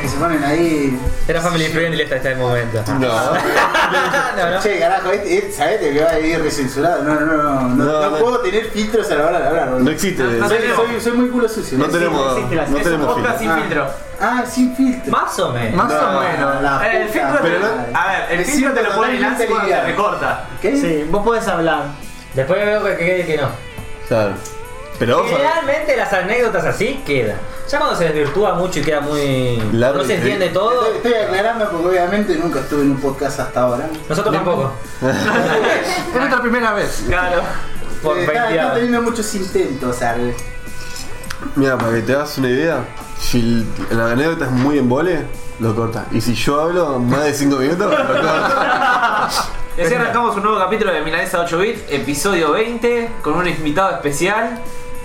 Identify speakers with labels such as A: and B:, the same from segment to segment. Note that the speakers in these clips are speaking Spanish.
A: que se ponen ahí.
B: Era family friendly hasta este momento.
C: No.
B: no, no.
A: Che, carajo, este, este, ¿sabés? Te veo ahí recensurado. No, no, no. No,
C: No,
A: no
C: no.
A: puedo tener filtros a la hora de hablar, boludo.
C: No existe.
D: No
A: soy,
D: tenemos.
A: soy- soy muy culo sucio.
C: No
A: Ah, Sí.
C: tenemos-
D: existe la-
C: no
D: es un
C: tenemos
D: podcast sin
A: Ah.
D: filtro.
A: Ah, sin filtro.
B: Más o menos.
D: Más
C: No,
D: o menos.
A: la
D: Eh, el
A: puta
D: filtro te,
A: madre.
D: A ver, el
A: Me
D: filtro
A: siento
D: te lo pone
A: totalmente
D: Nancy cuando te
A: aliviado.
D: recorta.
A: ¿Qué?
E: Sí, vos podés hablar.
B: Después veo que, que, que no.
C: Claro. Pero vos sabés.
B: Generalmente las anécdotas así quedan. Ya cuando se desvirtúa mucho y queda muy.
C: Largo
B: no se
C: y-
B: entiende todo.
A: Estoy, estoy aclarando porque obviamente nunca estuve en un podcast hasta ahora.
B: Nosotros tampoco.
E: Es nuestra primera vez.
D: Claro.
B: Por
A: Eh,
B: 20
A: está, está
B: años.
A: teniendo muchos intentos, al
C: Mira, para que te hagas una idea, si la anécdota es muy en vole, lo corta. Y si yo hablo más de 5 minutos, lo corta.
D: Y así arrancamos un nuevo capítulo de Milanesa 8 bit, episodio 20, con un invitado especial.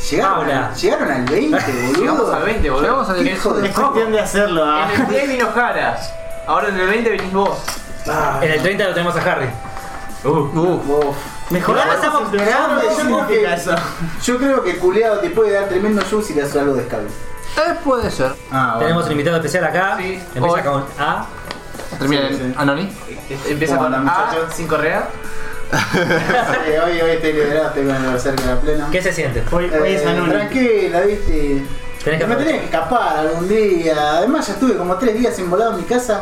A: Llegaron,
B: Ahora.
A: al, llegaron al 20, boludo.
D: Llegamos al 20, boludo.
E: Llegamos al-
D: ¿Qué hijo de
E: Es
D: coco?
E: cuestión de hacerlo. ah.
D: En el 10 vino Jara. Ahora en el 20 venís vos.
A: Ah,
B: En el 30 lo tenemos a Harry.
A: uf.
E: Mejorar
B: Igual
E: estamos
B: estamos-
E: programa
A: yo creo que-
E: significa eso.
A: Yo creo que culeado te puede dar tremendo show si le haces algo descabro.
E: Eh, puede ser.
A: Ah,
B: Tenemos un invitado especial acá.
D: Sí.
B: Empieza
E: Hoy.
B: con A.
E: Termina
A: Sí,
E: en
A: sí.
E: Anoni.
D: Empieza
A: ¿Cómo
D: con
A: andan,
D: A,
A: muchachos?
D: sin correa.
A: Sí, hoy, hoy estoy liberado, estoy con el berserker a pleno.
B: ¿Qué se siente?
E: Hoy, hoy es
A: Eh,
E: Anoni.
A: Tranquila, viste.
B: Tenés que
A: me
B: aprovechar.
A: tenía que escapar algún día. Además, ya estuve como tres días envolado en mi casa.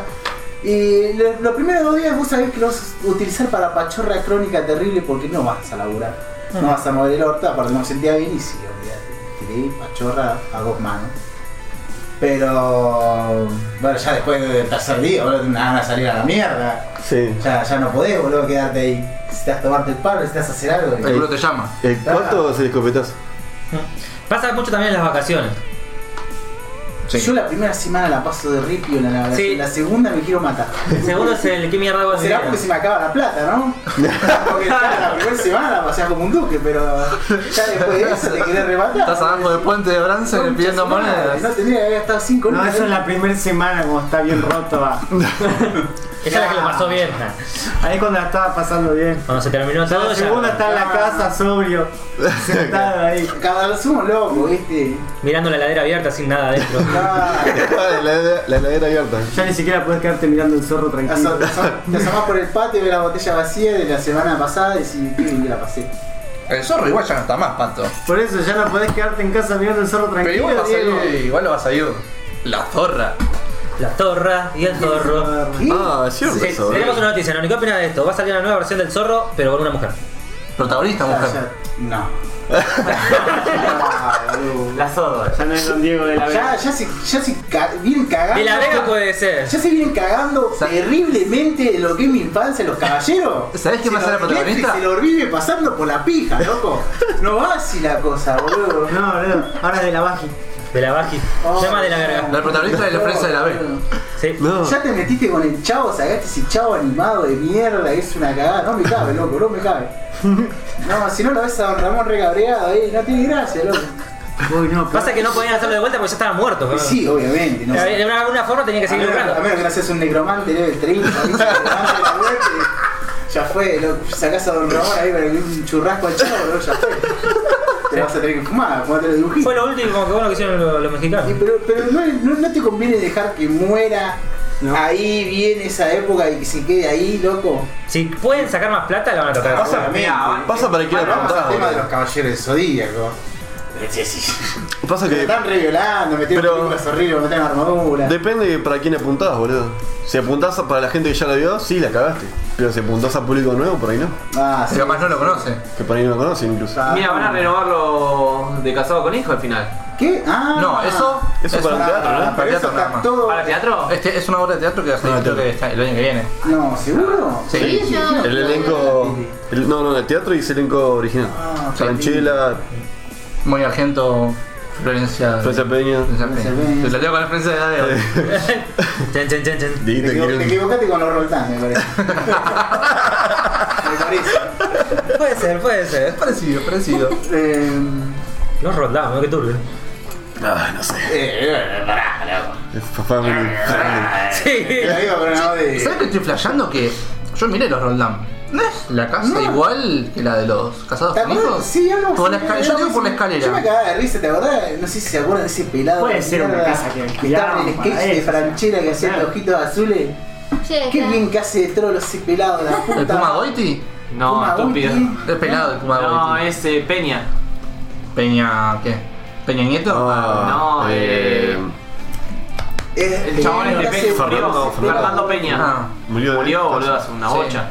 A: Y lo- los primeros dos días vos sabés que los vas a utilizar para pachorra crónica terrible porque no vas a laburar. No
B: Ah.
A: vas a mover el horta, aparte no me sentía bien y sí, olvidate. Tiré pachorra a dos manos. Pero. Bueno, ya después del tercer día, boludo, nada van a salir a la mierda.
C: Sí.
A: Ya, ya no podés, boludo, quedarte ahí. Necesitas tomarte el palo, necesitas hacer algo.
E: El culo te llama.
C: ¿El cuarto es el escopetazo?
B: Mm. Pasa mucho también en las vacaciones.
A: Yo la primera semana la paso de ripio en la navegación,
B: Sí.
A: la segunda me quiero matar.
B: El segundo es el. ¿Qué mierda hago en mi
A: Será
B: vida?
A: porque se me acaba la plata, ¿no? Porque claro, la primera semana la pasé como un duque, pero ya después de eso te querés rematar.
E: Estás abajo del puente de Branson
A: Concha
E: pidiendo
A: su madre, No
E: monedas.
A: tendría que haber gastado 5
F: No, eso es la primera semana como está bien roto. va.
B: Esa es la que lo pasó bien.
F: Ahí es cuando la estaba pasando bien.
B: Cuando se terminó
F: Ya
B: todo,
F: la
B: ya.
F: segunda está en la casa sobrio, sentado ahí.
A: Cada vez somos locos, ¿viste?
B: Mirando la heladera abierta sin nada adentro.
A: Ah,
C: la heladera- la heladera abierta.
F: Ya ni siquiera podés quedarte mirando el zorro
A: asom-
F: tranquilo.
A: asom- Te asomás por el patio y ves la botella vacía de la semana pasada y decís, qué bien que la pasé.
G: El zorro igual ya no está más, pato.
F: Por eso ya no podés quedarte en casa mirando el zorro
G: Pero igual va
F: tranquilo,
G: a
F: Diego.
G: salir, igual va a salir la zorra.
B: La torra y el zorro.
A: ¿Qué?
C: Ah, es cierto
B: Sí,
C: eso.
B: tenemos una noticia, ¿no? ¿Qué opinas de esto? Va a salir una nueva versión del zorro, pero con una mujer.
E: Protagonista,
A: Ah,
E: mujer.
A: ya- No. Ah, boludo.
D: La zorra.
F: Ya no es Don Diego de la
A: Ya,
F: Vega.
A: ya se, ya se ca- vienen cagando.
B: De la Vega puede ser.
A: Ya se vienen cagando terriblemente lo que es mi infancia, los caballeros.
E: ¿Sabés quién va a
A: Se
E: ser el
A: lo-
E: protagonista?
A: Se lo vive pasando por la pija, loco. No va así la cosa, boludo.
F: No, boludo, ahora es de la Baji.
B: De la Baji.
A: Oh,
B: Llama de la verga.
E: La protagonista de la prensa de la B.
B: Sí.
C: No.
A: Ya te metiste con el chavo, sacaste ese chavo animado de mierda, es una cagada. No me cabe, loco, no me cabe. No, si no lo ves a don Ramón recabreado ahí, no tiene gracia, loco.
F: Uy, no,
B: Pasa
F: pero-
B: que no podían hacerlo de vuelta porque ya estaba
A: Y
B: muerto.
E: Ah.
B: cabrón.
A: Sí, obviamente. No
B: De
A: sé.
B: alguna- de alguna forma tenía que
A: A
B: seguir
A: menos, a
B: lucrando.
A: menos que no seas un necromante level 30, ¿viste? Necromante de la muerte, ya fue, lo sacás a Don Ramón ahí para que un churrasco al chavo, boludo, ya fue. Te vas a tener que fumar, fumate los dibujitos.
B: Fue lo último que bueno que hicieron los, los
A: Y
B: mexicanos.
A: pero pero no, no- no te conviene dejar que muera
F: No.
A: ahí bien esa época y que se quede ahí, loco.
B: Si pueden sacar más plata, la van a tratar.
C: Pasa-
D: Mira,
C: Pasa para que la
A: Vamos al tema de los
C: contás,
A: caballeros de Zodíaco. Sí, sí.
C: Pasa
A: Me
C: que
A: están reviolando, me tienen
C: Pero-
A: películas horribles, me tienen armadura.
C: depende de para quién apuntás, boludo. Si apuntás a- para la gente que ya la vio, sí, la cagaste. Pero si apuntás a público nuevo, por ahí no.
A: Ah, sí.
E: Si capaz no lo conoce.
C: Que por ahí no lo conocen
A: Ah,
C: incluso.
D: Mira, van a renovarlo de casado con hijo al final.
A: ¿Qué? Ah.
E: No, eso.
C: Eso
E: es
C: para un
E: una-
C: teatro, ¿no?
A: Ah,
E: Para
A: pero
E: teatro
A: eso
E: nada
A: está
E: más.
A: todo.
D: ¿Para teatro?
E: Este es una obra de teatro que va a salir
C: Ah,
E: creo
C: teatro.
E: que está el año que viene.
A: No, ¿seguro?
E: Sí.
A: imagino
C: El
A: que-
C: elenco. el- no, no, el teatro y ese elenco original.
A: Ah,
C: Franchella,
E: Muy argento, Florencia.
C: Francia Peña.
E: Florencia
A: Florencia
E: Peña.
A: Peña.
E: Te la tengo con la prensa de la B.
B: Chen, chen, chen, chen.
A: Te,
C: Dieguito
A: equivo-
C: quiere
A: te
C: un-
A: equivocaste con los Roldán, me parece. me parece.
B: Puede ser, puede ser.
E: Parecido, parecido.
A: Eh,
B: Los roldamos, ¿no? qué turbio.
C: Ah, no sé.
A: eh, pará, loco.
C: Family friendly.
B: Sí.
A: Te lo digo, pero no de.
E: ¿Sabes que estoy flasheando? Que yo miré los Roldán. No es la casa
A: No.
E: igual que la de los casados
A: ¿Te
E: con
A: acuerdas?
E: hijos?
A: Sí, algo
E: Por la
A: así,
E: esca-
A: algo
E: Yo digo por la
A: así. Yo me
E: escalera.
A: cagaba de risa, ¿te acordás? No sé si se acuerdan de ese pelado.
F: Puede
A: de
F: ser una
A: mierda
F: casa que
A: estaba en el
F: alquilaron para
A: sketch de
F: eso.
A: Franchella que hacía
F: Claro.
A: los ojitos azules.
H: Che,
A: Qué
H: claro.
A: bien que hace de troll ese pelado, la puta.
E: ¿El Puma Goiti?
D: No,
A: Puma
D: estúpido.
A: Goiti.
E: Es pelado el Puma
D: No,
E: Goiti.
D: es eh, Peña.
E: Peña. ¿Qué? ¿Peña Nieto?
D: No, eh,
A: Es-
D: El chabón es de
A: que eh, hace
D: Peña. Fernando,
A: Fernando-
D: Fernando Peña.
E: Ah,
C: murió de
D: Murió,
C: viejo.
D: boludo, hace una
E: Sí.
D: bocha.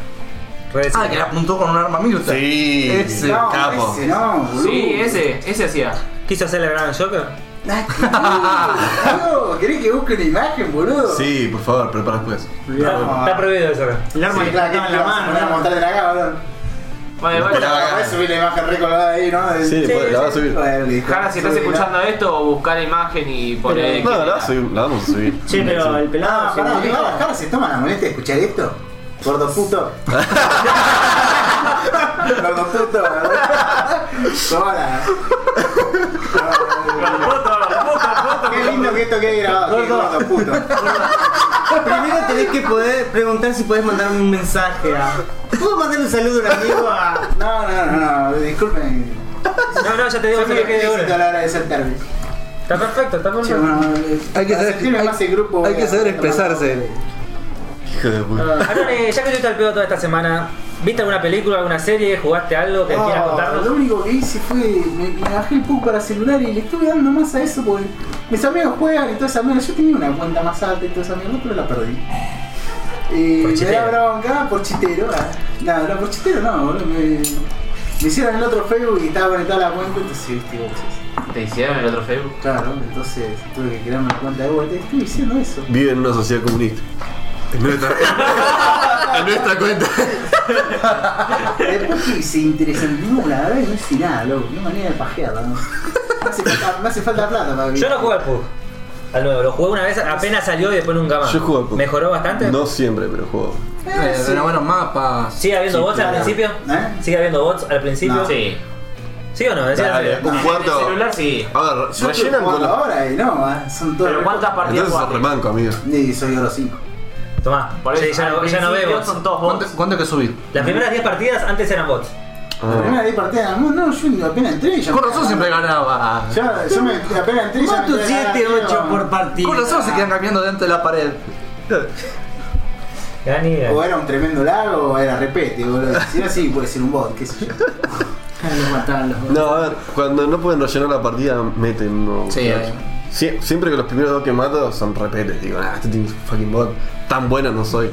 E: Ah, que le apuntó con un arma militar.
C: Sí,
E: Ese.
A: No,
C: capo.
A: ese no, boludo.
D: Sí, ese, ese hacía.
B: ¿Quiso hacer la gran Joker?
A: Ay, boludo, ¿Querés que busque una imagen, boludo?
C: Sí, por favor, pero para después.
A: Ah.
B: Está, está prohibido eso acá.
F: El arma
A: Sí,
F: que
A: claro,
F: estaba
A: que
F: en la mano.
A: Voy a
F: ¿no?
A: montar de la cara, boludo.
D: Vale,
C: No,
D: vale.
C: la-
A: Voy a subir la imagen recolgada ahí, ¿no?
C: Sí,
A: Del-
C: después la vas a subir.
A: Bueno, listo.
D: Jara, si estás
A: Subí la-
D: escuchando esto, buscar la imagen y poner.
C: No, la, vas a subir, la vamos a subir.
F: Che, pero el pelado.
A: Ah,
F: se
A: pará,
F: murió.
A: pará, Jara, ¿se toma la molestia de escuchar esto? Gordo puto. Gordo puto, ¿verdad? Hola. Qué lindo que esto quede grabado. aquí,
F: Gordo.
A: Gordo puto.
F: Primero tenés que poder preguntar si podés mandar un mensaje a. ¿Puedo mandar un saludo a un amigo a.?
A: No, no, no, no, disculpen.
B: No, no, ya te digo
A: Yo
B: que
A: me
B: te quede
A: explícito a
B: una.
A: la hora de sentarme.
B: Está perfecto, está
A: Che,
B: perfecto.
A: bueno,
G: Hay que
A: para
G: saber-
A: sentirme
G: hay-
A: más en grupo, eh,
G: hay
A: voy
G: que
A: a-
G: saber
A: a tomar-
G: expresarse.
C: Hijo de
A: Ah.
C: puta.
D: Ah,
B: Aaron, eh, ya que estuviste al pedo toda esta semana, ¿viste alguna película, alguna serie, jugaste algo que quieras
A: No, Ah, lo
B: contarnos?
A: único que hice fue. Me, me bajé el PUC para celular y le estuve dando más a eso porque mis amigos juegan y toda esa mierda. Yo tenía una cuenta más alta y toda esa mierda, pero la perdí. Y
B: Por
A: me
B: chitero.
A: da bronca por chitero. ah. No, no, por chitero no, boludo. Me, me hicieron el otro Facebook y estaba conectada la cuenta, entonces, viste, vos decís,
D: ¿Te hicieron el otro Facebook?
A: Claro, entonces tuve que crearme la cuenta de vuelta y estuve diciendo eso.
C: Vive en una sociedad comunista. En nuestra, en nuestra cuenta.
E: Eh,
A: Después que se interesantísimo la vez, no hice nada, loco. Qué manera de pajearla, ¿no? Me hace falta, me hace falta plata para vivir.
B: Yo no jugué al PUG. Al nuevo, lo jugué una vez, apenas salió y después nunca más.
C: Yo juego al PUBG.
B: Ah, ¿Mejoró bastante?
C: No siempre, pero juego.
A: Eh, sí.
E: Renovaron mapas.
B: ¿Sigue habiendo bots al
A: claro.
B: principio?
A: ¿Eh?
B: ¿Sigue habiendo bots al principio?
A: No.
B: Sí. ¿Sí o no? Decía
C: Dale,
B: la-
C: un
D: En el
C: cuarto.
D: celular sí.
C: A ver,
A: Yo estoy
C: rellenan con
A: jugando
C: la.
A: ahora y no, ah, son todos.
D: Pero ¿cuántas partidas
C: Entonces es
D: jugaste?
C: remanco, amigo.
A: Y soy oro 5.
B: Tomá,
D: Por
B: Sí,
D: eso,
B: ya, no,
D: al
B: ya no
D: principio
B: vemos.
D: Son todos
E: ¿Cuánto,
D: bots.
E: cuánto hay que subir?
B: Las primeras 10 partidas antes eran bots.
C: Ah.
A: La primera vez partida, no, no, yo apenas entré y ya.
E: Con razón siempre ganaba.
A: Yo, yo me, apenas entré y ya.
F: ¿Cuánto
A: me entré a la
F: 7,
A: cara,
F: 8
A: digo,
F: por partido?
E: Con razón se quedan cambiando dentro de la pared.
B: Gani, eh.
A: O era un tremendo largo o era repete, boludo. Si era así, puede ser un bot, qué sé yo. Los mataban los bots.
C: No, a ver, cuando no pueden rellenar la partida, meten uno.
E: Sí,
C: Claro.
E: eh.
C: Sie- siempre que los primeros dos que mato son repetes, digo, ah, este tiene un fucking bot. Tan bueno no soy.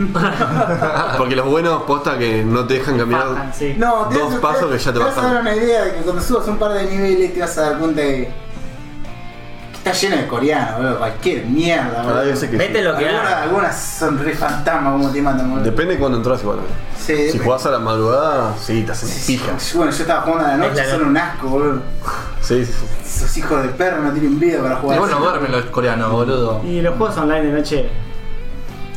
C: Porque los buenos posta que no te dejan cambiar.
F: Bajan, sí.
A: No,
C: Dos
A: vas-
C: pasos que ya te
A: vas a
C: bajan.
A: dar una idea de que cuando subas un par de niveles te vas a dar cuenta de que está lleno de coreanos, boludo. Cualquier mierda,
C: La verdad, yo
A: boludo.
C: sé que
B: Mete
C: sí.
B: lo que
A: Algunas,
B: haga.
A: algunas son re fantasmas como te matan, boludo.
C: Depende de cuándo entras igual.
A: Sí,
C: Si
A: depende.
C: jugás a la madrugada, sí, te hacen
A: Sí,
C: pija.
A: sí, Bueno, yo estaba jugando a la
B: Es la
A: noche, son
B: noche.
A: un asco, boludo.
C: Sí, sí, sí.
A: Esos hijos de perro no tienen vida para
E: Y
A: jugar.
E: bueno, duermen los coreanos, boludo.
F: Y los juegos online de noche.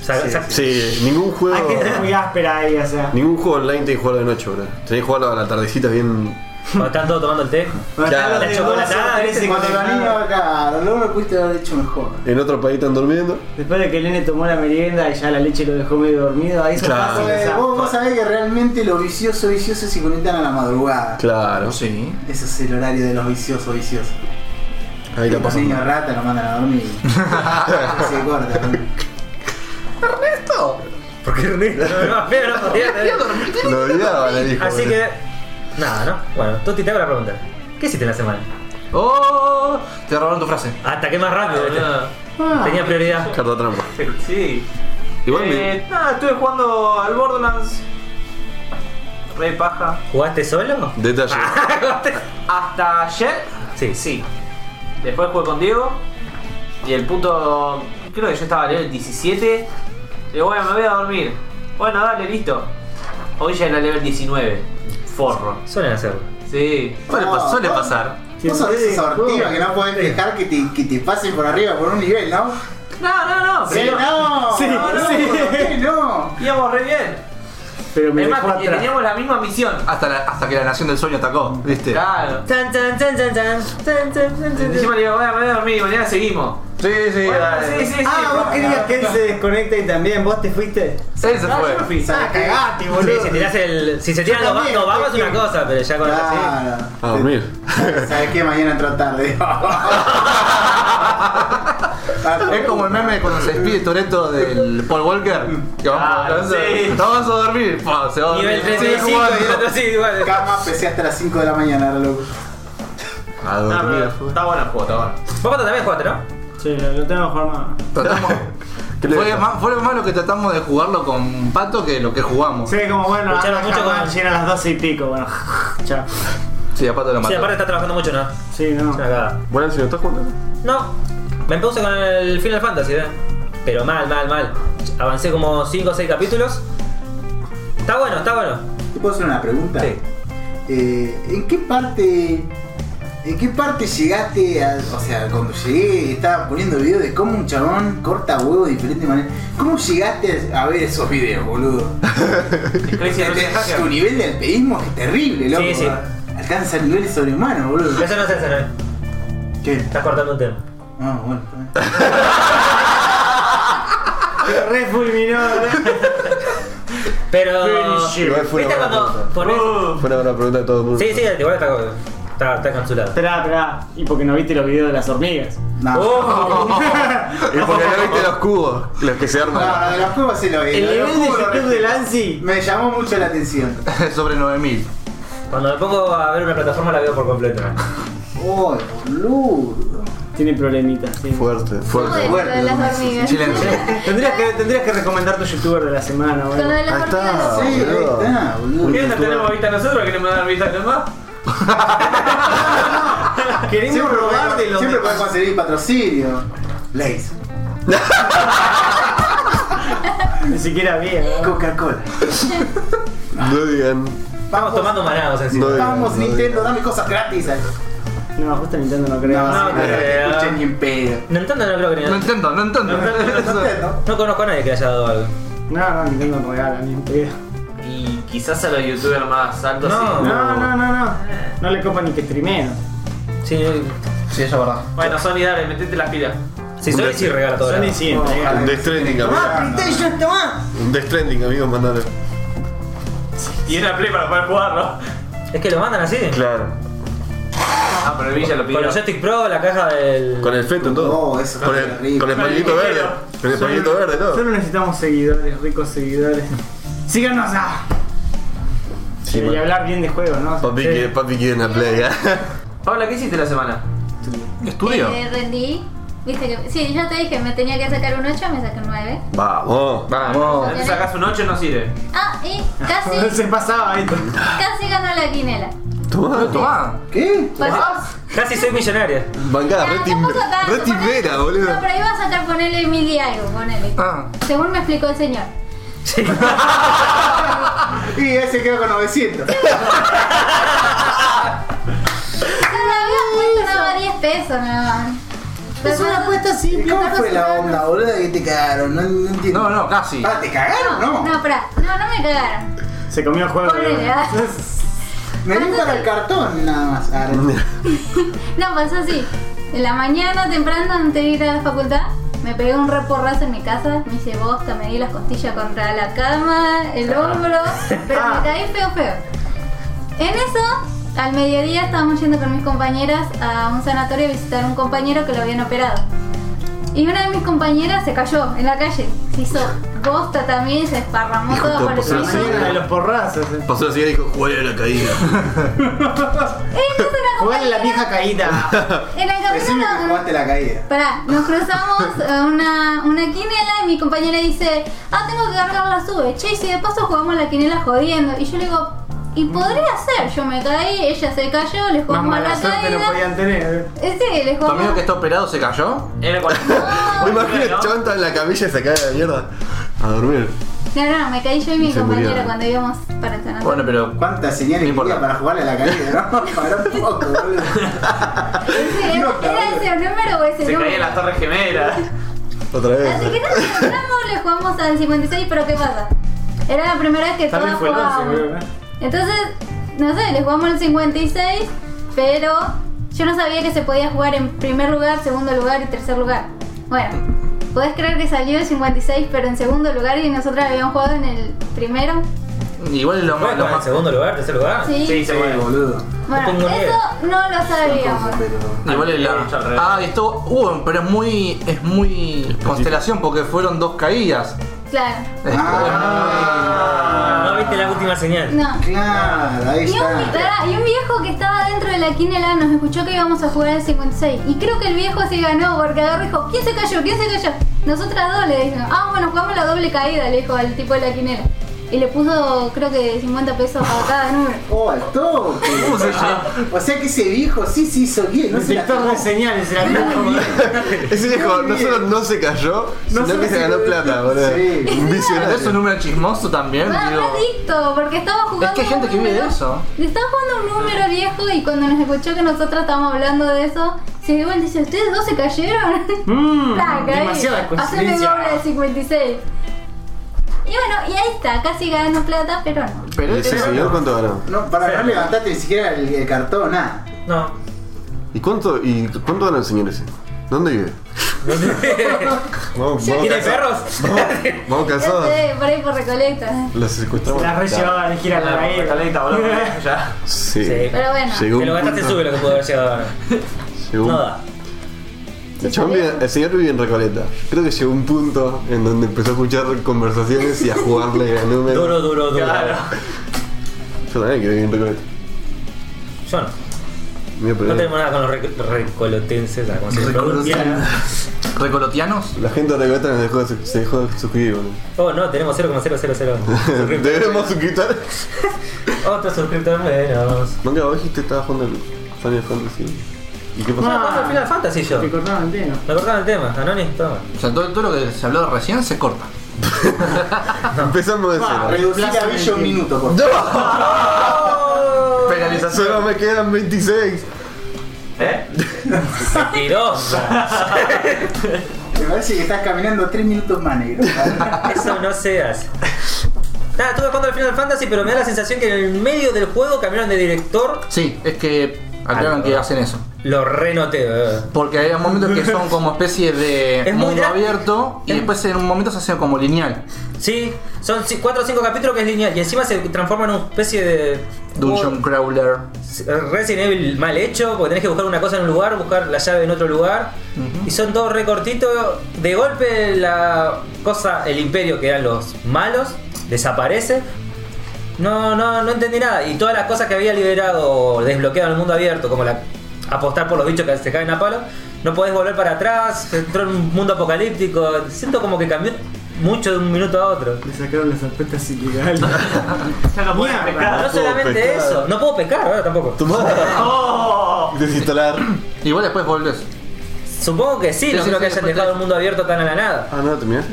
B: Sa- sa-
C: Sí, ningún juego.
F: Hay gente muy áspera ahí, o sea.
C: Ningún juego online tenés que jugarlo de noche, bro. Tenés que jugarlo a la tardecita bien.
B: Cuando están todos tomando el té.
F: Cuando
C: Ya,
F: están los
C: la
F: de
B: chocolatada,
F: dos o tres
B: ¿viste?
F: se
A: Cuando los
F: conectaban.
B: ah.
A: niños, claro, luego lo pudiste haber hecho mejor.
C: En otro país están durmiendo.
F: Después de que el nene tomó la merienda y ya la leche lo dejó medio dormido, ahí se
B: Ah,
C: Claro.
F: pasa.
A: Eh, vos, vos sabés que realmente los viciosos, viciosos se conectan a la madrugada.
C: Claro.
E: Sí.
A: Ese es el horario de los viciosos, viciosos.
C: Ahí la
A: los
C: pasan.
A: niños rata lo mandan a dormir. y se corta. ¿no?
B: ¿Por qué Ernesto? No, no, pero no podía tener.
C: Lo odiaban el hijo.
B: Así
C: bro.
B: que. Nada, ¿no? Bueno, Toti, te hago la pregunta. ¿Qué hiciste en la semana?
E: ¡Oh! Te robaron tu frase.
B: Hasta que más rápido, ¿viste?
D: Ah,
B: Ah. Tenía prioridad.
C: Carta trampa.
D: Sí.
C: Igual me-
D: Eh, nada, estuve jugando al Borderlands. Re paja.
B: ¿Jugaste solo?
C: Detalle.
D: Hasta ayer.
B: Sí.
D: Sí. Después jugué con Diego. Y el punto. Creo que yo estaba level 17. Le digo, bueno, me voy a dormir. Bueno, dale, listo. Hoy ya era level 19. Forro.
B: Suelen hacerlo.
D: Sí.
E: Suele, pas- suele pasar.
A: Vos sos de esos sortidos que no podés dejar que te, que te pasen por arriba por un nivel, ¿no?
D: No, no, no.
A: Sí,
D: pero-
A: no.
F: Sí,
A: no, no,
F: sí.
A: ¿por qué no?
D: Íbamos re bien.
F: Pero me
D: Es más,
F: dejó
D: porque
F: atrás.
D: teníamos la misma misión.
E: Hasta, la- hasta que la nación del sueño atacó, ¿viste?
D: Claro. Encima le digo, bueno, me voy a dormir, mañana seguimos.
E: Sí, sí,
D: Bueno,
E: dale.
D: sí, sí, sí.
F: Ah, vos querías que él se desconecte y también vos te fuiste.
E: Él se
D: No,
E: fue.
D: yo me fui.
F: Ah, cagate, boludo.
B: Sí, si, tirás el, si se tiran
F: Yo
B: los
F: también,
B: vamos, vamos es
F: porque-
B: una cosa, pero ya con la sí.
A: Claro.
C: A dormir.
A: ¿Sabes qué? Mañana entró tarde.
E: Es como el meme cuando se despide Toreto del Paul Walker. Que vamos
D: Ah,
E: hablando,
D: sí.
E: "Te vas a dormir. Pa, se va a dormir.
B: Nivel
E: Sigue
B: 35 y el
E: jugando.
B: otro sí, igual.
A: Cama, pesé hasta las 5 de la mañana, era loco.
E: A
C: Ah,
D: No, pero
E: dormir.
D: está bueno el juego, está bueno.
B: Vos Pato, también jugaste, ¿no?
F: Sí, lo, lo tengo forma.
E: Tratamos-
C: ¿Qué le
E: Fue
C: pasa?
E: más, fue más lo que tratamos de jugarlo con Pato que lo que jugamos.
F: Sí, como bueno,
B: Escucharon
F: ah,
B: mucho
F: jamás
B: con-
F: llegan a las 12 y pico, bueno. Chao.
E: Sí, a Pato lo mató.
B: Sí, aparte está trabajando mucho,
D: Ah.
B: ¿no? Es
F: Sí, no.
B: una cagada.
C: Bueno, si no estás jugando.
B: No, me puse con el Final Fantasy, ¿eh? Pero mal, mal, mal. Avancé como 5 o 6 capítulos. Está bueno, está bueno.
A: ¿Te puedo hacer una pregunta?
B: Sí.
A: Eh, ¿En qué parte... ¿En qué parte llegaste a, O sea, cuando llegué estaba poniendo videos de cómo un chabón corta huevos de diferente manera. ¿Cómo llegaste a ver esos videos, boludo?
D: Es Crazy
A: Te-
D: Racing
A: te- Tu
D: Hacker.
A: nivel de alpeísmo es terrible, loco.
B: Sí, sí.
A: Alcanza niveles sobrehumanos, boludo.
B: Eso no es eso, ¿no?
A: ¿Qué?
B: Estás cortando un tema.
A: Ah, bueno. está bien.
F: Pero Re fulminó, re-
B: Pero.
F: Finish it.
C: Igual fue
B: ¿Viste
C: una buena
B: cuando
C: pregunta. Uh.
B: ponés-
C: Fue una buena pregunta de todo el mundo.
B: Sí, sí, igual está, está, está cancelado.
F: Esperá, esperá. Y porque no viste los videos de las hormigas.
A: No.
B: Oh.
D: Oh.
C: Y porque no viste los cubos, los que se
A: No,
C: arman.
A: no, de los juegos sí lo vi.
F: El
A: Lo de los
F: nivel de
A: juegos lo
F: YouTube
A: vi.
F: de Lancy.
A: Me llamó mucho la atención.
E: Sobre 9000.
B: Cuando me pongo a ver una plataforma la veo por completo.
A: Uy, boludo.
F: Tiene problemitas, sí.
C: Fuerte,
H: Con
C: fuerte.
H: lo de las hormigas.
E: Silencio.
F: Tendrías que, tendrías que recomendar tu youtuber de la semana,
H: Con lo
F: bueno.
H: de las
C: Ahí está.
H: hormigas.
A: Sí, ahí está, boludo.
D: ¿Quieren tenemos vista a nosotros? ¿Queremos dar vista a los demás?
F: Queremos
A: Siempre
F: robar de
A: podemos- siempre
F: los demás.
A: podemos conseguir patrocinio. Lays,
F: Ni siquiera bien. ¿eh? ¿no?
A: Coca-Cola.
C: No digan.
B: Estamos tomando manados encima.
C: No,
A: Vamos,
C: no,
A: Nintendo, dame cosas gratis.
F: No, justo Nintendo no creo.
A: No,
B: no,
A: no te
B: creo.
A: escuché ni en pedo.
B: Nintendo no creo que
E: No
B: ni
E: entiendo, no entiendo.
A: Nintendo.
B: No conozco a nadie que haya dado algo.
F: No, no, Nintendo no regala ni un pedo.
D: Y quizás a los youtubers más altos.
B: No.
D: sí.
F: No, no, no, no. No le copa ni que streameen.
B: Sí,
E: Sí, eso es verdad.
D: Bueno, Sony, dale, metete las pilas.
B: sí, Sony sí regala todo.
F: Sony
B: ¿no?
F: siempre.
A: Ojalá.
C: Un Death Stranding, amigo.
A: Tomá, Ah, PlayStation, tomá.
C: Un Death Stranding, amigos, mandalo.
D: Y era play para poder jugarlo.
B: Es que lo mandan así.
C: Claro.
D: Ah, pero el Villa lo pidió.
B: Con los joystick pro, la caja del.
C: Con el feto, todo.
A: Oh, eso
C: Con
A: fue
C: el,
A: terrible.
C: con el pañuelito verde. Con el pañuelito verde, todo.
F: Solo necesitamos seguidores, ricos seguidores. Síganos a.
C: Sí,
F: y
C: man.
F: hablar bien de juegos, ¿no?
C: Papi, que, papi quiere una play, ¿eh?
D: Paula, ¿qué hiciste la semana?
E: Estudio.
H: Eh, rendí. Viste que. Sí, yo te dije, me tenía que sacar un 8, me saqué un 9.
C: Vamos.
E: Vamos.
D: Si te sacas un 8 no sirve.
H: Ah, y casi,
F: Se pasaba ahí.
H: casi ganó la quinela.
C: Tomá.
E: Tomá.
A: ¿Qué?
B: Casi soy millonaria.
C: Bancada,
H: Ah,
C: re,
H: tampoco
C: timbre-
H: tanto,
C: re timbera,
H: ponele-
C: boludo.
H: No, pero iba a sacar ponerle mil y algo, ponele.
E: Ah.
H: Según me explicó el señor.
B: Sí.
A: Y ese quedó con 900.
H: Yo no había puesto nada más 10 pesos, nada más.
F: Es una apuesta
A: ¿Y
F: simple.
A: cómo
F: una
A: fue
F: cosa
A: la
F: rara.
A: onda, boludo, que te cagaron? No, no entiendo.
E: No, no, casi.
A: Ah, ¿te cagaron? No.
H: No, pará. No, no me cagaron.
F: Se comió el juego.
H: Ponele,
F: boludo.
H: ah.
A: Me di para el cartón nada más. Ah, no.
H: No, pasó así. En la mañana, temprano, antes de ir a la facultad, me pegué un reporrazo en mi casa. Me hice bosta, me di las costillas contra la cama, el
C: Ah.
H: hombro. Pero me caí feo, feo. En eso, al mediodía estábamos yendo con mis compañeras a un sanatorio a visitar a un compañero que lo habían operado. Y una de mis compañeras se cayó en la calle. Se hizo bosta también, se esparramó
C: Hijo
H: todo
C: de
H: por el
C: puta, pues,
H: piso.
C: sí.
F: Mañana de los porrazos.
C: Pasó la señora y dijo, ¿cuál era la caída?
H: Entonces
F: Jugar
H: la
F: la
H: compañera-
F: vieja caída.
H: En el
A: Decime que
H: camino
A: jugaste la caída.
H: Pará, nos cruzamos eh, una, una quinela y mi compañera dice, ah, tengo que cargar la sube. Che, y si de paso jugamos la quinela jodiendo. Y yo le digo, y podría ser, yo me caí, ella se cayó, le
F: Más
H: jugamos
F: mala
H: la
F: suerte no
H: caída.
F: podían tener.
H: Eh, sí, le
E: ¿Tu
H: jugamos.
E: amigo que está operado se cayó?
D: Era cuando.
C: Me imagino el
D: ¿no?
C: chabón está en la camilla y se cae de la mierda. A dormir.
H: No, no, me caí yo y
C: Y
H: mi
C: se
H: compañera
C: murió.
H: cuando íbamos para el sanatorio.
E: Bueno, pero.
A: ¿Cuántas señales
E: No
A: quería
E: importa.
A: para jugarle la caída, no? Para un poco, boludo.
H: Sí,
A: no,
H: ¿Era ese número o ese
D: Se
H: número?
D: caía en las torres gemelas.
C: Otra vez.
H: Así que nos encontramos, le jugamos al 56, pero ¿qué pasa? Era la primera vez que
F: También
H: todos
F: fue el once,
H: jugábamos.
F: creo, ¿no?
H: Entonces, no sé, le jugamos al 56, pero yo no sabía que se podía jugar en primer lugar, segundo lugar y tercer lugar. Bueno, podés creer que salió el 56, pero en segundo lugar y nosotros habíamos jugado en el primero.
E: Igual es lo más.
B: Bueno,
E: Lo
B: en
E: más
B: segundo lugar, tercer lugar.
F: Ah,
H: Sí.
D: Sí, se mueve.
A: boludo.
B: No
H: Bueno,
B: tengo
H: eso no lo sabíamos.
E: igual es
D: Ah, al revés.
E: la. Ah, esto. Uh, pero es muy. Es muy. Constelación porque fueron dos caídas.
H: Claro.
E: Es-
A: Ah.
B: No viste la última señal.
H: No.
A: Claro, ahí
H: Y un,
A: está.
H: pará, y un viejo que estaba dentro de la quinela nos escuchó que íbamos a jugar al 56. Y creo que el viejo se ganó porque agarró y dijo, ¿quién se cayó? ¿Quién se cayó? Nosotras dos le dijeron, ah, bueno, jugamos la doble caída, le dijo al tipo de la quinela. Y le puso, creo que 50 pesos a cada número.
A: Oh, al toque. O sea que ese viejo sí se hizo bien, no
F: El
A: se la
F: sector de señales, era
C: Ese viejo no solo no se cayó, sino
A: solo
C: que se
A: se
C: ganó
A: cayó.
C: plata, boludo.
A: Sí.
C: Un
E: Este, Pero es un
C: visionario.
E: número chismoso también,
H: Ah,
E: digo.
H: adicto, porque estaba jugando.
E: Es que hay gente
H: un
E: que vive de
H: número-
E: eso.
H: Estaba jugando un número viejo y cuando nos escuchó que nosotros estábamos hablando de eso, se dio vuelta y dice: ¿Ustedes dos se cayeron?
E: Mm,
H: Placa, ahí.
F: demasiada
H: Haceme el
F: coincidencia.
H: doble de 56. Y bueno, y ahí está, casi ganó plata, pero no.
E: Pero
C: ¿Y ese
E: es-
C: señor cuánto ganó?
A: No, para
B: Sí.
A: no levantaste ni siquiera el, el cartón, nada.
B: No.
C: ¿Y cuánto, y cuánto ganó el señor ese? ¿Dónde vive? Vamos, vamos,
B: ¿Tiene
C: casa-
B: perros?
C: vamos
H: Yo
C: casados.
H: sé, por ahí por Recoleta.
C: Lo secuestramos.
F: La re llevaba a elegir a la
D: La
F: gallega.
D: escaleta, boludo.
E: este,
D: Ya.
C: Sí.
B: Sí.
H: Pero bueno,
C: Llegó
B: Te lo
C: un
B: gastaste
C: punto-
B: sube lo que pudo haber llegado ahora.
C: llegó un-
B: No da.
C: El, chabón vive- el señor vive en Recoleta. Creo que llegó un punto en donde empezó a escuchar conversaciones y a jugarle a números.
B: Duro, duro, duro.
C: Yo también que vivo en Recoleta.
B: Yo no.
C: Mira, pero
B: No tenemos nada con los rec- recolotenses, ah, como se pronuncia.
E: ¿Recolotianos?
C: La gente de Recoleta nos dejó, de- se dejó de suscribir, boludo.
B: Oh, no, tenemos 0,000.
C: Deberemos suscriptar.
B: Otro suscriptor menos.
C: Nunca vos dijiste que estabas jugando al Final Fantasy. ¿Y qué pasó?
B: No, paso al Final Fantasy yo.
F: Te Ah. cortaron el tema.
B: Me cortaron el tema, Anoni, toma.
E: O sea, todo, todo lo que se habló recién se corta.
B: Ah,
C: Empezamos de cero.
A: Reducir a
F: Plaza
A: Billo un
F: Medellín.
A: minuto, por favor.
E: Penalización.
C: Solo me quedan 26.
D: ¿Eh?
B: Mentirosa.
A: Me parece que estás caminando 3 minutos más, negro.
B: Eso no seas. Nada, estuve jugando al Final Fantasy, pero me da la sensación que en el medio del juego cambiaron de director.
E: Sí, es que aclaran que hacen eso.
B: Lo renoté, eh.
E: Porque hay momentos que son como especie de
B: Es muy
E: mundo
B: drástico.
E: abierto y
B: Es-
E: después en un momento se hace como lineal.
B: Sí, son 4 o 5 capítulos que es lineal y encima se transforma en una especie de.
E: Dungeon Crawler.
B: Resident Evil mal hecho, porque tenés que buscar una cosa en un lugar, buscar la llave en otro lugar. Y son todos recortitos. De golpe la cosa, el imperio que eran los malos, desaparece. No, no, no entendí nada. Y todas las cosas que había liberado o desbloqueado en el mundo abierto, como la apostar por los bichos que se caen a palo, no podés volver para atrás, entró en un mundo apocalíptico. Siento como que cambió mucho de un minuto a otro.
F: Le sacaron las apuestas ilegales.
D: Ya no puedes
F: Mierda.
D: pescar.
B: No
C: Ah, puedo
B: solamente
C: pescar.
B: eso, no puedo pescar ahora tampoco.
C: Tu madre. Desinstalar.
E: Igual después volvés.
B: Supongo que sí,
E: Pero
B: no creo
E: sí,
B: que
E: sí,
B: hayan
E: después
B: dejado
E: te-
B: el mundo abierto tan a la nada.
C: Ah, no, terminaste.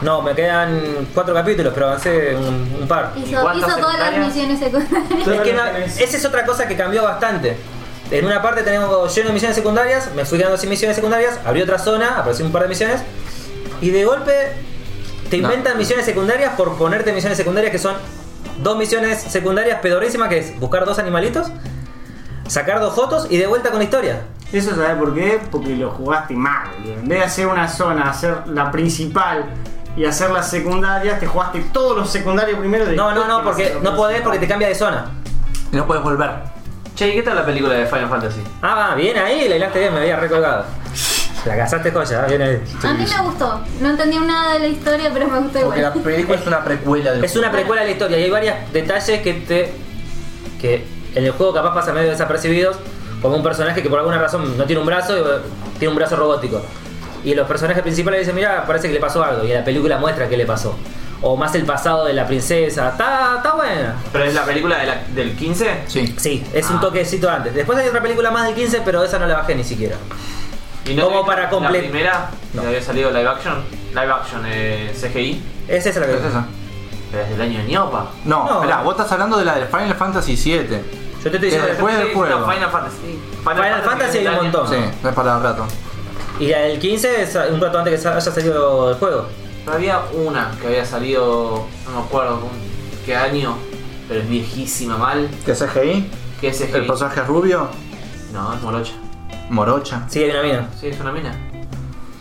B: No, me quedan cuatro capítulos, pero avancé un, un par.
H: hizo,
D: cuántas
H: hizo todas las
D: secundarias?
H: misiones secundarias.
B: Es que no- esa es otra cosa que cambió bastante. En una parte tenemos lleno de misiones secundarias, me fui quedando sin misiones secundarias, abrí otra zona, apareció un par de misiones, y de golpe te
E: No.
B: inventan misiones secundarias por ponerte misiones secundarias que son dos misiones secundarias pedorísimas, que es buscar dos animalitos, sacar dos fotos y de vuelta con la historia.
F: Eso sabes por qué, porque lo jugaste mal. boludo. En vez de hacer una zona, hacer la principal y hacer las secundarias, te jugaste todos los secundarios primero.
B: No, no, no, porque no podés porque te cambia de zona.
E: Y no podés volver.
D: Che, ¿y qué tal la película de Final Fantasy?
B: Ah, va, bien ahí, la hilaste bien, me había recolgado. La cazaste joya, ah, bien ahí.
H: A mí me gustó. No entendí nada de la historia, pero me gustó
E: Porque la
H: igual.
E: película es una precuela del
B: Es una precuela de la historia y hay varios detalles que te. que en el juego capaz pasan medio desapercibidos, como un personaje que por alguna razón no tiene un brazo, y eh, tiene un brazo robótico. Y los personajes principales dicen, mira, parece que le pasó algo, y en la película muestra qué le pasó. O más el pasado de la princesa, está, está buena.
D: ¿Pero es la película de la- del 15?
E: Sí.
B: Sí, es un
D: Ah.
B: toquecito antes. Después hay otra película más del 15, pero esa no la bajé ni siquiera.
D: ¿Y
B: Como
D: te-
B: para comple-
D: La primera,
B: No.
D: que había salido live action, live action eh, CGI,
B: Es esa la que
E: ¿Qué es esa?
D: pero es del año de Niopa.
E: No,
B: No.
E: esperá, vos estás hablando de la del Final Fantasy VII.
B: Yo te estoy
E: Que
B: diciendo
E: después- del juego.
D: Final Fantasy. Final,
B: Fantasy hay un
D: del año-
B: montón.
E: Sí, no es para rato.
B: Y la del 15 es un rato antes que sa- haya salido el juego.
D: Había una que había salido, no me acuerdo con qué año, pero es viejísima mal,
E: ¿Qué es CGI?
D: que es CGI.
E: El personaje es rubio,
D: No, es morocha.
E: morocha.
B: Sí, hay una mina.
D: Sí, es una mina.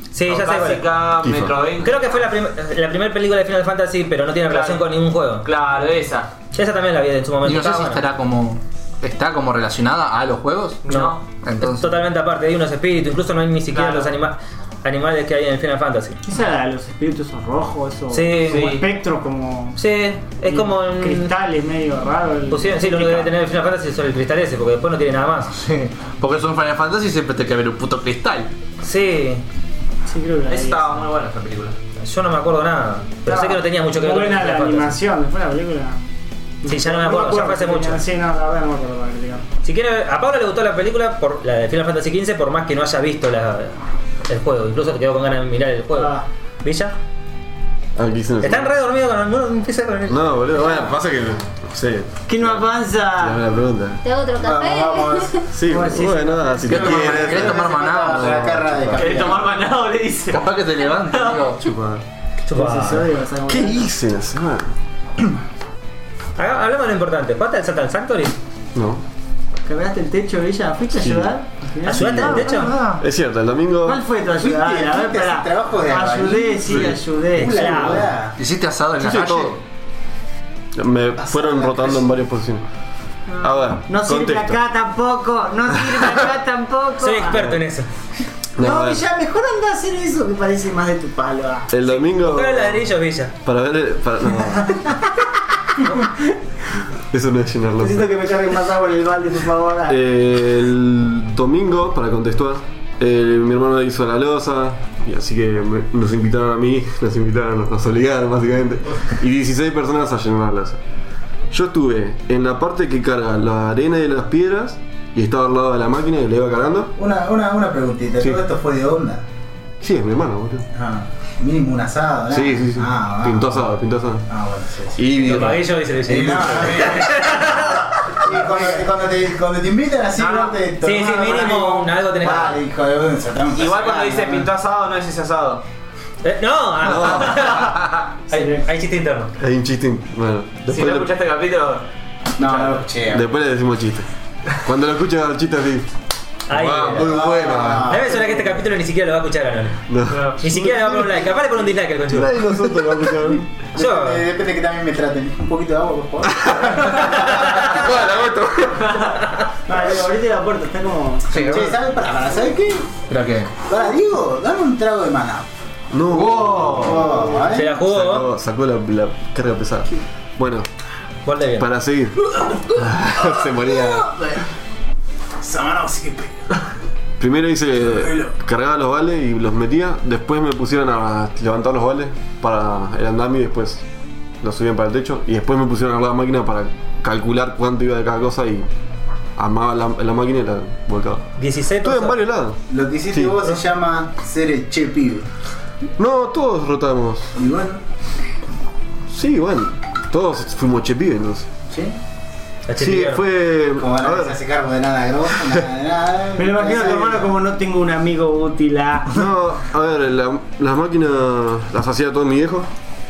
B: Sí, Sí, ya sé cuál es.
D: Básica,
C: Tifa.
D: Metroidvania.
B: Creo que fue la, prim- la primera película de Final Fantasy, pero no tiene
D: Claro.
B: relación con ningún juego.
D: Claro, esa.
B: Esa también la vi en su momento.
G: Y no sé
B: estaba
G: si
B: buena.
G: estará como. ¿Está como relacionada a los juegos?
D: No.
G: Entonces-
B: Es totalmente aparte, hay unos espíritus, incluso no hay ni siquiera
D: Claro.
B: los anima- animales que hay en Final Fantasy.
F: Esa era de los espíritus esos rojos, esos
B: Sí,
F: como
D: sí.
F: espectros, como.
B: Sí, es
F: y
B: como en.
F: Cristales medio raros.
B: Pusieron- sí, lo único que debe tener Final Fantasy son el cristal ese, porque después no tiene nada más.
G: Porque son Final Fantasy y siempre te que haber un puto cristal.
B: Sí,
F: Sí, creo que la
D: Esa
F: vi.
D: estaba muy buena esa película.
B: yo no me acuerdo nada, pero sé que no tenía mucho que ver con
F: Buena
B: Final
F: la
B: Fantasy.
F: animación, después la película.
B: Sí, ya no me acuerdo, ya fue hace
F: si tenía-
B: mucho.
F: Sí, no, la verdad no me acuerdo para criticar.
B: Si quiere, a Pablo le gustó la película, por, la de Final Fantasy XV, por más que no haya visto la- el juego, incluso te quedó con ganas de mirar el juego.
F: Ah.
B: ¿Villa?
C: Ah, Aquí se nos-
B: Están re dormidos con algunos, empieza con el.
C: No, boludo, bueno, pasa que. Sí,
F: ¿Qué no
C: la
F: avanza?
C: buena pregunta.
H: ¿Te hago otro café?
A: Vamos, vamos.
C: Sí,
F: Bueno, sí,
C: bueno, nada, si
G: ¿Querés
C: te
G: tomar- querés
C: quieres.
G: tomar
A: Vamos a la
G: manada?
A: carra de
D: ¿Querés
A: café.
D: tomar manado? Le dice.
G: Capaz que te levantes, amigo.
C: Chupa.
B: Chupá.
F: Se odia, o sea,
C: ¿Qué
F: bueno.
C: hice en la semana?
B: Haga- Hablamos de lo importante. ¿Pata el Satan Sanctory?
C: No.
F: ¿Cargaste el techo, Villa? ¿Fuiste a
C: Sí.
F: ayudar?
B: ¿Ayudaste en el techo?
C: Es cierto, el domingo.
F: ¿Cuál fue tu ayuda?
A: Fuiste-
F: A ver,
A: fuiste a
F: pará.
A: hacer trabajo de
F: Ayudé,
A: albañil.
F: sí,
C: Sí.
F: ayudé.
A: Un laburo, ¿verdad?
G: ¿Hiciste asado en
C: Yo
G: la
C: hice
G: calle?
C: todo. Me fueron
A: la
C: rotando en varias posiciones. A ver,
F: No sirve
C: contexto.
F: acá tampoco, no sirve acá tampoco.
B: Soy experto en eso.
C: No,
F: No,
C: a ver.
F: Villa, mejor anda a hacer eso que parece más de tu palo. ah.
C: El domingo.
B: Buscar el ladrillo, Villa.
C: Para ver. el- Para, no. Eso no es llenarlo.
F: Necesito que me carguen más agua en el balde, por favor. ah.
C: Eh, el domingo, para contextuar, eh, mi hermano hizo la losa, y así que me- nos invitaron a mí, nos invitaron, nos obligaron básicamente, y 16 personas a llenar la losa. Yo estuve en la parte que carga la arena y las piedras, y estaba al lado de la máquina y le iba cargando.
A: Una, una, una preguntita,
C: Sí.
A: ¿todo esto fue de onda?
C: Sí, es mi hermano, boludo.
A: Ah, mínimo un asado, ¿verdad?
C: Sí, sí, sí.
A: Ah, va.
C: Pintó asado, pintó asado.
A: Ah, bueno, sí, sí.
C: Y
B: Lo pagué yo y se lo hice.
A: Y no, y cuando, y cuando te, cuando te invitan así,
D: No, no.
A: vos te
B: Sí, sí, mínimo un algo tenés que
A: Vale, hijo de un satán.
D: Igual
B: Ah,
D: cuando dice
A: ¿no?
D: pintó asado, no es ese asado.
B: Eh, ¡No! ah. hay, hay chiste interno.
C: hay un chiste. Bueno, después,
D: Si no
C: le-
D: escuchaste el capítulo,
A: No, no lo escuché.
C: después le decimos chiste. Cuando lo escuchas al chiste así.
B: Ahí.
C: "Ah, muy
B: a
C: bueno.
A: Ah.
B: mí me suena que este capítulo ni siquiera lo va a escuchar Anón.
C: No.
B: Ni siquiera le va a poner un like. Capaz le pone un dislike al conchudo.
C: Nadie de nosotros lo escucharon.
B: Yo.
A: Depende, depende que también me traten. Un poquito de agua, por favor.
F: Vale, abrite la puerta, está como.
G: Sí,
A: che,
G: ¿verdad?
A: ¿sabes? Para, para, ¿sabes qué?
G: ¿Pero qué?
A: Para, Diego, dame un trago de maná.
C: No.
A: Oh,
B: Se
A: ¿eh?
B: la jugó.
C: Sacó, sacó la, la carga pesada. Bueno,
B: Vuelve bien.
C: para seguir. Se moría.
A: Esa maná sí que pega.
C: Primero hice. Cargaba los vales y los metía. Después me pusieron a levantar los vales para el andami y después los subían para el techo. Y después me pusieron a armar la máquina para calcular cuánto iba de cada cosa y armaba la, la máquina y la volcaba.
B: 16
C: Estuve en
B: pasos.
C: varios lados.
A: Lo que hiciste
C: Sí.
A: vos se llama ser el che pibe.
C: No, todos rotamos.
A: Y bueno,
C: Sí, bueno. Todos fuimos chepibes, entonces.
A: ¿sí?
B: La chiste
C: Sí,
B: interna.
C: fue.
A: Como
C: a
A: ahora no
C: ver.
A: se hace cargo de nada grosso, nada de nada.
F: Me lo imagino a tu hermano como no tengo un amigo útil. ah.
C: No, a ver, la- las máquinas las hacía todo mi viejo.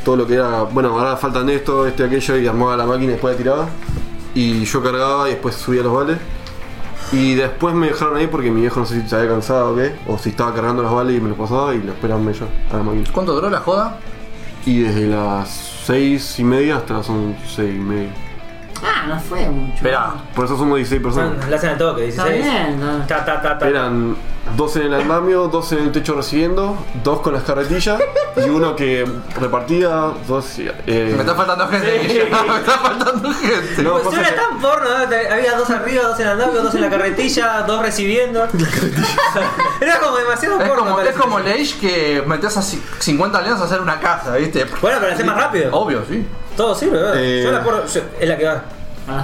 C: Todo lo que era, bueno, ahora faltan esto, este, aquello, y armaba la máquina y después la tiraba. Y yo cargaba y después subía los vales. Y después me dejaron ahí porque mi viejo no sé si se había cansado o qué, o si estaba cargando los vales y me los pasaba y los esperaban yo a la máquina.
G: ¿Cuánto duró la joda?
C: Y desde las seis y media hasta las once y media.
F: Ah, no fue mucho.
G: Esperá.
C: Por eso somos 16 personas.
B: Son- La hacen al toque,
F: Está
B: 16.
F: bien, no.
B: Ta, ta, ta, ta.
C: Eran dos en el andamio, dos en el techo recibiendo, dos con las carretillas y uno que repartía, dos... eh,
G: Me está faltando gente. Guilla. Me está faltando gente.
C: No,
B: Pues
C: pasa
B: era
C: que-
B: tan porno, ¿no? Te- había dos arriba, dos en andamio, dos en la carretilla, dos recibiendo. era como demasiado
G: Es
B: porno.
G: como, es
B: parece.
G: como Leish que metes a ci- 50 aldeanos a hacer una casa, ¿viste?
B: Bueno, pero hacer más rápido.
G: Obvio, sí.
B: Todo sirve, ¿verdad?
C: Eh.
B: Yo la porno. yo- es la que va.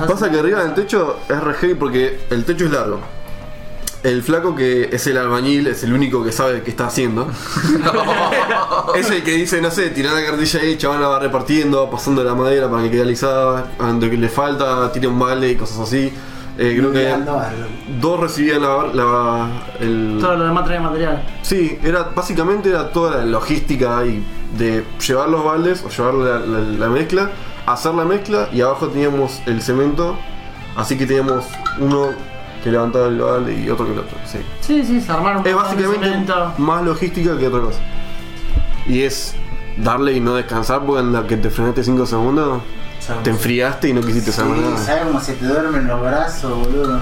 C: Pasa que arriba del techo es re heavy porque el techo es largo. El flaco que es el albañil, es el único que sabe qué está haciendo. es el que dice, no sé, tirar la cartilla ahí, chaval la va repartiendo, pasando la madera para que quede alisada, a donde que le falta, tira un vale y cosas así. Eh, creo que
A: Mirando algo.
C: dos recibían la, la- el-
F: Todo lo demás trae material.
C: Sí, era básicamente era toda la logística ahí de llevar los baldes o llevar la, la- la mezcla, hacer la mezcla y abajo teníamos el cemento, así que teníamos uno que levantaba el balde y otro que el otro. Sí.
F: Sí, sí, se armaron un
C: Es
F: montón de
C: básicamente
F: cemento.
A: Ah,
C: más logística que otra cosa. Y es darle y no descansar porque en la que te frenaste 5 segundos te enfriaste y no quisiste
A: Sí,
C: hacer más nada.
A: ¿sabes cómo se te duermen los brazos, boludo?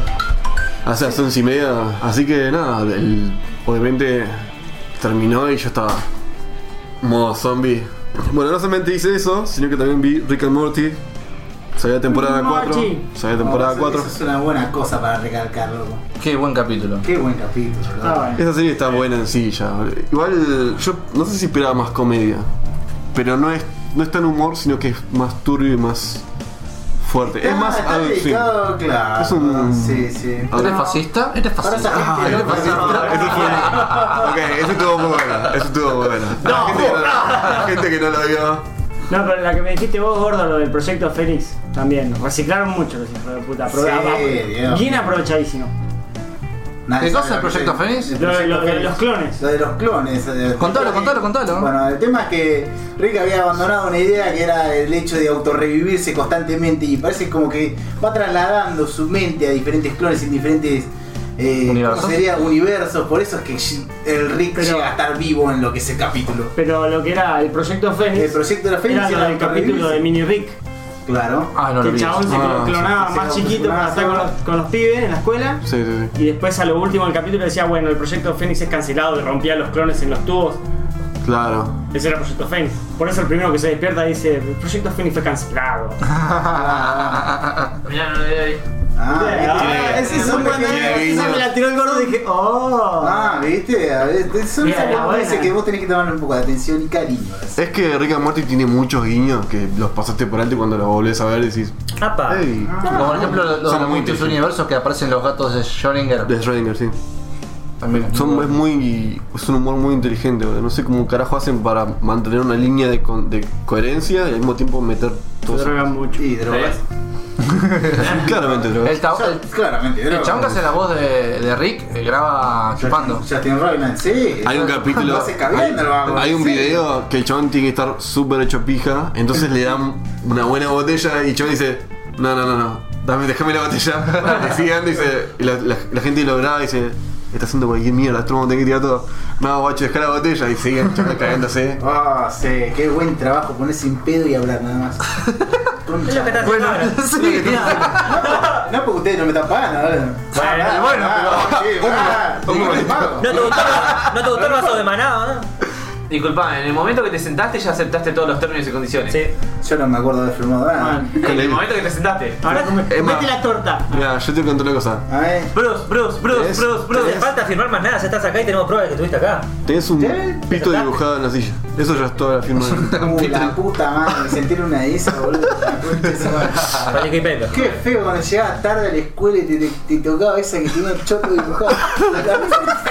C: O sea, son once y media. Así que nada, el, obviamente terminó y yo estaba modo zombie. Bueno, no solamente hice eso, sino que también vi Rick and Morty. Sabía temporada
F: Morty.
C: 4. Sabía temporada
A: Eso-
C: 4.
A: Eso es una buena cosa para recalcar, loco.
G: Qué buen capítulo.
A: Qué buen capítulo,
F: Ah,
A: loco.
F: bueno.
C: Esa serie está buena en sí ya. Igual yo no sé si esperaba más comedia. Pero no es, no es tan humor, sino que es más turbio y más fuerte. Es
A: Está-
C: más
A: Ah, está
C: adult swim.
A: dedicado, claro.
C: Es un-
A: Sí, sí.
G: ¿Eres fascista? Eres
A: Para esa
G: fascista.
A: gente,
C: Ah,
A: loco,
C: fascista. Eso fue. Ok, eso estuvo muy bueno. Eso estuvo muy bueno. la, gente que no, la gente que no lo vio.
F: No, pero la que me dijiste vos, gordo, lo del proyecto Fénix, también. Reciclaron mucho los hijos de puta. ah,
A: Sí, Dios.
F: Bien aprovechadísimo.
A: Nadie
G: ¿Qué
A: sabe
G: cosa el
A: lo que-
G: proyecto Fénix?
A: el
F: Lo, de-
A: proyecto
F: lo de
A: Fénix.
F: los clones.
A: Lo de los clones. eh,
G: Contalo,
A: eh,
G: contalo, contalo.
A: Bueno, el tema es que Rick había abandonado una idea que era el hecho de autorrevivirse constantemente y parece como que va trasladando su mente a diferentes clones en diferentes eh,
G: Universos.
A: ¿cómo sería? universos. Por eso es que el Rick
F: Pero-
A: llega a estar vivo en lo que es el capítulo.
F: Pero lo que era el proyecto
A: El
F: Fénix
A: proyecto de la Fénix
F: era lo del capítulo de
A: autorrevivirse.
F: Mini Rick.
A: Claro.
G: Ah, no
F: que
G: lo
F: el
G: vi.
F: chabón se
C: Ah,
F: clonaba
A: sí.
F: más
A: Sí,
F: chiquito para estar con los, con los pibes en la escuela.
C: Sí, sí, sí.
F: Y después a lo último del capítulo decía, bueno, el proyecto Fénix es cancelado y rompía los clones en los tubos.
C: Claro.
F: Ese era el proyecto Fénix. Por eso el primero que se despierta dice, el proyecto Fénix fue cancelado.
D: Mirá, no le doy.
A: Ah,
F: Ah,
A: ¿viste?
F: ese es un buen Esa me la tiró el gordo y dije, oh.
A: Ah, viste, a ver, son
F: Mira,
A: esas
F: la
A: cosas
F: buena.
A: que vos tenés que tomarle un poco de atención y cariño.
C: Es que Rick and Morty tiene muchos guiños que los pasaste por alto y cuando los volvés a ver decís.
B: Apa.
C: ¡Ey!
G: Como por ejemplo los,
C: Son
G: los
C: muy
G: multiversos
C: inteligentes.
G: universos que aparecen los gatos de Schrödinger.
C: De Schrödinger, sí.
G: También.
C: Son, es, muy, es un humor muy inteligente, boludo. No sé cómo carajo hacen para mantener una línea de, con- de coherencia y al mismo tiempo meter todo
F: Se
C: eso.
F: drogan mucho.
A: Y drogas.
C: Claramente, droga.
G: El, ta- el-
A: Ya, Claramente,
G: el
A: drogas.
G: chabón que hace la voz de, de Rick eh, graba chupando.
A: Justin Roiland, sí.
C: Hay un
A: Lo
C: capítulo.
A: hace cabiendo, lo
C: Hay,
A: hago,
C: hay un
A: sí.
C: video que el chabón tiene que estar súper hecho pija. Entonces le dan una buena botella y el chabón dice: No, no, no, no. Dame, déjame la botella. Le sigue dando y, se- y la, la- la gente lo graba y dice: Está haciendo cualquier mierda, esto vamos a tener que tirar todo. No, guacho, dejá la botella. Y sigue el chabón cagándose.
A: Ah, sí, qué buen trabajo ponerse en pedo y hablar nada más. Concha.
B: Es lo que está haciendo ahora.
C: Sí,
A: no, porque ustedes no me están pagando. Bueno,
G: bueno,
A: pero.
C: ¿cómo me-
B: No te gustó, no te gustó el vaso de maná,
D: Disculpame, en el momento que te sentaste ya aceptaste todos los términos y
B: ¿no?
D: condiciones.
B: Sí.
A: Yo no me acuerdo de haber filmado nada.
D: En el momento que te sentaste.
F: Ahora come,
C: Emma.
F: comete la torta.
C: Mira, yo te conté una cosa.
A: A ver.
D: Bruce, Bruce, Bruce,
C: Es-
D: Bruce,
B: No te
D: Bruce.
B: falta firmar más nada, ya estás acá y tenemos pruebas de que estuviste acá.
C: Tenés un
A: ¿Qué?
C: pito dibujado en la silla. Eso ya es toda la firma.
A: Uh, la puta madre, sentir una de esas, boludo. la concha de su madre.
B: Para Nicky Paper.
A: Qué feo cuando llegabas tarde a la escuela y te, te- te tocaba esa que tenía el choto dibujado.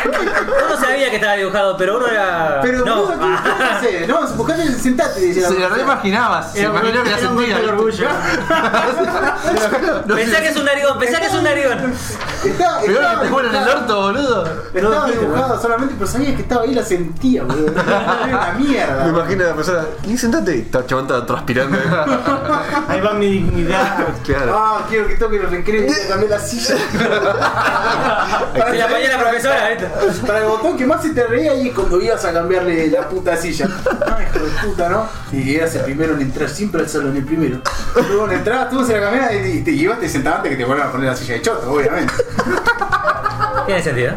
B: Uno sabía que estaba dibujado, pero uno era.
A: Pero,
B: no. ah.
A: boludo, ¿qué qué hacer? No, buscate, sentate. decía la
G: Se lo
A: profesora.
G: reimaginabas, se
F: Era un-
G: imaginó que la
F: era un golpe
G: sentía.
F: de orgullo.
B: Pensá que es un narigón, pensá que es un narigón.
A: Estaba,
G: Peor que
A: estaba
G: te juegan en el
A: dibujado-
G: orto, boludo.
A: Estaba dibujado solamente, pero sabía que estaba ahí y la sentía, boludo. Era una mierda.
C: Me imagino a la persona. Y sentate. Y está chabón está transpirando.
F: Ahí va mi dignidad.
C: Claro.
A: Ah, quiero que toque los recreos y voy a cambiar la silla. para,
B: Se la apañé a la profesora, ¿viste?
A: para el botón que más se te reía y es cuando ibas a cambiarle la puta silla. No, hijo de puta, ¿no? Y eras el primero en entrar, siempre al salón, el primero. Luego entrabas, tú se la cambiabas y te llevaste te sentabas antes que te vuelvan a poner la silla de choto, obviamente.
B: Tiene sentido.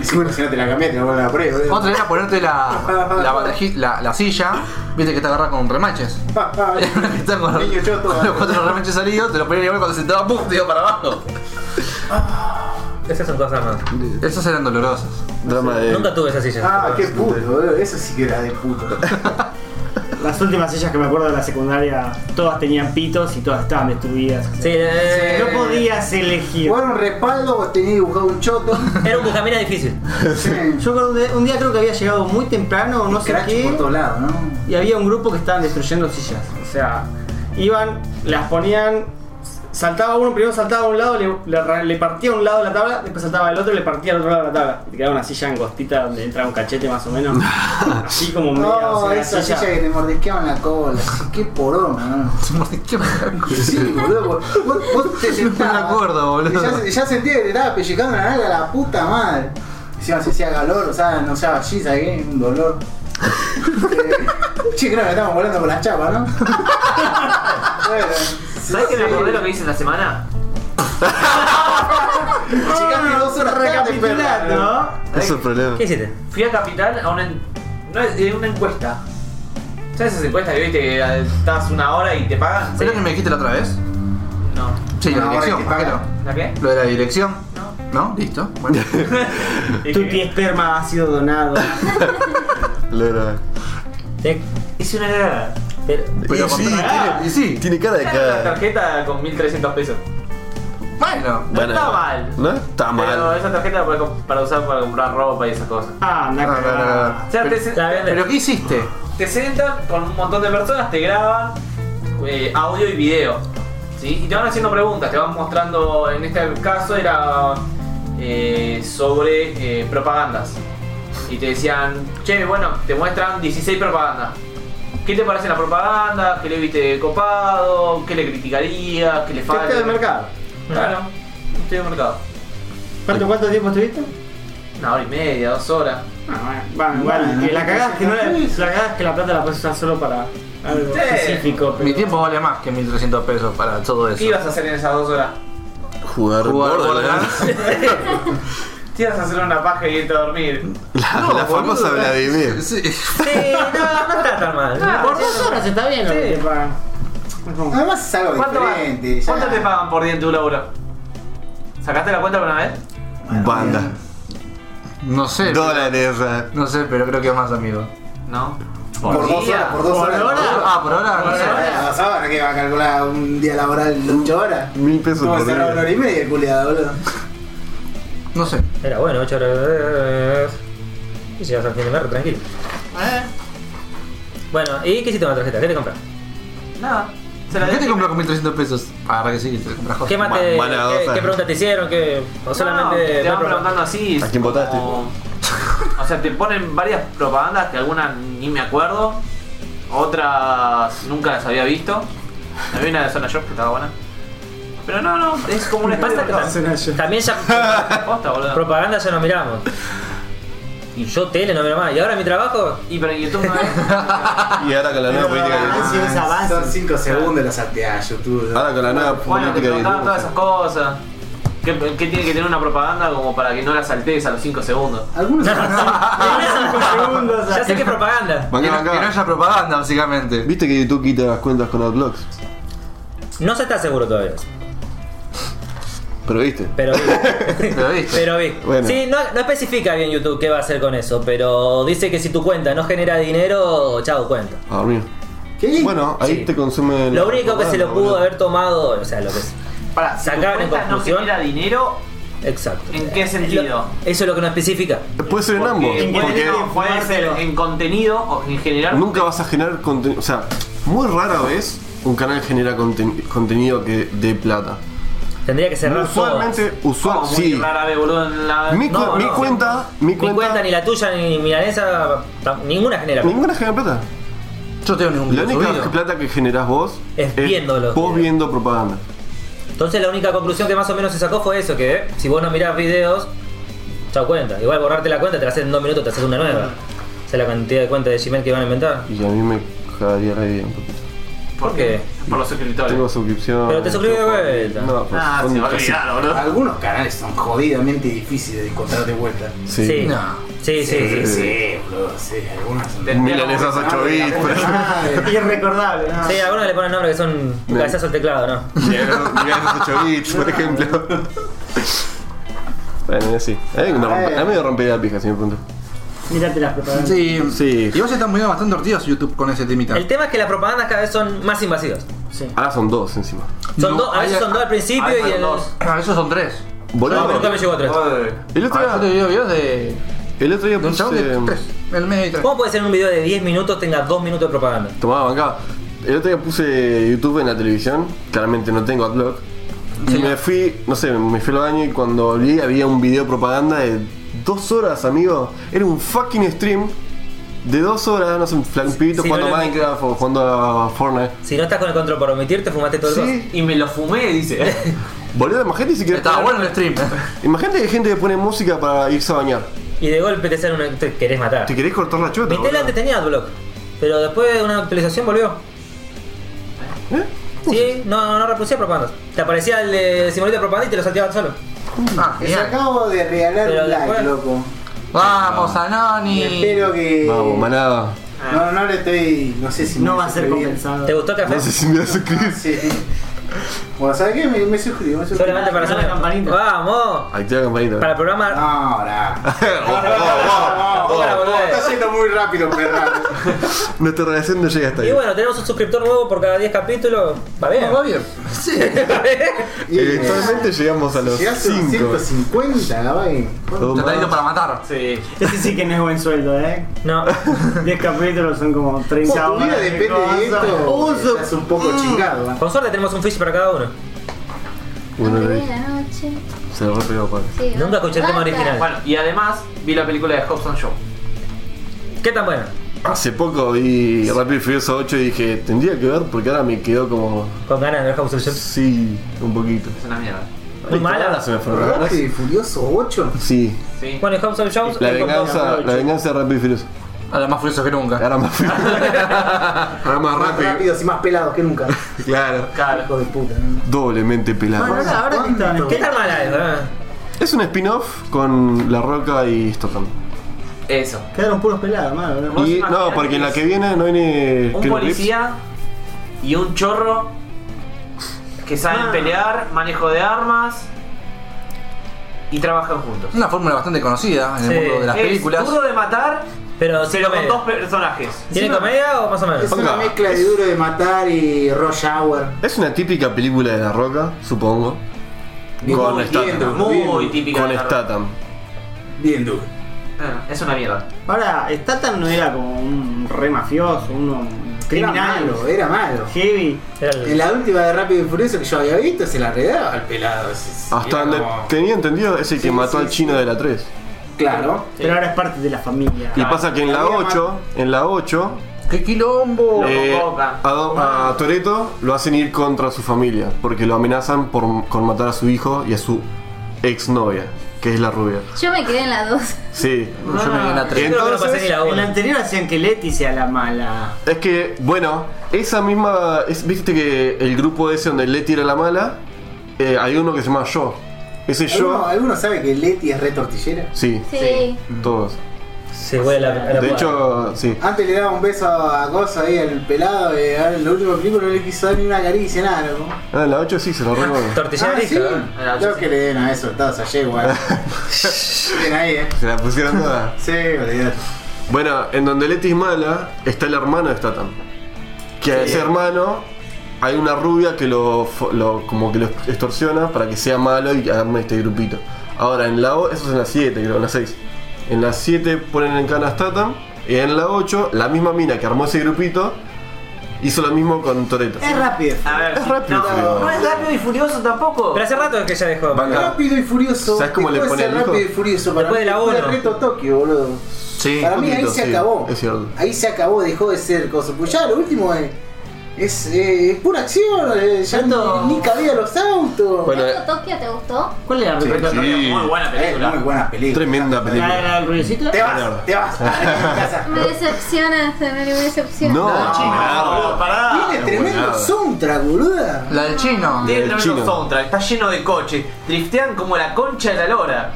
A: Y si, si no te la cambias, te la vuelven a poner, boludo.
G: Otra era ponerte la, la, baraji- la, la silla, viste que te agarra con remaches.
A: Ah, ah,
G: Que están con,
A: Niño choto.
G: con los cuatro remaches salidos, te lo ponía igual cuando sentaba, ¡pum! te iba para abajo.
B: Esas son cosas más.
G: Esas eran dolorosas.
C: Drama de.
B: Nunca tuve esa silla.
A: Ah, qué puto, boludo. Eso sí que era de puto.
F: Las últimas sillas que me acuerdo de la secundaria, todas tenían pitos y todas estaban destruidas.
B: Sí, eh,
F: No podías elegir.
A: Jugar un respaldo, vos tenés dibujado un choto.
B: Era un buscamina difícil.
A: Sí.
F: Yo creo que un día creo que había llegado muy temprano, no sé
A: Crash por
F: qué,
A: todos lados, ¿no?
F: y había un grupo que estaban destruyendo sillas. O sea, iban, las ponían saltaba uno, primero saltaba a un lado, le, le ra- le partía a un lado de la tabla, después saltaba al otro y le partía al otro lado de la tabla. Y te quedaba una silla angostita donde entraba un cachete más o menos. así como media,
A: No,
F: o sea, la
A: esa
F: silla-
A: silla que te mordisqueaban la cola. Qué poronga, ¿no? Sí, boludo. Vos, vos te sentabas.
G: acuerdo, boludo.
A: y Ya, ya sentía que te estaba pellizcando la nalga la puta madre. Encima se hacía calor, o sea, no se allí, saqué un dolor. Eh, che, creo que estamos volando con las chapas, ¿no? bueno,
D: ¿Sabes que me acordé lo que
A: hice?
D: hice la semana?
A: Llegaste dos horas tarde, perra.
F: Recapitulando.
C: Ese es el problema.
B: ¿Qué hiciste?
D: Fui a Capital a una, en- no, es- eh, una encuesta. ¿Sabes esas encuestas que viste que eh, estás una hora y te pagan?
G: ¿Sabés lo que me dijiste la otra vez?
D: No.
G: Sí, la
A: No,
G: dirección,
A: ahora hay que
G: pajero.
D: ¿La
B: Eh.
D: qué?
G: Lo de la dirección. ¿No? Listo. Bueno.
F: Tu pie esperma ha sido donado.
C: Lo grabé.
B: Te-
D: Hice una cagada.
B: pero-
G: Pero
C: y,
G: con-
C: sí,
G: Ah,
C: tiene,
G: y sí.
C: tiene cara de
D: Era una
C: cara.
D: tarjeta con 1300 pesos.
G: Bueno.
D: No está mal.
C: No está
D: Pero
C: mal.
D: esa tarjeta era para, com- para usar para comprar ropa y esas cosas.
F: Ah, anda
G: No, no, no, no.
F: cagada.
D: O sea, te,
B: la
D: se-
B: verdad-
G: ¿Pero qué hiciste?
D: te sentan con un montón de personas, te graban eh, audio y video. ¿sí? Y te van haciendo preguntas, te van mostrando, en este caso era eh, sobre eh, propagandas. Y te decían, che, bueno, te muestran 16 propagandas. ¿Qué te parece la propaganda? ¿Qué le viste copado? ¿Qué le criticarías? ¿Qué le falta?
F: Testeo de mercado.
D: Claro, un estudio de mercado.
F: ¿Cuánto, cuánto tiempo estuviste?
D: Una hora y media, dos horas.
F: Ah, bueno, bueno, igual,
A: Bueno,
F: que la cagada es que no la,
A: sí.
F: la cagada es que la plata la puedes usar solo para algo
D: Sí.
F: específico.
G: Mi
F: pero-
G: tiempo vale más que 1300 pesos para todo
D: ¿Qué
G: eso.
D: ibas a hacer en esas dos horas?
C: Jugar
G: Jugar
C: Borderlands.
D: Te ibas a hacer una paja y irte a dormir.
C: La,
G: No,
C: la
G: boludo.
C: famosa Vladimir.
G: Sí.
B: Sí, no, no está tan mal.
F: Ah, por dos horas está bien,
D: Sí.
F: hombre, pa.
A: Además es algo
D: ¿Cuánto, va-
A: diferente. ya.
D: cuánto te pagan por día en tu laburo? ¿Sacaste la cuenta alguna vez?
C: Banda.
G: No sé.
C: Dólares. ah.
G: No sé, pero creo que más, amigo.
D: No.
A: Por dos horas, por dos
F: ¿Por
A: horas.
F: hora?
G: Ah, por ahora. no sé.
A: Dos horas, que va a calcular un día laboral de 8 horas.
C: Mil pesos
A: Vamos a
C: por
A: cerrar una hora
C: día.
A: y media, el culiado, boludo.
G: No sé.
B: Era bueno, 8 horas. Y llegas al fin de mes, tranquilo.
D: Eh.
B: Bueno, ¿y qué hiciste con la tarjeta? ¿Qué te compras?
D: Nada. Se la
G: ¿Qué te
D: dejé.
G: compras con 1300 pesos? Para que sí, te compras cosas.
B: ¿Qué mate?
C: van a
B: ¿Qué,
C: dos,
B: qué
C: eh.
B: preguntas te hicieron? ¿Qué, o
D: No,
B: solamente
D: te
B: ver
D: van
B: propa-
D: preguntando así.
C: ¿A quién votaste?
D: como- O sea, te ponen varias propagandas que algunas ni me acuerdo. Otras nunca las había visto. Había una de Zona Shop que estaba buena. Pero no, no, es como un espacio de mercado.
B: También ya
D: Posta, boludo.
B: propaganda ya no miramos. Y yo tele no miro más. Y ahora mi trabajo,
D: Y pero en YouTube no es.
C: Y ahora con la nueva política que
A: Ah, Son 5 segundos y lo saltea a YouTube. ¿no?
C: Ahora con la nueva
D: Bueno, te
C: política que
D: preguntaban todas
C: tenemos.
D: esas cosas. ¿Qué, qué tiene que tener una propaganda como para que no la saltes a los 5 segundos?
A: Algunos
B: ya sé que es propaganda.
C: Banca,
G: Que no, que no
C: banca.
G: haya propaganda, básicamente.
C: ¿Viste que YouTube quita las cuentas con adblocks?
B: No se está seguro todavía.
C: Pero viste.
B: Pero vi.
G: ¿Lo viste?
B: pero vi.
C: Bueno.
B: Sí, no, no especifica bien YouTube qué va a hacer con eso, pero dice que si tu cuenta no genera dinero, chao cuenta.
C: A dormir.
A: ¿Qué?
C: Bueno, ahí
B: Sí.
C: te consume.
B: Lo único que se lo pudo haber tomado, o sea, lo que es.
D: Para
B: Sacaban en
D: no
B: conclusión-
D: genera dinero,
B: Exacto.
D: ¿en qué sentido?
B: Eso es lo que no especifica.
C: Puede ser en ambos.
D: Porque
C: Porque
D: puede- puede ser en contenido o en generar.
C: nunca vas a generar contenido. O sea, muy rara vez un canal genera conten- contenido que dé plata.
B: Tendría que cerrar
C: Usualmente,
D: Como
C: usual,
D: muy
C: sí.
D: rara vez, boludo, en la-
C: Mi,
B: No,
C: cu-
B: no,
C: mi
B: no.
C: cuenta, mi
B: Mi cuenta,
C: cuenta,
B: ni la tuya ni milanesa, ta- ninguna genera.
C: ninguna genera plata.
G: Yo tengo ningún
C: La
G: video
C: única
G: subido.
C: plata que generás vos
B: Es viéndolo.
C: Vos viendo propaganda.
B: Entonces la única conclusión que más o menos se sacó fue eso, que eh, si vos no mirás videos, chao cuenta. Igual borrarte la cuenta, te la haces en dos minutos, te haces una nueva. O sea, la cantidad de cuentas de Gmail que van a inventar.
C: Y a mí me cagaría la idea un poquito.
B: ¿Por qué?
D: Por los suscriptores.
C: Tengo suscripción.
B: Pero te suscribes de vuelta.
C: No, pues,
D: Ah, se va a
C: casi-
D: olvidar, boludo.
A: Algunos canales son jodidamente difíciles de encontrar de vuelta.
C: Sí.
B: Sí.
G: No.
B: Sí, sí, sí. sí.
A: sí, boludo, sí, algunos son.
D: Tendría
C: Milanesas
D: como-
C: 8 bits.
A: Madre.
F: Irrecordable, ¿no?
B: Sí, a algunos le ponen nombres que son un
C: Me-
B: cabezazo al teclado, ¿no?
C: Milanesas 8 bits, por ejemplo. Bueno, sí. A mí
G: Ah,
C: me
G: eh.
C: rompe- a mí me rompería la pija, si me pregunto.
F: Mírate las propagandas.
G: Sí.
C: Sí.
G: Y vos estás moviendo bastante ortidos YouTube con ese temita.
B: El tema es que las propagandas cada vez son más invasivas.
C: Ahora son dos encima.
B: Son
G: No,
B: dos, a veces
G: hay-
B: son dos al principio
D: hay
B: y el...
D: dos.
G: Ah, esos son tres.
B: No, nunca me
C: Boludo.
B: llegó a tres.
C: El otro
G: Ah, yo te
C: día,
G: digo videos de.
C: el otro día
G: de un chabón de
C: puse.
G: tres. El medio y tres.
B: ¿Cómo puede ser un video de 10 minutos tenga 2 minutos de propaganda?
C: Tomaba bancada. El otro día puse YouTube en la televisión. Claramente no tengo adblock. Y me fui, no sé, me fui al baño y cuando volví había un video propaganda de dos horas, amigo. Era un fucking stream de dos horas, no sé, un, fla- un pibito
B: sí,
C: jugando
B: no lo vi.
C: Minecraft o jugando a Fortnite.
B: Si no estás con el control por omitir, te fumaste todo el
C: Sí.
B: coso.
D: Y me lo fumé, dice.
C: Boludo, imagínate si querés.
G: Estaba bueno el stream.
C: Imagínate que hay gente que pone música para irse a bañar.
B: Y de golpe te sale una. te querés matar.
C: ¿Te querés cortar la chota?
B: Mi tele antes
C: boludo?
B: tenía adblock. Pero después de una actualización volvió.
C: ¿Eh?
B: Sí, no, no, no reproducía propagandas. Te aparecía el de simbolito de propaganda y te lo salteaban solo.
G: Ah,
A: Les
G: genial.
A: acabo de regalar
B: Pero
A: un like,
B: después-
A: loco.
G: Vamos,
A: Y
G: Anoni.
A: espero que.
C: Vamos, manada.
A: No, no le estoy. No sé si
F: No
A: me
F: va a ser
A: suscribí.
F: compensado.
B: ¿Te gustó café?
C: No sé si me vas a suscribir.
A: Sí. Bueno, ¿sabes qué? Me, me suscribí, me suscribí.
B: Solamente para
F: Ah, la
B: hacer
F: campanita.
B: ¡Vamos!
C: Activa la campanita.
B: Para
A: No,
B: el
C: Ah,
B: programa.
A: ahora.
C: Oh, oh, oh,
B: Para
C: oh.
B: volver.
A: Está yendo muy rápido, perra.
C: Nuestra relación no llega hasta ahí.
B: Y bueno, tenemos un suscriptor nuevo por cada 10 capítulos. Va bien.
G: Va bien. Sí.
A: Y, eh,
C: Eventualmente llegamos a los
A: Llegaste a
C: 5.
A: 150, Gabay.
G: Te está listo para matar.
D: Sí.
F: Ese Este sí que no es buen sueldo, ¿eh?
B: No.
F: 10 capítulos son como 30
A: Vos, tu vida
F: horas.
A: depende
F: cosas.
A: de esto.
F: Un sub-
A: Estás un poco chingado. ¿eh?
B: Con suerte tenemos un fish para cada uno.
C: Uno
H: Antes
C: lo
H: de
C: dije.
H: la noche.
C: Se lo repegó, padre.
H: Sí,
B: Nunca
H: basta,
B: escuché el tema
H: basta.
B: original.
D: Bueno, y además vi la película de Hobson Show.
B: ¿Qué tan bueno?
C: Hace poco vi Rapid Furioso 8 y dije, tendría que ver porque ahora me quedó como.
B: Con ganas de ver House of Shit.
C: Sí, un poquito.
D: Es una mierda.
B: Muy
C: Ahora
B: mala.
C: se me fueron las
A: ¿Verdad
C: ganas.
A: que Furioso 8?
C: Sí.
D: Sí.
B: Bueno, y House of Shows.
C: La venganza,
F: ocho.
C: la venganza de Rapid Furioso.
G: Ahora más furioso que nunca.
C: Ahora más rápido. Ahora más
A: Más
C: rápido.
A: rápidos y más pelados que nunca.
C: Claro.
D: Claro.
A: Hijo de puta. ¿no?
C: Doblemente pelado.
F: Ahora, ahora sí está-
B: ¿Qué tan mala es, verdad?
C: Es un spin-off con La Roca y Stockholm.
D: Eso.
F: Quedaron puros pelados, hermano.
D: Vos
C: Y no,
D: imaginate
C: porque en
D: que
C: la
D: es
C: que viene no viene.
D: Un
C: Keanu Reeves.
D: policía y un chorro que saben
F: Ah.
D: pelear, manejo de armas y trabajan juntos.
G: Es una fórmula bastante conocida en el
B: Sí.
G: mundo de las
D: es
G: películas.
D: duro de matar,
B: Pero sí
D: pero con
C: Eh.
B: comedia.
D: dos personajes.
B: ¿Tiene
A: Encima-
B: comedia o más o menos?
A: Es una
C: Ponga.
A: mezcla de duro de matar y Rush Hour.
C: Es una típica película de La Roca, supongo. Con
D: muy
C: Statham.
A: bien,
D: muy
A: bien,
D: típica. de
C: Con
D: la
C: Statham.
A: Bien duro.
D: Ah, Es una mierda.
F: Ahora, Statham no era como un re mafioso, uno
A: Era
F: criminal,
A: malo, eh. era malo.
F: heavy.
B: Era
A: En
B: el-
A: la última de Rápido y Furioso que yo había visto, se la redaba al pelado. Se- se-
C: Hasta
A: era
C: donde
A: como-
C: tenía entendido es el que
A: Sí,
C: mató
A: sí,
C: al chino
A: sí.
C: de la 3.
A: Claro.
F: Pero ahora es parte de la familia.
C: Y pasa que en la
A: Había
C: 8, en la 8,
G: ¡Qué quilombo!
D: Lo
C: eh,
D: convocan.
C: a, a Toreto lo hacen ir contra su familia, porque lo amenazan por, con matar a su hijo y a su exnovia, que es la rubia.
H: Yo me quedé en la 2.
C: Sí.
G: Yo me quedé
D: Ah.
G: en la
C: Y
B: Yo
G: 3.
B: creo que no pasé ni
C: entonces,
B: la
F: En la
B: una.
F: anterior hacían que Leti sea la mala.
C: es que, bueno, esa misma. es- Viste que el grupo ese donde Letty era la mala, eh, hay uno que se llama Yo. Ese
A: ¿Alguno,
C: Yo.
G: eh.
A: alguno sabe que Leti es re tortillera?
C: Sí,
H: Sí.
C: todos.
B: Se huele a la, a la
C: De
B: puta.
C: hecho, sí.
A: Antes le daba un beso a Cosa ahí al pelado eh, y ahora en la última película no le quiso dar ni una caricia, nada, loco.
C: Ah, en la 8 sí se lo recuerdo.
B: Tortillera
A: Ah,
B: rica,
A: sí.
B: ¿verdad?
D: Ah,
A: Creo
D: sí.
A: que le den a eso, todos a yegua. eh. Bien ahí, eh.
C: Se la pusieron toda.
A: Sí, olvidate.
C: Bueno, en donde Leti es mala, está el hermano de Statham. Que a ese hermano hay una rubia que lo, fo- lo- como que lo extorsiona para que sea malo y arme este grupito. Ahora, en la o- eso es en la 7, creo, en la 6. En la 7 ponen en cana a Statham. Y en la 8, la misma mina que armó ese grupito hizo lo mismo con Toreto.
F: Es rápido.
D: A ver,
C: Es
D: sí.
C: rápido,
D: no,
C: creo.
D: no es rápido y furioso tampoco.
B: Pero hace rato que ya dejó.
C: Banca.
A: Rápido y furioso.
C: ¿Sabes cómo le
A: Dejó de
C: pone
A: ser
C: el hijo?
A: Rápido y furioso para
B: Después de la
A: mí fue
B: uno.
A: Reto Tokio, boludo.
C: Sí,
A: Para mí ahí
C: poquito,
A: se
C: sí,
A: acabó.
C: Es cierto.
A: Ahí se acabó, dejó de ser cosa. Pues ya lo último es. Es, eh, es pura acción, eh, ya
F: Tanto-
A: ni, ni cabía los autos.
C: Bueno, eh,
H: ¿Esto Tokio te gustó?
F: ¿Cuál era la
A: Sí.
F: película?
D: Muy buena
A: Eh,
D: película.
A: muy buena película.
C: tremenda
F: ¿La
C: película.
F: era el ruidecito?
A: Te vas, te vas.
H: Me decepciona, Zanoni, me decepciona.
C: No,
G: No, chico,
D: boludo, pará.
A: Tiene tremendo
C: buena.
A: soundtrack, boluda.
G: La del chino.
D: Tiene
C: El
D: tremendo
C: chino.
D: soundtrack, está lleno de coches, driftean como la concha de la lora.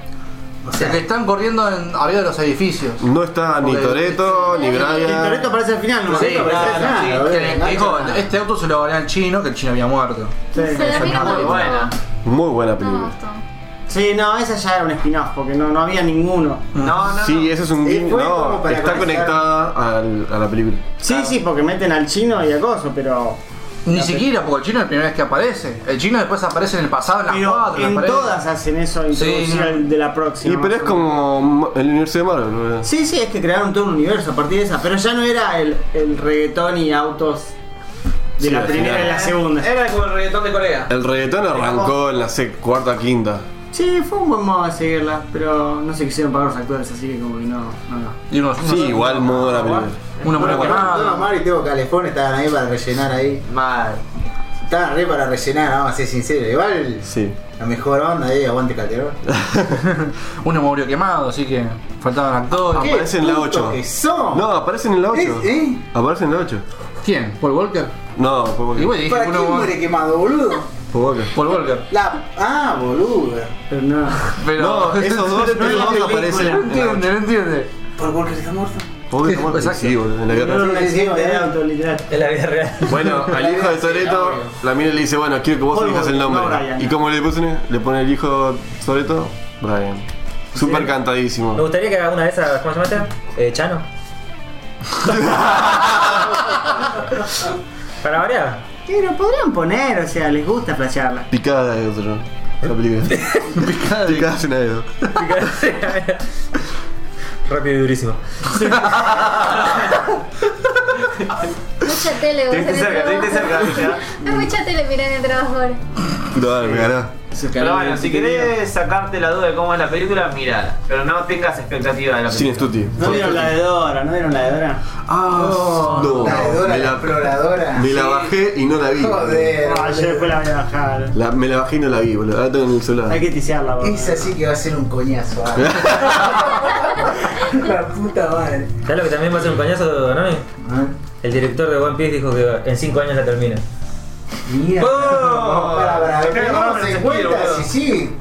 A: O
G: El
A: sea,
G: que están corriendo en, arriba de los edificios.
C: No está ni
G: Porque-
C: Toreto, ni
F: El
C: Brian.
F: Toretto aparece al final, no
G: Sí, claro,
A: nada,
G: sí,
A: no
G: que
A: parece
G: le
A: nada.
G: dijo, este auto se lo gané al chino, que el chino había muerto.
H: Se la
C: Ah,
H: mira
G: muy
H: por
D: buena.
C: Muy buena
H: No me
C: película.
H: gustó.
F: Sí, no, esa ya era un spin-off porque no, no había ninguno.
D: No, no,
C: Sí,
D: no.
C: ese es un
A: Sí,
C: guiño.
A: fue como
C: No,
A: para
C: está
A: conectar.
C: conectada al- a la película.
F: Sí, sí, porque meten al chino y a Coso, pero.
G: Ni siquiera, porque el chino es la primera vez que aparece. El chino después aparece en el pasado, en las
F: pero
G: cuatro.
F: en
G: aparece.
F: todas hacen eso, introducir
G: no.
F: al de la próxima.
C: y pero es
F: más o menos.
C: como ma- el universo de Marvel, boludo.
F: Sí, sí, es que crearon todo un universo a partir de esa, pero ya no era el, el reggaetón y autos De
C: Sí,
F: la
C: al
F: primera
C: final.
F: a la segunda.
D: Era como el reggaetón de Corea.
C: El reggaetón arrancó en la sec- cuarta quinta.
F: Sí, fue un buen modo de seguirla, pero no se quisieron pagar los actores, así que como que no, no, no.
G: Y unos-
C: Sí, igual modo la primera.
G: Una buena
A: Todo
G: quemada.
A: Omar y Teo Calefón estaban ahí para rellenar ahí.
D: Mal.
A: Estaban re para rellenar, vamos a ser sinceros. Igual
C: Sí.
A: la mejor onda ahí, aguante Calderón.
G: Uno murió quemado, así que faltaban actores.
A: ¿Qué
C: Aparece en la
A: putos
C: 8.
A: que son?
C: No, aparecen en la 8.
A: Es- ¿eh?
C: Aparecen en la 8.
G: ¿Quién? ¿Paul Walker?
C: No, fue
G: Y
C: porque.
G: bueno, dije
A: ¿Para qué
G: uno.
A: muere quemado, boludo?
C: Fue Boca.
G: Paul Walker.
A: La. Ah, boludo.
F: Pero no.
G: Pero
C: No, esos dos,
G: no
C: esos dos aparecen.
G: No entiende, no entiende.
A: ¿Por Walker está muerto?
C: Boca está muerto.
G: Exacto.
C: Sí, boludo, en la
F: Pero
C: guerra.
F: un accidente de auto, literal.
B: Es la vida real.
C: Bueno, al hijo de Soreto, la mina le dice, bueno, quiero que vos
F: Paul
C: elijas el
F: Walker,
C: nombre.
F: no Brian.
C: ¿Y cómo le pone? Le pone el hijo Soreto, Brian. Súper cantadísimo.
B: Me gustaría que haga una de esas, ¿cómo se llama esta? Eh, Chano. Para variar.
F: Pero podrían poner, o sea, les gusta flashearla.
C: Picada de otro. La película. Picada de Picada de una de dos.
B: Rápido y durísimo.
H: Mucha tele, vos en
D: Estuviste
H: el
D: cerca,
H: trabajo.
D: estuviste cerca, Villa.
H: Hay mucha tele, mirá en el trabajo ahora.
C: No, dale, me ganó.
D: Pero bueno, si querés sacarte la duda de cómo es la película, mirala. Pero no tengas expectativas de la
C: Sin
D: película.
C: estuti.
F: ¿No vieron la de Dora? ¿No vieron la de Dora?
C: Ah, no.
A: La de Dora,
C: Me
A: la
C: la,
A: exploradora.
C: me la bajé y no la vi.
A: Joder.
F: Ah, yo después la voy a bajar.
C: La- me la bajé y no la vi, boludo. Ahora tengo en el
F: Hay
C: celular.
F: que tisearla, boludo.
A: Esa sí que va a ser un coñazo. ah. la puta madre.
B: ¿Sabes lo que también va a ser un coñazo, Nami?
A: Ah,
B: El director de One Piece dijo que en 5 años la termina.
A: Mira.
D: Oh.
A: para, para,
D: Acá
A: para.
D: agarraron
A: se
D: el
A: cuenta
D: sentido,
A: si sigue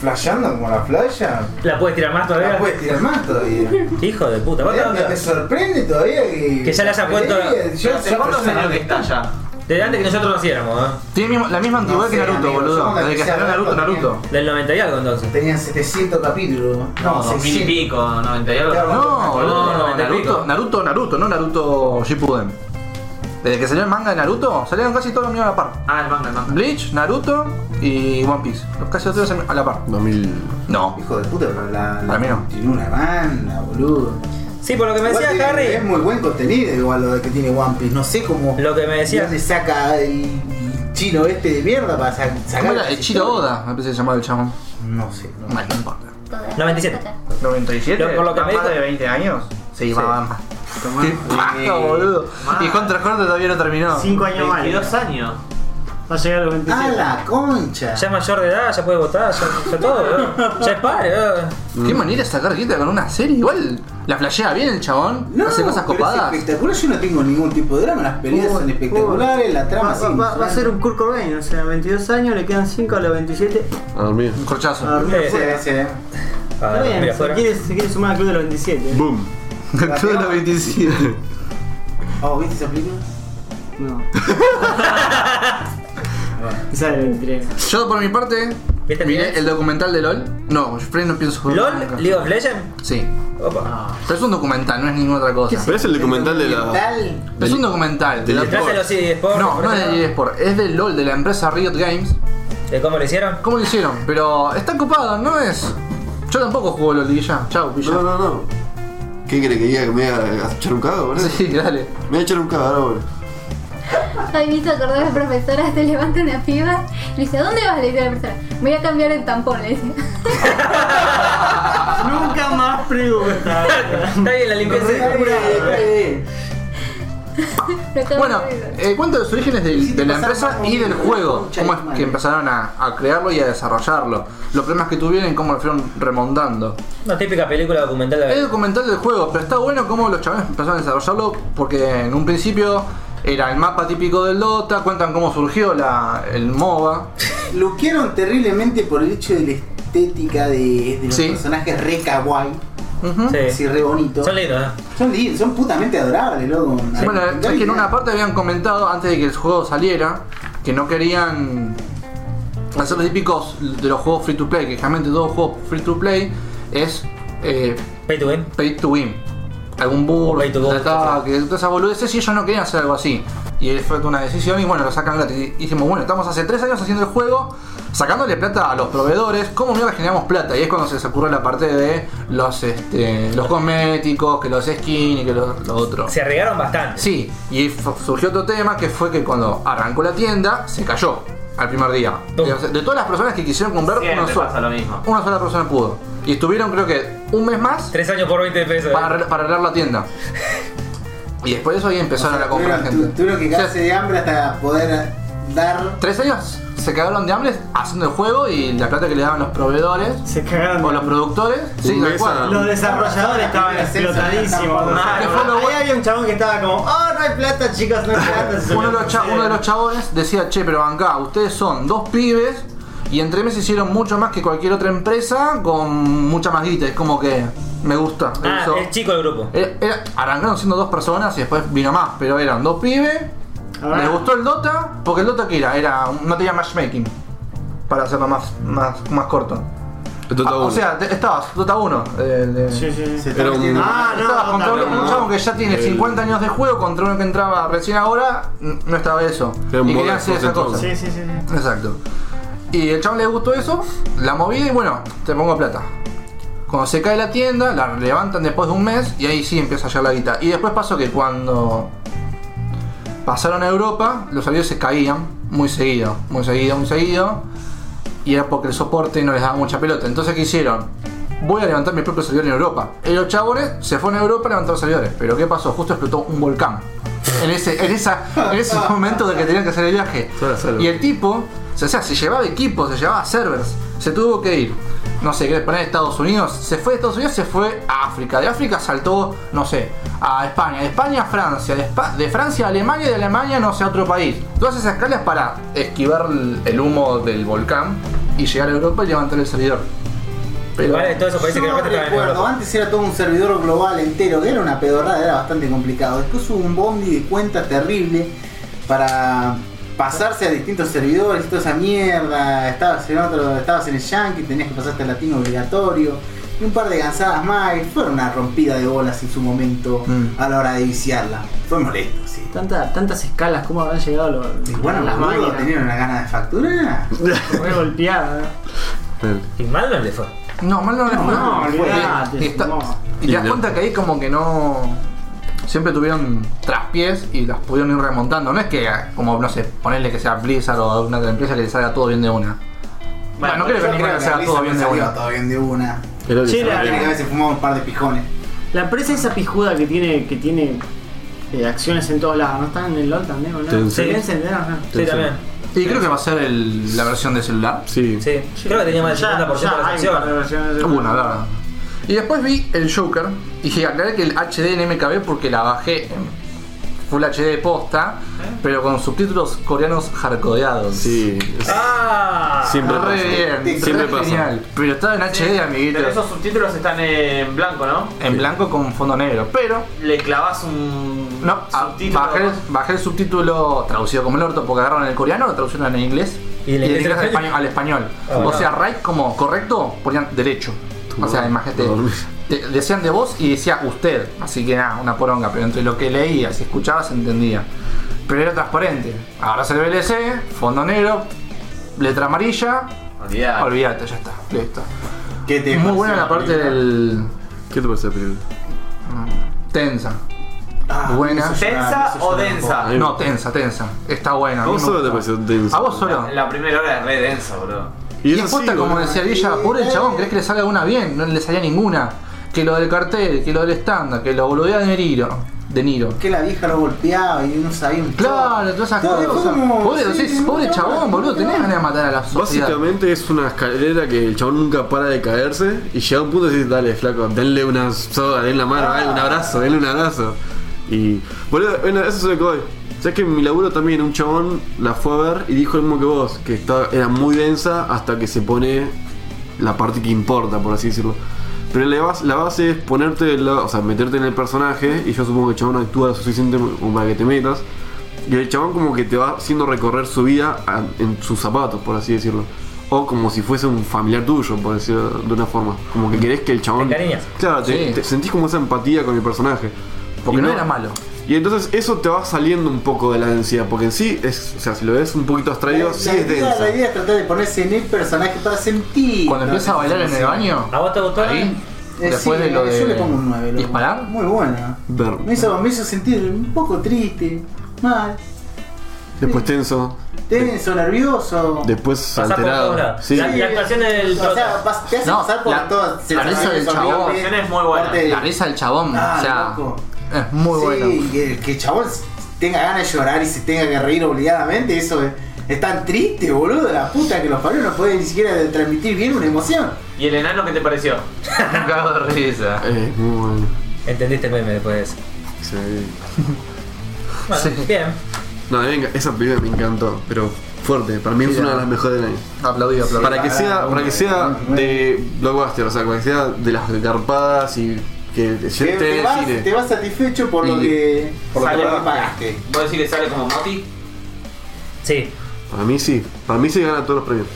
A: flasheando como la playa.
B: ¿La puedes tirar más
A: No
B: todavía?
A: puedes tirar más todavía.
B: Hijo de puta, ¿cuánto
A: Me, me sorprende todavía que.
B: Que ya le haya puesto-
A: Eh, Yo
D: Pero ¿Hace cuántos años que está ya?
B: Desde antes que nosotros naciéramos, ¿eh?
G: Tiene mismo- la misma antigüedad
A: No
G: que
A: sé,
G: Naruto,
A: amigo,
G: boludo.
A: somos
G: Desde que
A: noticias
G: salió Naruto,
A: de Naruto,
G: Naruto.
B: Del 90 y algo entonces.
A: Tenían 700 capítulos.
D: No, dos mil y
A: 600.
D: pico, noventa y
A: Claro.
D: algo.
G: No,
B: boludo,
G: boludo,
B: noventa y pico.
G: Naruto, Naruto, Naruto, no Naruto Shippuden. Desde que salió el manga de Naruto, salieron casi todos los míos a la par.
D: Ah, el manga, el manga.
G: Bleach, Naruto y One Piece. Los casi los tres a la par.
C: 2000.
G: No.
A: Hijo de puta, pero la.
G: Para mí
A: la
G: no.
A: tiene una banda, boludo.
B: Sí, por lo que me
A: Igual
B: decía
A: tiene- Es
B: Harry.
A: muy buen contenido, igual lo que tiene One Piece. No sé cómo.
B: Lo que me decía.
A: ¿Dónde saca el chino este de mierda para sa- sacar?
G: ¿Cómo era?
A: las
G: El Chiro
A: historias?
G: Oda, me parece que se llamaba el chabón.
A: No sé. no.
G: Bueno, no importa.
H: Todas.
B: 97.
G: ¿97?
B: Lo- por lo que
G: ¿Más
B: me dijo-
G: de 20 años? Sí, va, va, va.
A: Eh,
F: Tomá.
G: Qué paja, boludo.
D: Más.
G: Y Contra Hunter todavía no terminó.
F: Cinco años más.
D: 22 años.
F: Va a llegar a los
A: ¡A
F: 27.
A: la concha!
B: Ya es mayor de edad, ya puede votar, ya, ya todo, ¿eh? Ya es padre, ¿eh?
G: Qué manera de sacar guita con una serie. Igual la flashea bien el chabón. hace cosas
A: pero
G: copadas.
A: Es espectacular, yo no tengo ningún tipo de drama. Las peleas son espectaculares, la trama
F: Va,
A: es
F: va- va- va a ser
A: inusual.
F: un Kurt Cobain, o sea, 22 años, le quedan 5 a los 27.
C: A dormir.
G: Un corchazo.
F: A dormir
B: Sí,
F: afuera.
A: Sí, sí.
B: Ah,
F: Está bien,
B: mira
F: se
B: afuera.
F: quiere, se quiere sumar al club de los 27. ¿eh?
C: Boom.
G: Todo lo 27.
A: Oh, ¿viste esa película?
F: No. Esa es la 23.
G: Yo por mi parte,
B: ¿Viste
G: miré
B: Friends?
G: el documental de LOL. No, Friends no pienso jugar.
B: ¿LOL?
G: nunca.
B: ¿League of Legends?
G: Sí.
B: Opa.
G: Pero es un documental, no es ninguna otra cosa.
C: Pero es el documental de la.
A: Tal.
G: Es un documental.
C: Del
G: la-
B: Detrás de los eSports.
G: no,
B: por
G: no es
B: ejemplo,
G: de eSport, es del LOL, de la empresa Riot Games.
B: ¿De cómo lo hicieron?
G: ¿Cómo lo hicieron? Pero está copado, no es. Yo tampoco juego LOL y ya. Chau, pilla.
C: No, no, no. ¿Qué crees que diga que me iba a echar un cago, boludo?
G: Sí, dale.
C: Me voy a echar un cago ahora, boludo.
H: Ay, me hizo acordar a la profesora, te levanta una piba y le dice, ¿a dónde vas? Le dice a la profesora, voy a cambiar el tampón, le dice.
F: Nunca más preguntas.
B: Está bien, la limpieza.
H: Lo acabo
G: Bueno,
H: de ver.
G: eh, cuento los orígenes del- de,
A: Hiciste
G: la
A: pasar
G: empresa
A: más
G: y del
A: conmigo,
G: juego.
A: concha
G: Cómo
A: de
G: es
A: madre.
G: que empezaron a, a crearlo y a desarrollarlo. Los problemas que tuvieron y cómo lo fueron remontando.
B: Una típica película documental
G: Es
B: de
G: documental del juego, pero está bueno cómo los chavales empezaron a desarrollarlo porque en un principio era el mapa típico del Dota, cuentan cómo surgió la, el MOBA.
A: Luquearon terriblemente por el hecho de la estética de, de los
G: Sí.
A: personajes re kawaii,
G: Ujú.
B: Sí.
A: así re bonito.
B: Son lindos, ¿eh?
A: Son lindos, son putamente adorables, loco.
G: Bueno, es que en una parte habían comentado antes de que el juego saliera que no querían hacer los típicos de los juegos free to play, que generalmente todo juego free to play es eh,
B: Pay to win.
G: pay to win. Algún
B: Pay
G: burro,
B: to go,
G: ataque, todas esas boludeces, y ellos no querían hacer algo así. Y él fue una decisión y bueno, lo sacan gratis. Y dijimos, bueno, estamos hace tres años haciendo el juego, sacándole plata a los proveedores, ¿cómo mierda generamos plata? Y es cuando se les ocurre la parte de los este, los cosméticos, que los skins y que lo, lo otro.
B: Se regaron bastante.
G: Sí, y f- surgió otro tema que fue que cuando arrancó la tienda, se cayó al primer día.
B: Toma.
G: De, de todas las personas que quisieron comprar, una
D: Siempre pasa
G: sola,
D: lo mismo.
G: una sola persona pudo. Y estuvieron creo que un mes más
B: Tres años por 20 pesos. Ah,
G: para, arregl- para arreglar la tienda. Y después de eso ahí empezaron a comprar
A: Tuvieron, tu-
G: gente.
A: tuvieron que
G: O sea,
A: quedarse de hambre hasta poder dar.
G: Tres años se cagaron de hambre haciendo el juego y la plata que le daban los proveedores
F: Se cagaron.
G: o los productores. Sí,
C: Un
G: tal
C: mes
G: cual.
C: a-
F: Los desarrolladores estaban explotadísimos. o sea,
D: Mal,
F: Ahí había un chabón que estaba como, ah, no hay plata, chicos, no hay plata. Se
G: Uno de, los cha-
F: subió.
G: uno de los chabones decía, che, pero acá ustedes son dos pibes y entre meses hicieron mucho más que cualquier otra empresa con mucha más guita. Es como que me gusta.
B: Ah,
G: eso.
B: es chico el grupo.
G: Era- Eh, era- arrancaron siendo dos personas y después vino más, pero eran dos pibes.
F: Ahora-
G: Les gustó el Dota, porque el Dota que era, era no tenía matchmaking. Para hacerlo más, más, más corto.
C: Dota
G: Ah,
C: uno.
G: O sea, te- estabas, Dota 1. eh, de-
F: Sí, sí, sí.
A: Se está
C: Era un-
A: metiendo-
F: Ah, no,
G: estabas contra
F: no,
G: un-
F: no.
G: un chabón que ya tiene
C: Eh,
G: 50 años de juego contra uno que entraba recién ahora, n- no estaba eso.
C: Era un
G: y
C: modelo,
G: quería hacer esa cosa.
C: entonces.
F: Sí, sí, sí. sí.
G: Exacto. Y el chabón le gustó eso, la movida y bueno, te pongo plata. Cuando se cae la tienda, la levantan después de un mes y ahí sí empieza a hallar la guita. Y después pasó que cuando pasaron a Europa, los salarios se caían muy seguido, muy seguido, muy seguido. Y era porque el soporte no les daba mucha pelota. Entonces, ¿qué hicieron? Voy a levantar mi propio servidor en Europa. Y los chabones se fueron a Europa a levantar servidores. Pero ¿qué pasó? Justo explotó un volcán. En ese, en esa, en ese momento de que tenían que hacer el viaje.
C: Solo, solo.
G: Y el tipo, o sea, se llevaba equipos, se llevaba servers, se tuvo que ir. No sé, ¿querés poner Estados Unidos? Se fue de Estados Unidos, se fue a África. De África saltó, no sé, a España. De España a Francia. De, Espa- de Francia a Alemania y de Alemania, no sé, a otro país. Todas esas escalas para esquivar el el humo del volcán y llegar a Europa y levantar el servidor. Pero,
B: Vale, todos esos países que
A: Yo
B: realmente estaban en
A: recuerdo,
B: Europa.
A: antes era todo un servidor global entero, que era una pedorrada, era bastante complicado. Después hubo un bondi de cuenta terrible para pasarse a distintos servidores, toda esa mierda. Estabas en otro, estabas en el Yankee, tenías que pasarte al latín obligatorio. Y un par de gansadas más, y fue una rompida de bolas en su momento
G: Mm.
A: a la hora de viciarla. Fue molesto, sí.
F: Tanta- tantas escalas, ¿cómo habrán llegado los,
A: Y bueno,
F: las
A: boludo,
F: máquinas?
A: tenían una gana de factura.
F: Re golpeada.
B: Y mal no le fue.
G: No, mal no les fue.
F: no, olvidate,
G: Y, está-
F: no.
G: y te das
C: Y no.
G: cuenta que ahí como que no... Siempre tuvieron traspiés y las pudieron ir remontando. No es que, como, no sé, ponerle que sea Blizzard o alguna otra empresa que les salga todo bien de una. Bueno, no creo que
A: Yo
G: ninguna
A: creo que
G: que
A: a
G: salga
A: Blizzard
G: todo bien
A: le
G: de
A: salió
G: una.
A: todo bien de una.
C: Era que
F: Sí,
C: se-
F: la-
A: Tiene que haberse fumado un par de pijones.
F: La empresa esa pijuda que tiene, que tiene eh, acciones en todos lados, ¿no están en el LOL también, boludo?
C: Tencent.
F: Tencent, ¿no? Ah. Ajá.
B: Sí, también.
G: Y creo que va a ser el- la versión de celular.
C: Sí.
B: Sí. Creo que tenía más del
F: Ya-
B: 50%
F: ya
B: de las
F: hay un par de
B: acciones.
F: versiones de-
G: Hubo una, la verdad. Y después vi el Joker y aclaré que el HD en MKB porque la bajé en Full HD posta,
A: ¿Eh?
G: pero con subtítulos coreanos hardcodeados.
C: Sí.
B: ¡Ah!
C: Siempre
G: Re
C: pasa.
G: bien,
C: Siempre
G: re
C: pasa.
G: genial. Pero estaba en HD, amiguitos.
D: Pero esos subtítulos están en blanco, ¿no?
G: En blanco con fondo negro, pero
D: Le clavas un
G: no, a-
D: subtítulo.
G: bajé, el- bajé el subtítulo traducido como el orto porque agarraron el coreano, lo traducieron en inglés
B: ¿Y el
G: del
B: inglés
G: al
B: al
G: español. al español.
B: Ah, bueno.
G: O sea, right como correcto ponían derecho. O sea, imagínate.
C: dormí.
G: te- Decían de vos y decía usted, así que nada, una poronga, pero entre lo que leías y escuchabas entendía. Pero era transparente. Ahora es el VLC, fondo negro, letra amarilla,
D: Olvidá.
G: olvídate, ya está, listo.
A: ¿Qué te
G: Muy
A: pareció,
G: buena la parte
A: película?
G: del
C: ¿Qué te parece la película?
G: tensa.
A: Ah,
G: Buena.
A: me hizo llorar,
D: ¿Tensa
A: me hizo
D: o
A: llorar un
D: densa?
C: poco.
G: No, tensa, tensa. Está buena.
C: ¿A vos solo te pareció denso?
G: A vos solo.
D: La primera hora es re densa, boludo.
G: Y
C: eso
G: es posta,
C: sí,
G: como
C: boludo.
G: decía Villa, pobre el chabón, ¿crees que le salga una bien? No le salía ninguna. Que lo del cartel, que lo del estándar, que lo boludea de Niro. De Niro.
A: poco. Que la vieja lo golpeaba y no sabía un
G: Claro,
A: choto.
G: todas esas
A: Todo,
G: cosas.
A: fue como-
G: Pobre,
A: sí,
G: decís, pobre
A: no,
G: chabón,
A: no,
G: boludo,
A: no,
G: tenés
A: no.
G: ganas de matar a la sociedad.
C: Básicamente es una escalera que el chabón nunca para de caerse y llega a un punto y dice, dale, flaco, denle una soda, denle la mano,
A: Ah.
C: dale un abrazo, denle un abrazo. Y, boludo, bueno, eso es lo que voy. Sabes que en mi laburo también un chabón la fue a ver y dijo lo mismo que vos, que está, era muy densa hasta que se pone la parte que importa, por así decirlo. Pero la base, la base es ponerte, del lado- o sea, meterte en el personaje y yo supongo que el chabón actúa lo suficiente como para que te metas. Y el chabón como que te va haciendo recorrer su vida a- en sus zapatos, por así decirlo. O como si fuese un familiar tuyo, por decirlo de una forma. Como que querés que el chabón...
B: Te encariñas.
C: Claro, te,
G: Sí.
C: te sentís como esa empatía con el personaje.
G: Porque
C: Y
G: no era malo.
C: Y entonces eso te va saliendo un poco de la densidad, porque en sí, es, o sea, si lo ves un poquito abstraído,
A: la,
C: sí
A: la
C: es
A: idea,
C: densa.
A: la idea es tratar de ponerse en el personaje para sentir.
G: Cuando
A: ¿no?
G: empieza a bailar en el baño,
B: ¿A vos te gustó?
G: ahí,
A: Eh,
G: después
A: sí,
G: de lo de
A: Yo le pongo un 9. loco.
G: disparar,
A: Muy buena.
C: Ver.
A: Me hizo, me hizo sentir un poco triste, mal,
C: Después tenso.
A: tenso, nervioso.
C: Después
B: Pasás por todos
C: alterado.
B: lados.
C: Sí.
B: La, la actuación del
A: o sea,
B: prota.
A: vas- te hace
G: No,
A: pasar por
G: la-
A: todas
G: la risa del chabón.
A: horribles,
D: La canción es muy buena.
A: parte de-
G: la risa del chabón,
A: Ah,
G: o sea,
A: loco.
G: es muy
A: sí,
G: bueno.
A: y el que el chabón tenga ganas de llorar y se tenga que reír obligadamente, eso es, es tan triste, boludo, la puta que los padres no pueden ni siquiera transmitir bien una emoción.
D: ¿Y el enano qué te pareció?
E: Me cago de risa.
C: Eh, muy bueno.
B: Entendiste el meme después de eso.
C: Sí.
B: Bueno,
G: Sí.
B: bien.
C: No, a mí me enca- esa película me encantó, pero fuerte. Para mí es
G: Sí,
C: una
G: la-
C: de las mejores del año.
G: Aplaudido, aplaudido.
C: Para que sea, para que sea de blockbuster, o sea, para que sea de las garpadas y que
A: Te,
C: esté en
A: te
C: el
A: vas, te
C: cine.
A: vas satisfecho por lo
C: Y-
A: que, por lo que
D: sale-
A: pagaste.
D: ¿Vos decís que sale como Moti?
B: Sí.
C: Para mí sí, para mí sí gana todos los premios.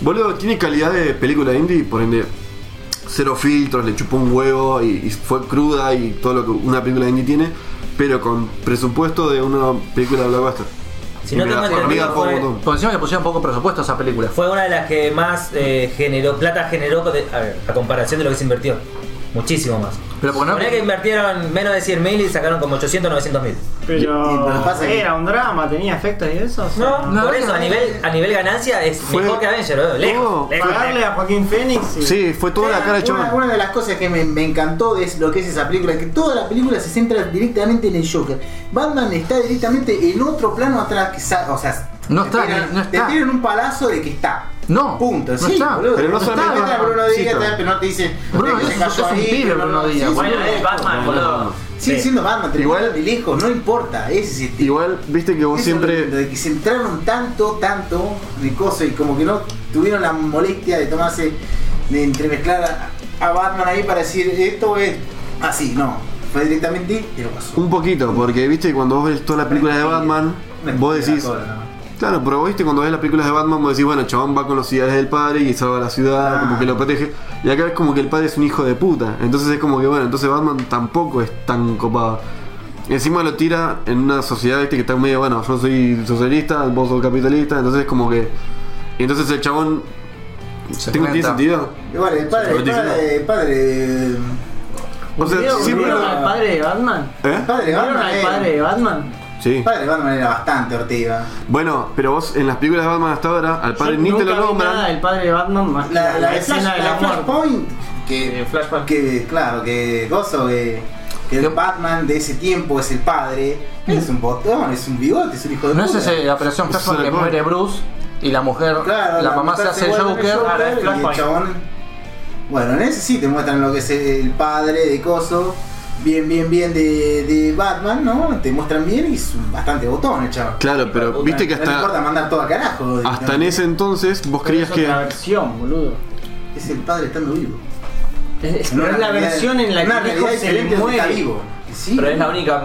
C: Boludo, tiene calidad de película indie, por ende, cero filtros, le chupó un huevo y, y fue cruda y todo lo que una película indie tiene, pero con presupuesto de una película de blockbuster.
B: Si no
C: Y me
B: tengo
C: garpó, me
B: entendido,
C: garpó un
B: fue-
C: montón.
G: Por encima le pusieron poco presupuesto a esa película.
B: Fue una de las que más eh, generó, plata generó de- a, ver, a comparación de lo que se invirtió. Muchísimo más.
G: Pero porque no-
B: Ponía que invirtieron menos de 100 mil y sacaron como 800, 900 mil.
A: Y- y
F: Pero
A: lo que pasa es que-
F: era un drama, tenía efectos y eso. o sea,
B: No,
G: No,
B: por
G: no,
B: eso, a
G: no.
B: nivel, a nivel ganancia es
C: Fue-
B: mejor que Avenger, boludo.
C: No.
B: Lejos, lejos,
F: Pagarle a Joaquín Phoenix y
C: Sí, fue toda la cara de
A: una,
C: chaval.
A: una de las cosas que me, me encantó de lo que es esa película, que toda la película se centra directamente en el Joker. Batman está directamente en otro plano atrás, que sa- o sea,
G: No
A: te
G: está,
A: tiran-
G: no está.
A: te tiran un palazo de que está.
G: No,
A: Punto,
G: no
A: sí,
G: está.
A: boludo.
C: Pero no solamente-
A: está, Bruno Díaz,
C: Sí, está.
A: pero no te dicen
G: Bruno
A: que se
G: Díaz es-
A: cayó
G: es un
A: ahí,
G: pibe,
A: que no-
G: Bruno
A: sí,
G: Díaz.
A: sí,
D: Bueno,
A: sí,
D: es Batman, boludo.
A: Sigue
B: Sí.
A: siendo Batman, te
C: Igual-
A: igual de lejos, no importa. Ese es el tipo.
C: Igual, viste que vos
A: Eso, lo
C: siempre.
A: de que se entraron tanto, tanto de cosas y como que no tuvieron la molestia de tomarse, de entremezclar a, a Batman ahí para decir esto es así, no. Fue directamente y lo pasó.
C: Un poquito, porque viste que cuando vos ves toda la película de Batman,
A: Una
C: vos
A: estupidez
C: decís.
A: toda, ¿no?
C: Claro, pero viste cuando ves las películas de Batman, vos decís, bueno, chabón va con los ideales del padre y salva la ciudad,
A: Ah.
C: como que lo protege. Y acá es como que el padre es un hijo de puta. Entonces es como que, bueno, entonces Batman tampoco es tan copado. Y encima lo tira en una sociedad viste, que está medio, bueno, yo soy socialista, vos sos capitalista, entonces es como que. Y entonces el chabón.
G: Se
C: ¿Tengo, ¿Tiene
G: enfrenta.
C: sentido?
A: Igual, el padre, el padre, el padre,
C: O sea,
F: ¿Vieron,
C: siempre.
F: vieron
C: lo-
F: al padre de Batman?
C: ¿Eh?
A: el padre de
F: ¿Vieron
A: Batman
F: al
A: era-
F: padre de Batman?
C: Sí.
A: el padre de Batman era bastante ortiva.
C: Bueno, pero vos en las películas de Batman hasta ahora, al padre
F: Yo
C: ni te
F: nunca
C: lo
F: vi nada
C: nombran.
F: del padre de Batman más que
A: La, la, de Flash-
F: escena de
A: la
F: la
A: de
F: muerte.
A: Flashpoint,
D: Eh,
A: que,
D: Flashback.
A: que claro, que gozo de que el Batman de ese tiempo es el padre, es un botón, es un bigote, es un hijo de
G: No es
A: puta.
G: ese, la operación
C: Eso
G: Flashpoint
C: le
G: que
C: pone.
G: muere Bruce y la mujer,
A: Claro,
G: la, mamá se
A: mujer
G: hace
A: vuelve
G: Joker.
D: Ah, la de
A: y el
D: Flashpoint.
A: chabón- Bueno, en ese sí te muestran lo que es el padre de Coso, bien, bien, bien de, de Batman, ¿no? Te muestran bien y es un bastante botón el chabón.
C: Claro, pero viste que
A: No le importa
C: hasta,
A: mandar todo al carajo.
C: hasta en ese entonces vos
F: Pero
C: creías
F: es otra
C: que.
F: versión, boludo.
A: Es el padre estando vivo.
F: Es, es-
A: No
F: pero es la
A: realidad-
F: versión en la
A: una
F: que el hijo
A: realidad
F: se
A: diferente donde
F: muere.
A: está vivo. Sí.
D: Pero es la única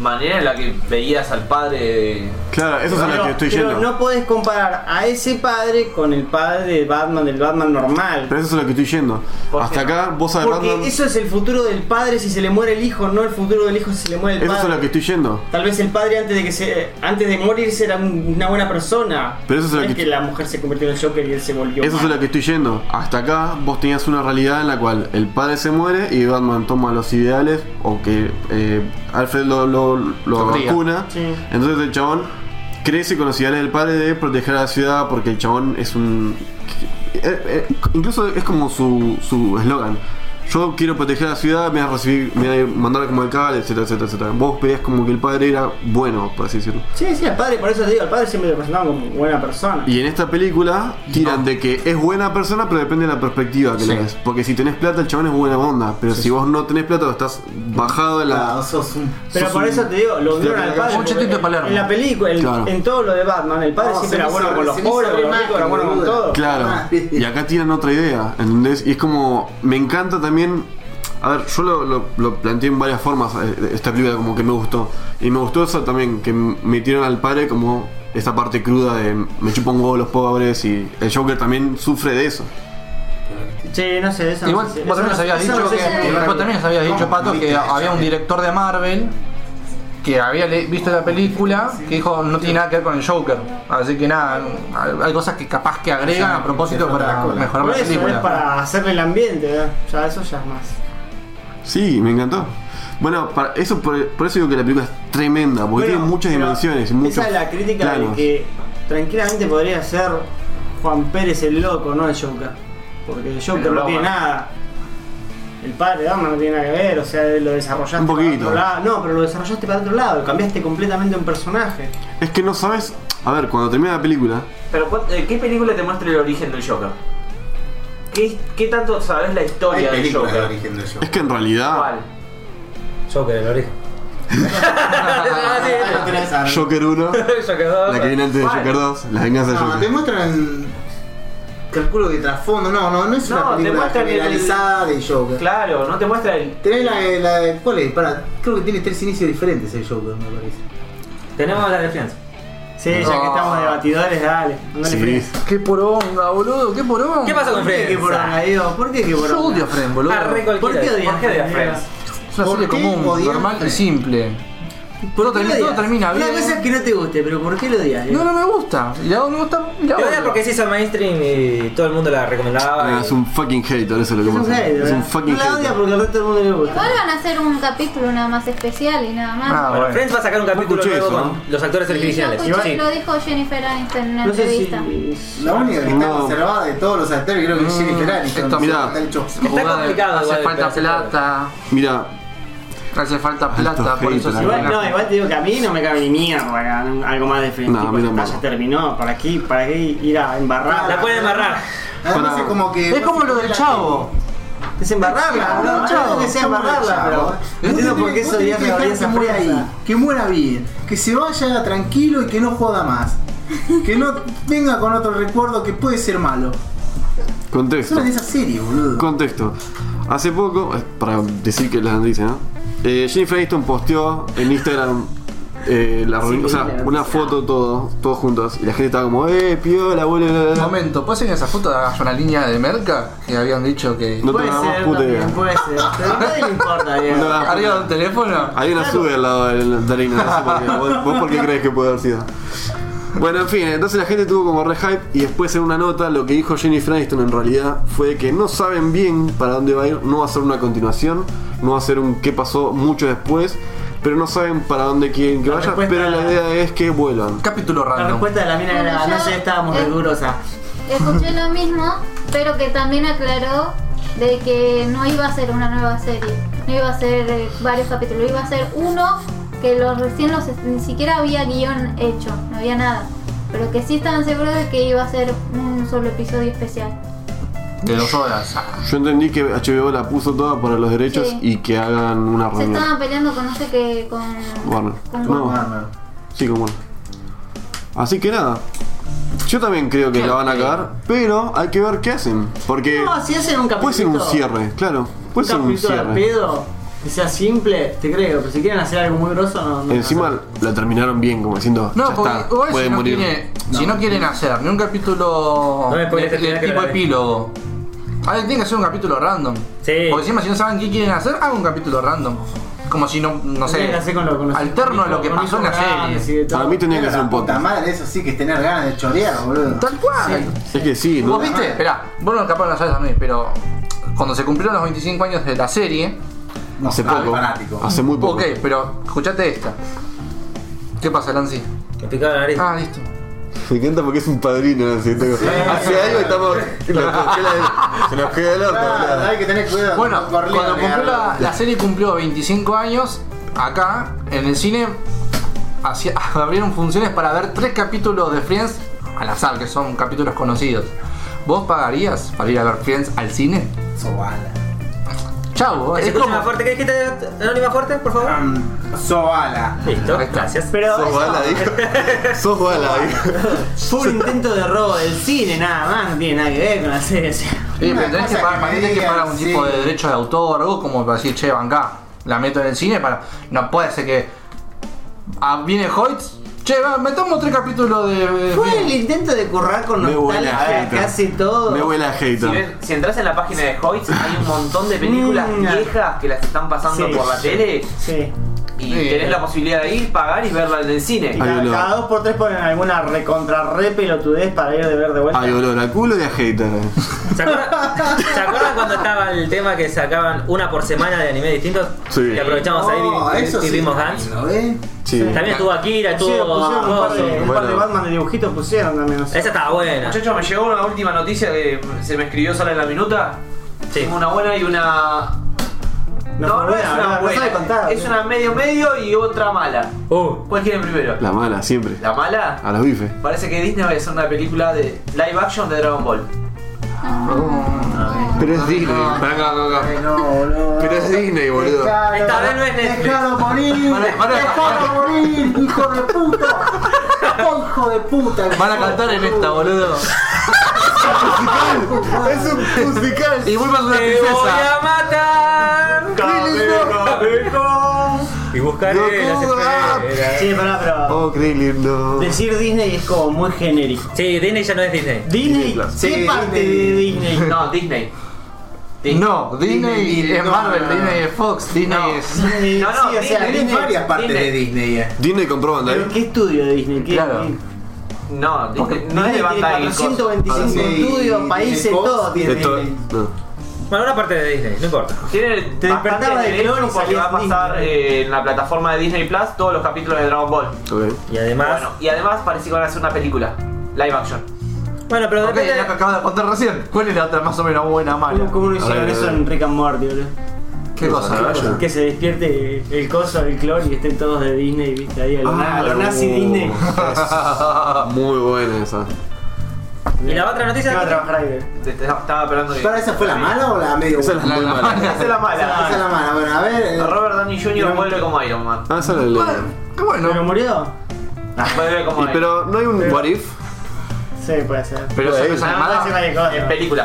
D: manera en la que veías al padre de...
C: Claro, eso es a lo
F: Pero-
C: que estoy
F: pero
C: yendo.
F: no podés comparar a ese padre con el padre de Batman, del Batman normal.
C: Pero eso es a lo que estoy yendo.
D: ¿Por
C: Hasta
D: qué?
C: acá vos al
F: Porque
C: Batman. Eso
F: eso es el futuro del padre si se le muere el hijo, no el futuro del hijo si se le muere el
C: es a lo
F: padre.
C: que estoy yendo.
F: Tal vez el padre antes de que se antes de morirse era un- una buena persona.
C: Pero eso es
F: No
C: lo que-
F: la mujer se convirtió en el Joker y él se volvió.
C: Eso es a
F: malo.
C: lo que estoy yendo. Hasta acá vos tenías una realidad en la cual el padre se muere y Batman toma los ideales o que eh, Alfred lo, lo, lo
G: cría.
C: vacuna.
F: Sí.
C: Entonces el chabón crece con los ideales del padre de proteger a la ciudad porque el chabón es un... eh, eh, incluso es como su su eslogan. Yo quiero proteger a la ciudad, me vas a recibir, me vas a mandar como alcalde, etcétera, etcétera, etcétera. Vos pedías como que el padre era bueno, por así decirlo.
F: Sí, sí, al padre, por eso te digo, al padre siempre lo presentaban como buena persona.
C: Y en esta película tiran de que es buena persona, pero depende de la perspectiva que
G: Sí.
C: le des. Porque si tenés plata, el chabón es buena onda. Pero si vos no tenés plata, estás bajado de
A: Ah,
C: la.
A: vos sos un
F: Pero
C: sos
F: por
C: un-
F: eso te digo, lo unieron
C: Hostia,
F: al padre.
G: un
F: porque
G: chetito de Palermo.
F: En la película, en,
C: Claro.
F: en todo lo de Batman, el padre
A: No,
F: siempre
A: se
F: era
A: me
F: bueno
A: hizo-
F: con los
A: se me hizo
F: pobres, con los
A: re
F: ricos, era
A: mal,
F: bueno con
A: boludo.
F: todo.
C: Claro.
A: Ah.
C: Y acá tiran otra idea, ¿entendés? Y es como. Me encanta también. A ver, yo lo, lo- lo planteé en varias formas eh, esta película, como que me gustó. Y me gustó eso también, que m- metieron al padre como esta parte cruda de me chupan huevos los pobres y el Joker también sufre de eso.
F: Che, no sé, eso no
G: Igual
F: sé si-
G: vos
F: eso
G: también nos
F: no-
G: habías
F: eso
G: dicho
F: no sé
G: que
F: si-
G: vos también nos habías dicho, Pato, que había un director de Marvel que había le- visto la película, que dijo no tiene nada que ver con el Joker. Así que nada, hay- hay cosas que capaz que agregan a propósito para mejorar
F: Por
G: la
F: eso es
G: película.
F: para hacerle el ambiente, ¿verdad? Ya eso ya es más.
C: Sí, me encantó. Bueno, para- eso por, por eso digo que la película es tremenda, porque
F: Bueno,
C: tiene muchas
F: pero
C: dimensiones y muchos
F: Esa es la crítica
C: planos.
F: de que tranquilamente podría ser Juan Pérez el loco, no el Joker. Porque el Joker
D: El
F: no tiene
D: Batman.
F: nada. El padre de Batman no tiene nada que ver, o sea, lo desarrollaste
C: Un
F: para
C: poquito.
F: otro lado. No, pero lo desarrollaste para otro lado, cambiaste completamente un personaje.
C: Es que no sabes. A ver, cuando termina la película,
D: Pero ¿cuál- eh, ¿qué película te muestra el origen del Joker? ¿Qué, qué tanto sabes la
I: Hay
D: historia del
I: películas de
D: Joker?
I: origen del
C: es
I: Joker.
C: que en realidad
D: ¿Cuál?
B: Joker, el origen. Ah, sí.
C: Joker 1,
B: Joker dos.
C: la que viene antes de
D: ¿Cuál?
C: Joker 2, la venganza de
A: No, te
C: Joker.
A: muestran. Calculo que trasfondo, no, no, no es
D: No,
A: una
D: te
A: película
D: muestran el-
A: generalizada de Joker.
D: Claro, no te muestra el.
A: Tenés la, eh, la de. ¿Cuál es? Pará, creo que tiene tres inicios diferentes el Joker, me parece.
B: Tenemos la de Friends.
F: Sí, ya que estamos debatidores, dale. No le
C: Sí.
F: fregues.
G: Qué poronga, boludo, qué poronga.
B: ¿Qué pasa con
F: ¿Por qué que
B: Friends?
F: por Diego? ¿Por qué que por
G: Yo odio a Friend, boludo.
B: Ah, re cualquiera.
F: ¿Por qué odias
D: ¿Por qué de
F: Friends?
D: Friends?
G: Es una
A: ¿Por
G: serie
A: qué
G: común,
A: odias
G: normal y
A: Friends?
G: simple.
F: ¿Por
G: Todo
F: qué lo
G: termina- todo
F: odias?
G: termina
F: Una
G: bien.
F: cosa es que no te guste, pero ¿por qué lo odias? Diego?
G: No, no me gusta. Y la dos me gusta. y la
B: Te
G: otra.
B: odio porque se hizo mainstream y todo el mundo la recomendaba.
C: Ah,
B: y-
C: es un fucking hater, eso es lo que
F: Es un
C: pasa.
F: hate,
C: Es
F: ¿verdad?
C: un fucking
F: No la odia
C: hater.
F: porque al resto del mundo le gusta.
H: Igual van a hacer un capítulo nada más especial y nada más.
G: Ah,
B: Bueno,
G: bueno.
B: Friends va a sacar un capítulo
C: escuché
B: nuevo
C: eso,
B: con los actores
H: Sí,
B: originales.
H: lo, escuché,
B: Sí.
H: lo dijo Jennifer Aniston en una
F: No sé
H: entrevista.
F: si.
A: La única que está
C: No.
A: conservada de todos los actores creo que es Jennifer Aniston.
G: esto,
C: mirá.
A: Está hecho-
B: Está
G: Jugada de-
B: complicado
G: Hace
B: igual, pero
G: falta
B: se puede.
G: plata.
C: Mira,
G: Hace falta
C: Alto
G: plata, por eso
C: hate, la
G: se
F: Igual,
G: van a-
F: no, igual te digo que a mí no me cabe ni mierda acá, no, algo más definitivo.
C: No, a mí
F: ya está,
C: tampoco.
F: ya terminó, ¿para qué, para qué ir a embarrarla?
G: pues,
B: La pueden amarrar.
A: Además es como que.
G: Es como lo del chavo.
F: Desembarrarla,
A: Claro,
F: boludo,
A: chavo,
F: no que sea
A: como el
F: embarrarla,
A: chavo.
F: pero. No entiendo por qué
A: Vos
F: eso
A: tenés
F: ya
A: que
F: me
A: dejar
F: abriese
A: que muera ahí, que muera bien, que se vaya tranquilo y que no joda más. Que no venga con otro recuerdo que puede ser malo. Es
C: contexto.
A: una de esas series, boludo.
C: Contexto. Hace poco, eh, para decir que las noticias, ¿no? Eh, Jennifer Aniston posteó en Instagram eh, la reunión, o sea, una foto todo, todos juntos. Y la gente estaba como, eh, piola, boludo. bla, bla,
G: Un
C: bla".
G: Momento, ¿puede ser que en esa foto hagas una línea de merca? Que habían dicho que.
C: No te
F: Puede
C: damos
F: ser,
C: puta idea.
F: también, puede ser. Pero a nadie le importa,
C: No Ah. te
F: Diego.
C: damos puta idea.
G: ¿Arriba de un teléfono?
C: Hay una sube al lado del Darina, no sé por qué. ¿Vos, vos por qué crees que puede haber sido? Bueno, en fin, entonces la gente tuvo como re hype y después en una nota lo que dijo Jennifer Aniston en realidad fue que no saben bien para dónde va a ir, no va a ser una continuación, no va a ser un qué pasó mucho después, pero no saben para dónde quieren que
F: La
C: vaya,
F: respuesta-
C: pero la idea es que vuelvan.
G: Capítulo
F: La
G: random.
F: respuesta de la mina era, no sé, estábamos rigurosa.
H: Escuché lo mismo, pero que también aclaró de que no iba a ser una nueva serie, no iba a ser eh, varios capítulos, iba a ser uno que los recién los ni siquiera había guión hecho, no había nada, pero que sí estaban seguros de que iba a ser un solo episodio especial.
B: pues.
G: De dos horas. Ah.
C: Yo entendí que HBO la puso toda para los derechos
H: Sí.
C: y que hagan una
H: Se
C: reunión.
H: estaban peleando con no sé qué, con
C: Warner.
H: con
C: Ah, No.
H: Warner.
C: Sí, como no. Así que nada. Yo también creo que la van a cagar, pero hay que ver qué hacen. Porque
F: No, si hacen un capítulo.
C: Eh, puede ser un cierre, claro. Puede ser Pues un
F: capítulo de
C: cierre.
F: pedo, que sea simple, te creo, pero si quieren hacer algo muy grosso, no. no
C: Encima la terminaron bien, como diciendo,
G: No,
C: ya
G: porque
C: está,
G: igual
C: puede
G: si, no
C: morir.
G: tiene- si no quieren hacer ni un capítulo
B: No me
G: de,
B: spoilees el
G: de
B: final
G: este
B: que
G: tipo
B: la vi.
G: epílogo. Ahí tiene que ser un capítulo random.
B: Sí.
G: Porque encima si no saben qué quieren hacer, hagan un capítulo random. Como si no, no sé,
F: Tendría que hacer con lo- con los-
G: alterno a lo que
F: con
G: pasó en la
F: Instagram,
G: serie.
F: y de todo.
C: Para mí tendría que
A: Era
C: ser
A: la
C: un
A: puta
C: podcast.
A: madre, eso sí que es tener ganas de chorear, boludo.
G: Tal cual.
C: Es que sí, ¿no?
G: Vos viste, esperá, vos no capaz no sabes también, pero cuando se cumplieron los 25 años de la serie,
A: No,
C: Hace
A: soy
C: poco.
A: Ah,
C: Ah,
A: fanático.
C: Hace muy poco.
G: ok, pero escuchate esta. ¿Qué pasa, Lancy?
B: Me picaba la nariz.
G: Ah, listo.
C: Me encanta porque es un padrino. así, tengo- Hace algo y estamos. la- la- Se nos queda el orto.
A: Claro,
C: boludo.
A: hay que tener cuidado.
G: Bueno,
A: con
G: cuando
A: Corleone,
G: cumplió la,
A: boludo.
G: la serie cumplió 25 años, acá en el cine hacía- abrieron funciones para ver tres capítulos de Friends al azar, que son capítulos conocidos. ¿Vos pagarías para ir a ver Friends al cine?
A: Sobala.
G: Chau,
B: ¿Se
G: es
B: escucha
G: como...
B: más fuerte? ¿Querés que te anónima fuerte, por
D: Ah,
B: favor?
A: Mm, Sobala.
B: Listo,
G: Ahí está.
B: gracias.
F: Pero
C: Sos
F: eso
C: bala, dijo. Sos bala, dijo.
F: fue un intento de robo del cine, nada más, no tiene nada que ver con la serie. o sea.
G: Sí, pero
A: Una
G: tenés que
A: cosa
G: pagar,
A: que me
G: tenés que
A: digan,
G: pagar un
A: sí.
G: tipo de derecho de autor o algo como para decir, che, bancá, la meto en el cine para. No puede ser que. ah, viene Hoyts, che, va, metamos tres capítulos de. de-
F: Fue el intento de currar con
C: Me huele a
F: nostalgia
C: hater.
F: casi todo.
C: Me huele a
D: Si,
C: hater.
D: ves- si entras en la página de Hoyts, hay un montón de películas
F: Mm.
D: viejas que las están pasando
F: Sí.
D: por la tele
F: Sí.
D: y Y
G: Sí.
D: tenés la posibilidad de ir, pagar y verla en el
B: Ah,
F: Y
D: cine.
C: Ay,
F: cada,
C: boludo.
F: cada dos por tres ponen alguna recontra re pelotudez para ir de ver de vuelta.
C: Hay olor a culo y a hater.
B: ¿Se acuerdan, ¿se acuerdan cuando estaba el tema que sacaban una por semana de anime distintos?
C: Sí.
B: Y aprovechamos
A: No,
B: ahí
A: Oh, eso
B: y, y
A: sí,
B: vimos Gans.
A: lindo, ¿eh?
C: Sí.
B: También estuvo Akira,
F: Oh, Sí,
B: estuvo.
F: pusieron un par, de, un par de
C: Bueno.
F: Batman de dibujitos pusieron también. no sé.
B: Esa estaba buena.
D: Muchachos, me llegó una última noticia que se me escribió sola en la minuta.
B: Sí.
D: Tengo una buena y una.
F: No,
D: No, no
F: buena,
D: es
F: no,
D: una
F: no sabe
D: buena.
F: contar.
D: Es una medio medio y otra mala.
B: Uh,
D: ¿Cuál quieren primero?
C: La mala, siempre.
D: ¿La mala?
C: A los bifes.
D: Parece que Disney va a hacer una película de live action de Dragon Ball.
C: Pero es Disney. Pará, acá, acá, acá.
A: Ay, no, boludo.
C: Pero es Disney, boludo.
A: Dejalo,
B: Esta vez no es Netflix.
A: Dejalo morir.
G: Van a- van a-
A: Dejalo morir, hijo de puta. Qué hijo de puta.
G: Van a cantar en esta, boludo.
C: Es un musical.
G: Y vuelvan a una
B: ¡Te voy
G: princesa.
B: a matar! Y buscaré las
C: Locuda.
B: esferas.
F: Sí, pará, pero
C: Oh, qué lindo.
F: decir Disney es como muy genérico.
B: Sí, Disney ya no es Disney.
F: Disney, ¿qué
A: Sí,
F: parte
A: Disney.
F: de Disney?
D: No, Disney. Disney.
G: No, Disney
A: Disney,
G: es
A: no,
G: Marvel,
A: no, no.
G: Disney es Fox,
D: No.
G: Disney es.
F: Disney,
D: No, no,
F: sí, o sea,
D: Disney,
A: Hay
F: Disney-
A: varias partes
D: Disney.
A: de Disney. eh.
C: Disney compró
F: ¿Pero
C: Bandai.
F: qué estudio de Disney? ¿Qué,
G: Claro.
D: No, Disney. No es de
F: tiene
D: Bandai. el coso.
F: 425
A: Sí,
F: estudios,
A: tiene
F: países,
A: Fox,
F: todo tiene.
C: De todo.
F: Disney.
C: No.
B: Bueno, una parte de Disney, no importa.
D: Tiene
F: Te despertaba
D: bastante
F: de
D: derecho
F: clon y
D: porque va
F: salías
D: a pasar
F: Disney.
D: eh, en la plataforma de Disney Plus todos los capítulos de Dragon Ball.
C: Ok.
B: Y además.
D: Bueno,
B: Bueno,
D: y además parece que van a hacer una película. Live action.
B: pero
G: Ok,
B: depende.
G: la que acabas de contar recién. ¿Cuál es la otra más o menos buena mala?
F: ¿Cómo, cómo no
C: A
F: hicieron
C: ver,
F: eso
C: a ver.
F: en Rick and Morty, boludo?
G: ¿Qué cosa?
C: Vaya.
F: Que se despierte el coso, el clon y estén todos de Disney, viste, ahí Uh. a los
C: Ah,
F: a los nazi Disney.
C: Muy buena esa.
B: ¿Y la otra noticia?
F: ¿Qué va a trabajar ahí, boludo?
D: Te- te- Estaba esperando que.
A: ¿Para esa fue la mala o la medio
C: Esa es
A: buena?
C: la muy mala.
D: Esa es la
A: Esa es
D: mala.
A: la mala. Bueno, a ver. eh,
D: Robert Downey Jr. vuelve como Iron Man.
C: Ah, esa es la
G: Bueno,
C: de
G: qué bueno.
F: ¿Pero murió?
D: Vuelve como
C: Y
D: Iron
C: pero no hay un what if.
F: Sí, puede ser.
G: Pero
C: Bueno,
G: esa cosa
F: Ah,
G: es
F: puede ser
G: mala.
F: varias
D: Man.
F: cosas.
D: En película.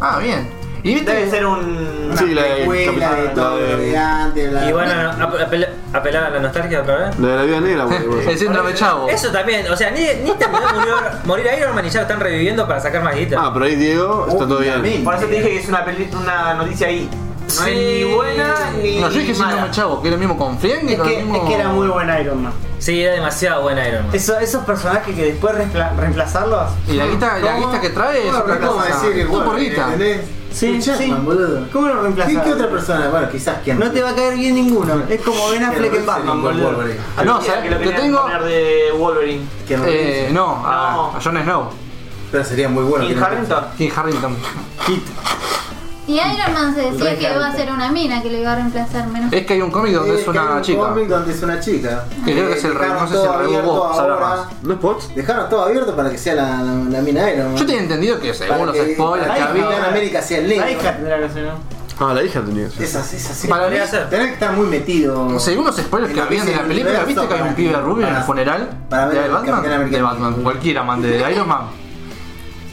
G: Ah, bien. Y
D: Debe
G: viste.
D: ser un.
C: Sí, la de
A: Escuela de
C: Capitán- la
A: todo lo de
C: de
A: antes, bla,
B: Y
A: bla.
B: bueno, ap- apel- apelar a la nostalgia otra vez.
C: la de la vida negra, boludo.
G: El síndrome chavo.
B: Eso también, o sea, ni, ni terminó de morir, morir Iron Man y ya lo están reviviendo para sacar más guita.
C: Ah, pero ahí Diego está todo bien.
D: Por eso te dije que es una, peli- una noticia ahí. No es
B: Sí.
D: ni buena ni.
G: No, yo dije
D: mala.
G: síndrome chavo, que era el mismo con Friend y
F: Es
G: con
F: que,
G: el mismo.
F: es que era muy buen Iron Man.
B: Sí, era demasiado buena Iron Man.
F: Eso- esos personajes que después reempla- reemplazarlos.
G: Y la guita, la guita que trae es
A: Bueno,
G: otra
A: pero ¿cómo
G: cosa.
A: decir que
G: Todo
A: bueno,
G: por guita.
A: ¿entendés?
F: Sí,
A: Jackman,
F: sí.
A: boludo.
F: ¿Cómo lo
A: ¿Qué,
F: reemplazás?
A: qué otra persona? Bueno, quizás quien.
F: No te va a caer bien ninguno. Es como Ben Affleck en Batman, boludo.
G: Ah,
D: No,
G: No,
D: o sea, que lo
G: ¿sabes? Te
D: querían
G: tengo.
D: poner de Wolverine.
A: Que no
G: Eh, no,
D: No.
G: a, a Jon Snow.
A: Pero sería muy bueno. que
D: Kim
A: no-
D: Harrington.
G: King Harrington.
H: Y Iron Man se decía
F: Rey
H: que iba a
F: Harrington.
H: ser una mina que le iba a reemplazar menos.
G: Es que hay un cómic donde
A: Eh,
G: es
A: que hay
G: una
A: un
G: chica.
A: cómic donde es una chica.
G: Que creo que
A: Eh,
G: es el rey,
A: dejaron
G: no sé si el
A: todo
G: rey
A: abierto
G: Bobo, sabrá
A: ahora.
G: más.
C: ¿No es Potts?
A: Dejaron todo abierto para que sea la, la, la mina Iron Man.
G: Yo tenía entendido que según los spoilers que
A: Para que Capitán
G: había.
A: América sea el negro.
F: La hija tendrá que ser, ¿no?
C: Ah, la hija tenía que ser.
A: Esas, esas, sí.
G: Para mí,
B: Podría ser.
A: Tenés que estar muy metido.
G: según los spoilers
A: En
G: que
A: lo que
G: habían de
A: es
G: la
A: el
G: película,
A: universo,
G: viste que hay un
A: para-
G: pibe rubio en el
A: para-
G: funeral
A: para ver
G: de
A: al Capitán
G: Batman,
A: América.
G: de Batman, cualquiera man de Iron Man.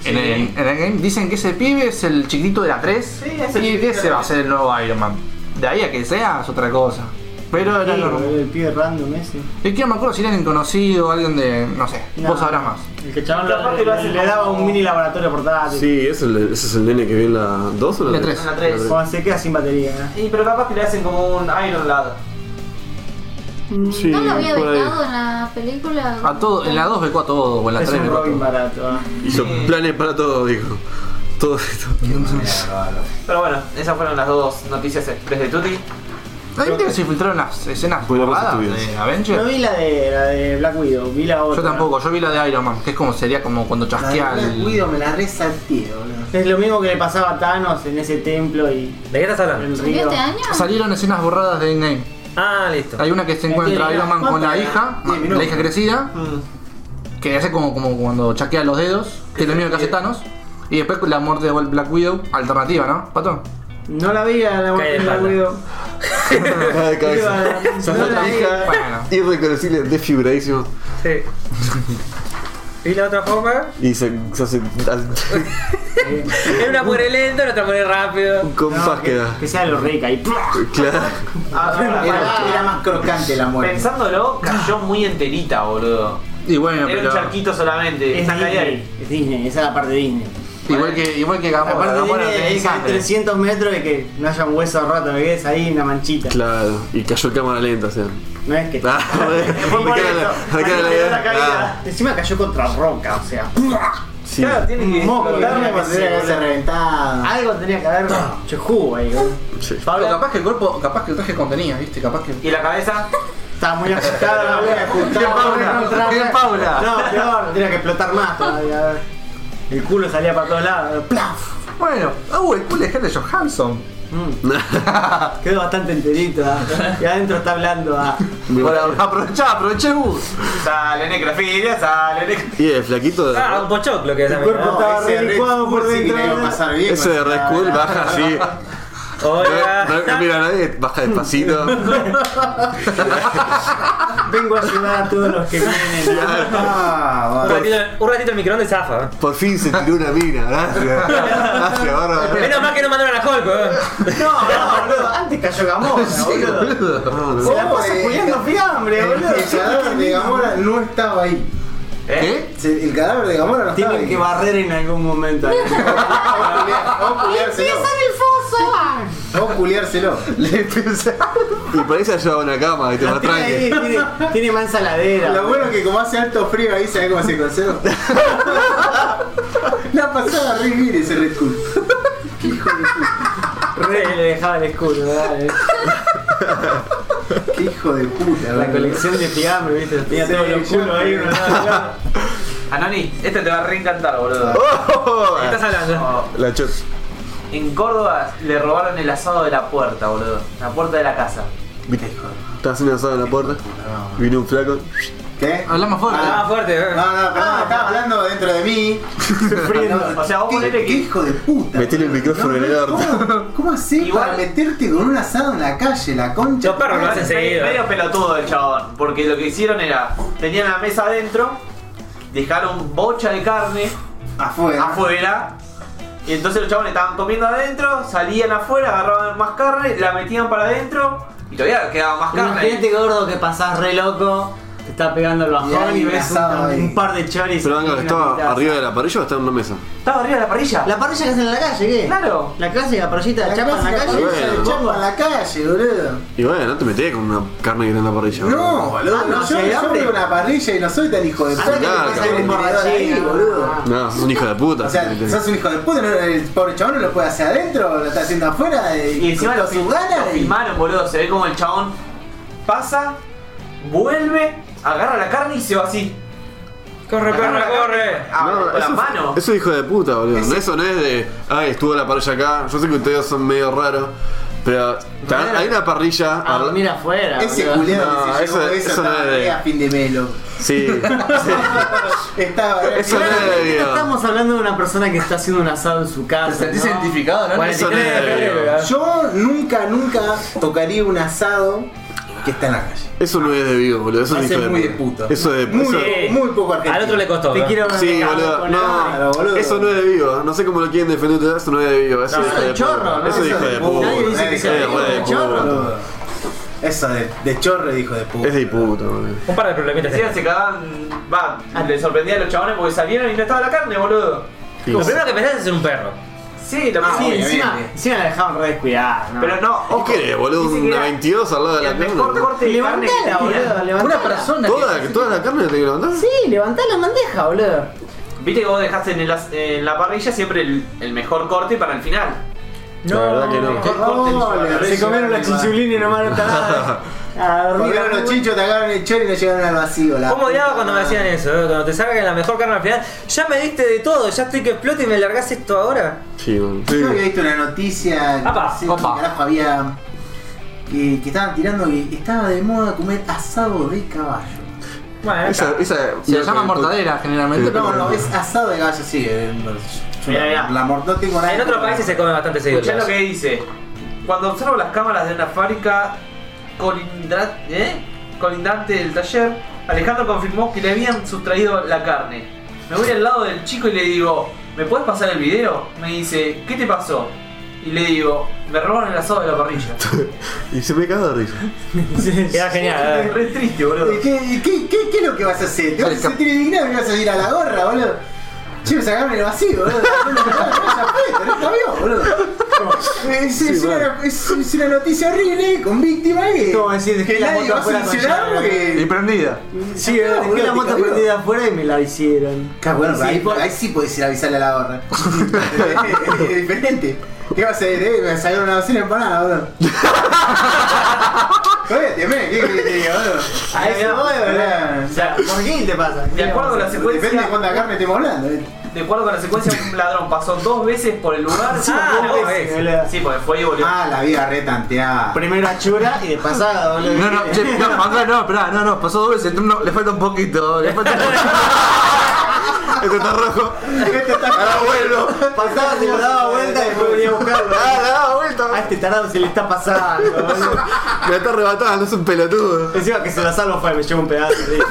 G: En el, en el game dicen que ese pibe es el chiquito de la 3
D: es el
G: y
D: chiquito
G: que
D: de
G: ese
D: la
G: va a ser el nuevo Iron Man. De ahí a que sea es otra cosa. Pero era
F: Sí,
G: lo
F: boludo, el pibe random ese.
G: Es que no me acuerdo si eran conocido, alguien de. no sé,
F: No.
G: vos sabrás más.
F: El que chabón
D: Capaz
F: lo-
D: que lo
F: le,
D: hace
F: le daba
D: como-
F: un mini laboratorio portátil.
C: Sí, ese es el- ese es el nene que vi en la 2 o
G: La
C: la
G: tres.
C: 3.
D: Una tres.
F: Cuando se queda sin batería. ¿eh?
D: Y pero capaz que le hacen como un Iron Lad.
C: Sí,
H: ¿No lo había
C: por ahí.
H: vetado en la película?
G: A todo, en la 2 becó a todo, o en la
F: Es
G: 3
F: un
G: becó a
F: Robin
G: todo.
F: barato. ¿eh?
C: Hizo
D: Sí.
C: planes para todo, dijo. Todo esto.
D: Pero bueno, esas fueron las dos noticias desde Tutti.
G: ¿No viste que se filtraron las escenas
C: Bueno, vos
G: borradas
C: estuviste.
G: de
F: No
G: Avengers?
F: vi la de, la de Black Widow, vi la otra.
G: Yo tampoco, yo vi la de Iron Man, que es como sería como cuando
A: La de
G: chasquea
A: Black
G: el.
A: Widow me la resalté, boludo.
F: Es lo mismo que le pasaba a Thanos en ese templo y
B: ¿De qué estás
A: Ah.
B: hablando?
F: el
H: ¿Salió
F: río.
H: este año?
G: Salieron escenas borradas de Endgame.
B: Ah, listo.
G: Hay una que
A: Este
G: se encuentra
F: Tiene
G: Iron Man
F: unas
G: con la
F: cuantas,
G: hija,
A: diez
G: la
A: minutos.
G: hija crecida,
A: Mm.
G: que hace como, como cuando chasquea los dedos, que es lo mismo que hace Thanos. Y después con la muerte de Black Widow, alternativa, ¿no? Pato.
F: No la vi a la
B: Cae de
F: muerte de Black
B: espalda.
F: Widow.
C: Cada cabeza.
F: No la- no la vi.
G: Bueno.
C: Irreconocible, desfibradísimo.
B: Sí. ¿Y la otra forma?
C: Y se, se hace
B: En una muere lento, en otra muere rápido.
C: con pásqueda.
F: Que sea lo rica y
C: Claro.
D: Ah,
A: Era, era más crocante la muerte.
D: Pensándolo, cayó muy enterita, boludo.
G: Y bueno,
D: Era un
G: pero.
D: charquito solamente.
F: Es
D: Esa caída.
F: Disney, es Disney, esa es la parte de Disney.
G: Igual que, igual que Gamora.
F: Aparte
G: Gamora
F: tiene,
G: tiene
F: hay que ir
G: sangre.
F: 300 metros de que no haya un hueso roto, que es ahí una manchita.
C: Claro, y cayó en cámara lenta, o sea.
F: No es que...
C: Ah, joder,
F: Fue por
C: me queda
F: eso,
C: la- me queda la
F: manchita,
C: idea.
F: la caída.
C: Ah,
F: Encima cayó contra roca, o sea...
C: sí.
D: tiene que.
F: Moco,
A: Darle
F: que
A: tendría que haberse
G: Ah,
A: reventado.
F: Algo tenía que haber... Che, jugo ahí, ¿no?
C: Sí.
G: Pablo, capaz que el cuerpo, capaz que el traje contenía, viste, capaz que.
D: ¿Y la cabeza?
F: Estaba muy ajustada la wea.
A: Bien, Paula.
F: Contra-
G: Bien, Paula.
F: No, peor, tenía que explotar más todavía. El culo salía para todos lados. ¡Plaf!
G: Bueno, uh, el culo de Scarlett Johansson.
F: Quedó bastante enterito. ah. Y adentro está hablando. ah.
G: Bueno, aprovechá, aproveché bus.
D: Sale necrofilia, sale necrofilia.
C: Y el flaquito de.
B: Ah, un pochoclo que es
F: El cuerpo estaba
A: Ese
F: re
A: Red
F: licuado por
A: Skull sí que
F: dentro.
A: le iba a pasar bien,
C: Ese de
A: con
C: Red
A: esa-
C: Skull baja así.
B: Oh, Hola.
C: No, no mira a nadie, baja despacito.
F: Vengo a ayudar a todos los que vienen.
A: Ah,
B: Un
A: bueno.
B: ratito, un ratito el microondas zafa.
C: Por fin se tiró una mina, gracias. Gracias, bárbaro.
B: Menos mal que no mandaron a Hulk, eh.
F: No, no, boludo. Antes cayó Gamora, boludo.
C: No, no.
F: Se la pasa cuidando fiambre,
A: Eh, El,
F: boludo.
A: el cadáver de Gamora no estaba ahí.
G: ¿Qué?
A: Se- El cadáver de Gamora no estaba
F: Tienen
A: ahí.
F: que barrer en algún momento.
A: Vamos a culiar- vamos a
H: ¡Empieza
A: culiárselo.
H: el foso!
A: Vamos a culiárselo.
G: Le pensé.
C: Y para eso lleva una cama y te más
F: Tiene ahí,
C: tranqui.
F: tiene, tiene mansaladera.
A: Lo bueno es que como hace alto frío ahí, ¿sabes cómo se conserva? La pasada re bien ese Red Skull.
F: Re le dejaba el escudo, dale.
A: Qué hijo de puta,
F: La
A: boludo.
F: colección de fiambre, viste, tenía
A: Sí,
F: todos los
A: yo-
F: culos ahí, uno al lado del otro.
D: Anoni, este te va a reencantar, boludo.
B: ¿Qué estás hablando?
D: Oh,
C: La chot.
D: En Córdoba le robaron el asado de la puerta, boludo. La puerta de la casa.
C: Estás haciendo asado en la puerta. Vino un flaco.
A: ¿Qué?
G: Habla más fuerte.
B: Ah, fuerte, eh.
A: No, no, perdón, estaba hablando dentro de mí.
F: Sufriendo.
D: O sea, vos
A: ¿Qué,
D: ponele
A: qué
D: que.
A: hijo de puta?
C: Metele el
A: boludo.
C: micrófono en el orto.
A: ¿Cómo, cómo hacés
D: Igual-
A: para meterte con un asado en la calle, la concha?
B: Los perros lo hacen
D: Medio,
B: seguido.
D: Ah, medio pelotudo el chabón, porque lo que hicieron era, tenían la mesa adentro, dejaron bocha de carne
A: Afuera.
D: afuera, y entonces los chabones estaban comiendo adentro, salían afuera, agarraban más carne, la metían para adentro, y todavía quedaba más carne.
F: Imagínate gordo que pasás re loco, te está pegando el
A: Y
F: bajón
A: ahí
F: y ves un,
A: asado ahí.
F: un par de choris.
C: Pero
F: ahí,
C: venga,
F: una
C: ¿estaba
F: pita.
C: arriba de la parrilla o estaba en una mesa?
D: Estaba arriba de la parrilla.
F: La parrilla que hacen en la calle, ¿qué?
D: Claro.
F: La clásica parrillita de
A: La
F: chapa en la calle.
C: parrilla.
A: de
C: Bueno.
A: chapa en la calle, boludo.
C: Y bueno, no te metés con una carne que está en la parrilla.
A: No, boludo.
F: Ah, no,
A: yo,
F: si hay
A: yo
F: hambre.
A: veo una parrilla y no soy tan hijo de
C: Ah,
F: Ahora
A: puta.
F: que
A: que
F: te
C: Claro.
F: pasa
A: pasa
F: algún
A: un borrador ahí,
F: borrachín,
A: boludo.
F: boludo.
C: No, es un hijo de puta.
A: O sea, sos un hijo de puta, no- el pobre chabón no lo puede hacer adentro, lo está haciendo afuera eh,
D: Y encima
A: con
D: lo,
A: sus
D: fil-
A: ganas
D: lo
A: y-
D: filmaron, boludo. Se ve como el chabón pasa, vuelve, agarra la carne y se va así.
B: Corre, perra, corre.
D: Ah, con las
C: eso,
D: manos.
C: eso es hijo de puta, boludo. Eso no es de, ay, estuvo la parrilla acá. Yo sé que ustedes son medio raros, pero ta- hay una parrilla.
F: A
C: al-
F: dormir Ah, afuera.
A: Ese
F: boludo.
A: culiado
C: No,
A: que se
C: eso-
A: llevó
C: eso
A: eso, estaba
C: no es de-
A: re a fin de melo.
C: Sí.
A: Estaba re a
C: Eso
A: fin de
C: no es
A: melo.
C: de Dios.
F: Estamos hablando de una persona que está haciendo un asado en su
G: ¿Te
F: casa.
G: sentís
F: ¿no?
G: identificado, no?
C: Eso no es de Diego.
A: Yo nunca, nunca tocaría un asado que está en la calle.
C: Eso no es de vivo, boludo. Eso es
A: Hace
C: hijo de
A: muy de
C: puta.
A: puta.
C: Eso es de
A: Muy,
C: eso-
B: Sí.
A: muy poco argentino.
B: Al otro le costó.
F: Te
B: eh.
F: quiero
C: Sí,
F: mercado
C: boludo.
F: con algo.
A: Claro,
C: No,
A: boludo.
C: eso no es de vivo. No sé cómo lo quieren defender ustedes. Eso no es de vivo. Eso
F: No,
C: es hijo
F: es
C: de
F: un chorro,
C: puta.
F: ¿no?
C: Eso es hijo de
A: Nadie
C: puta.
A: dice que
C: Eso
A: sea
C: es
A: hijo de
C: de puta.
A: chorro. Eso de, de chorro, dijo de puta.
C: Es de puta, boludo.
B: Un par de problemitas.
D: Decían, se cagaban. Va, le sorprendía a los chabones porque salieron y no estaba la carne, boludo.
C: Sí.
B: Lo primero que pensás es en un perro.
D: Sí, lo
F: Ah, sí,
D: mismo.
F: encima, encima la dejaban re descuidada. ¿no?
D: Pero no,
C: ¿Qué
D: ojo.
C: querés, boludo?
D: dice que
C: Una
D: era
C: 22 al lado de
D: El
C: la
D: mejor
C: carne.
D: corte de carne que
F: Levantala,
D: tenía.
F: boludo, levantala.
G: Una persona. que-
C: ¿Toda, ¿Toda la carne la tengo que levantar?
F: Sí, levantá la bandeja, boludo.
D: Viste que vos dejaste en, el as- en la parrilla siempre el, el mejor corte para el final.
C: La verdad que no.
D: Mejor corte en su
A: ole,
D: valor.
A: se
F: Se comieron los chinchulines nomás, no está nada. A dormir.
A: Comieron los chinchos, te agarraron el chorro y lo llevaron al vacío. la
B: ¿Cómo
A: puta
B: odiaba cuando me
A: madre.
B: hacían eso? eh? Cuando te sacan la mejor carne al final. Ya me diste de todo, ya estoy que explote y me largás esto ahora.
C: Sí, boludo.
A: Yo había visto una noticia,
B: Apa,
A: no sé qué
G: opa.
A: carajo había, que, que estaban tirando que estaba de moda comer asado de caballo.
B: Bueno,
C: Esa, esa,
G: Se la llama mortadela generalmente.
A: No,
G: pero-
A: no, es asado de caballo, sí. eh, no, yo
D: Mirá, mirá.
A: La, la mor- no tengo nada.
B: Ah, en otros países se come bastante seguido.
D: Escuchá lo que dice. Cuando observo las cámaras de una fábrica colindra- ¿eh? colindante del taller, Alejandro confirmó que le habían sustraído la carne. Me voy al lado del chico y le digo, ¿me puedes pasar el video? Me dice, ¿qué te pasó? Y le digo, me robaron el asado de la parrilla.
C: Y se me caga de risa.
B: Queda genial. eh.
D: Re triste, boludo.
A: ¿Qué, qué, qué, qué es lo que vas a hacer? ¿Te vas a sentir indignado y vas a ir a la gorra, boludo? Che, me sacaron el vacío, boludo. Ya fue, tenés que avión, boludo. Como, Es, es una, es- es una noticia horrible con víctimas que,
F: ¿Cómo decir?
A: que
F: Dejé la
A: nadie
F: moto
A: va a
F: afuera con
A: solucionar
F: llave,
A: porque.
G: Y prendida.
F: Sí,
A: Ah,
F: dejé
A: boludo,
F: la
A: te
F: moto
A: cayó.
F: prendida afuera y me la hicieron.
A: Claro, bueno,
F: Sí,
A: ahí,
F: por-
A: ahí sí podés ir a avisarle a la barra. es, diferente. ¿Qué vas a hacer? Eh? Me sacaron una docena de empanadas, boludo. Oye, me, ¿qué querés que te diga, boludo?
D: A eso voy,
A: boludo.
F: ¿Por qué te pasa?
D: De acuerdo a la
A: Depende de
D: secuencia,
A: cuánta carne estemos hablando. eh.
D: de acuerdo con la secuencia, un ladrón pasó dos veces por el lugar.
B: Ah,
D: dos
B: dos
D: veces.
F: veces.
D: Sí, porque fue y volvió.
A: Ah, la vida retanteada.
F: Primero a Chura y de pasada, boludo.
G: No, no, che, no, acá no, esperá, no, no, pasó dos veces, no, no, le falta un poquito, le falta un
C: Este está rojo.
A: Esto está
C: Ahora bueno.
F: Pasaba, se lo daba vuelta y después venía a buscarlo.
C: Ah, la daba vuelta.
F: A este tarado se le está pasando, boludo.
C: Me está arrebatando, es un pelotudo.
F: Encima que se la salvo fue, me llevo un pedazo. listo.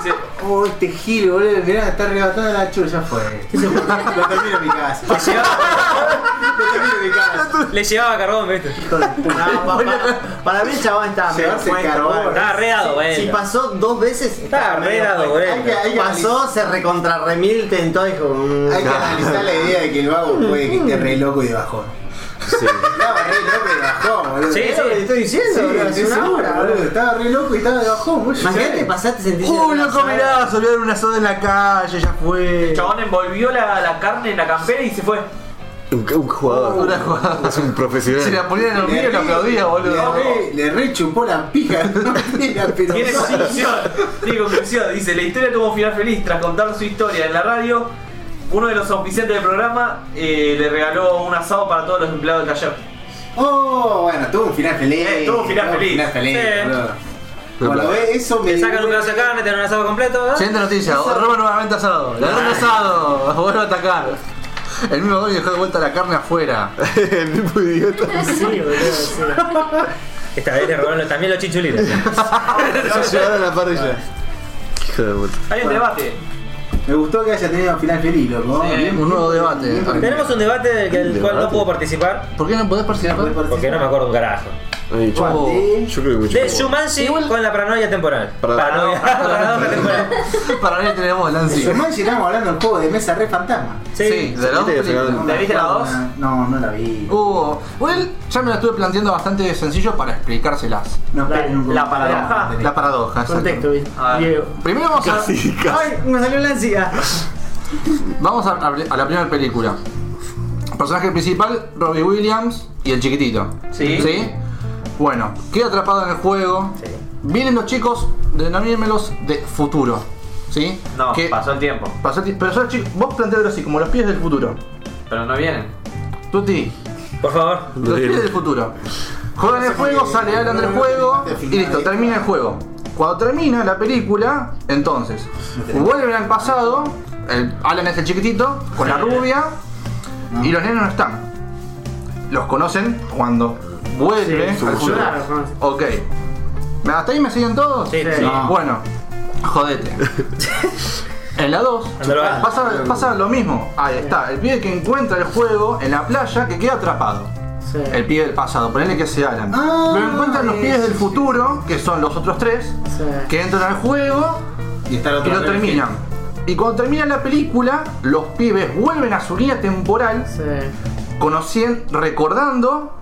D: Sí.
A: Oh, este gil, boludo, mirá, está arrebatada la chula, ya fue. Lo termino en mi casa. Lo termino en mi casa.
B: Le llevaba carbón, ¿viste?
A: Hijo de puta.
F: No, pa- pa- para mí el chabón estaba medio
A: Llevarse
F: puesto,
A: carbón.
F: boludo.
B: Estaba redado,
F: Si-
B: bueno.
F: Si pasó dos veces,
B: Estaba
F: medio
B: redado,
F: puesto.
B: boludo.
A: Hay que, hay que
F: Pasó, se recontrarremil, tentó, dijo. mm,
A: analiz- hay que analizar la idea de que el vago puede que esté re loco y de bajón.
C: Sí.
A: Estaba re loco y de bajón, boludo.
B: Sí,
F: ¿Qué es lo que te estoy diciendo? boludo?
A: hace una hora, boludo. Estaba re loco y estaba de bajón, boludo.
F: Imagínate, pasaste sentiste.
G: ¡Uh, loco, mirá! Se olvidaron una soda en la calle, ya fue.
D: El chabón envolvió la, la carne en la campera y se fue.
C: Un, un jugador.
G: Una jugada.
C: Es un
G: Se la
C: profesional.
G: ponían en el hormiguero y la aplaudía, boludo.
A: Le re, le re chupó la pija. No mentira, pero.
D: Tiene conclusión. Tiene conclusión. Dice, la historia tuvo un final feliz. Tras contar su historia en la radio, uno de los auspiciantes del programa eh, le regaló un asado para todos los empleados del taller.
A: Oh, bueno, tuvo un final feliz.
D: Eh, tuvo un final feliz.
A: final feliz,
B: Sí.
A: boludo. Bueno, ve, eso me.
B: Te sacan un pedazo de carne, te dan un asado completo, ¿verdad?
G: Siguiente noticia, roba nuevamente asado. Ladrón de asado, vuelve a atacar. El mismo dueño dejó de vuelta la carne afuera.
C: El mismo idiota.
F: Sí, boludo, sí.
B: Esta vez le robaron lo- también los chinchulines.
C: Se llevaron a la parrilla. Hijo de puta.
D: Hay un debate.
A: Me gustó que haya tenido un final feliz, loco.
D: Sí,
A: Bien,
G: Un nuevo debate.
B: Tenemos un debate del que- del cual no
C: ¿Debate?
B: puedo participar
G: ¿Por qué no podés
A: puede
G: participar?
A: parecer.
B: porque no me acuerdo un carajo.
C: Ay, yo,
A: Juan,
G: Oh.
A: ¿sí?
C: yo creo que mucho.
B: De Shumanji con la paranoia temporal.
C: Perdón.
B: Paranoia. Paranoia temporal.
G: Para mí tenemos Lancy.
A: Su man llegamos hablando del juego de mesa re fantasma.
B: Sí.
G: Sí, de la
C: ¿Viste que
G: película.
C: sacaron-
A: me
D: ¿La viste la
A: acuerdo,
D: dos?
A: No, no la vi.
G: Uh, well, ya me la estuve planteando bastante sencillo para explicárselas.
A: No,
F: la-
A: esperen un poco.
D: la paradoja.
G: La paradoja, exacto.
F: Contexto, bien.
D: A ver.
F: Diego.
G: Primero vamos a,
C: Casi, casi.
F: Ay, me salió la ansiedad.
G: vamos a, a la primera película. Personaje principal, Robbie Williams y el chiquitito.
D: Sí.
G: Bueno, queda atrapado en el juego. Vienen los chicos, denomínemelos de futuro. ¿Sí?
D: No,
G: Que-
D: pasó el tiempo.
G: pasó el ti- pero son chicos, vos planteadlo así, como los pies del futuro.
D: Pero no vienen.
G: Tuti,
B: Por favor.
G: Los
C: Bien.
G: pies del futuro. Juegan el juego, sale hablan del juego y listo, termina el juego. Cuando termina la película, entonces vuelven al pasado, el, Alan es el chiquitito, con la rubia
B: Ah.
G: y los nenes no están. Los conocen cuando vuelve al futuro.
F: Claro, Juan.
G: Ok. ¿Hasta ahí me siguen todos?
B: Sí, sí.
A: No.
G: Bueno, jodete. en la 2
B: Andalo, andalo.
G: pasa, pasa lo mismo. Ahí está, el pibe que encuentra el juego en la playa que queda atrapado.
F: Sí.
G: El pibe del pasado, ponele que se Alan.
A: Ah,
G: Pero encuentran los pies del futuro, que son los otros tres,
F: Sí.
G: que entran al juego
A: Y está el
G: y
A: otro
G: lo
A: re feliz.
G: terminan. Y cuando termina la película, los pibes vuelven a su línea temporal,
F: Sí.
G: conocien, recordando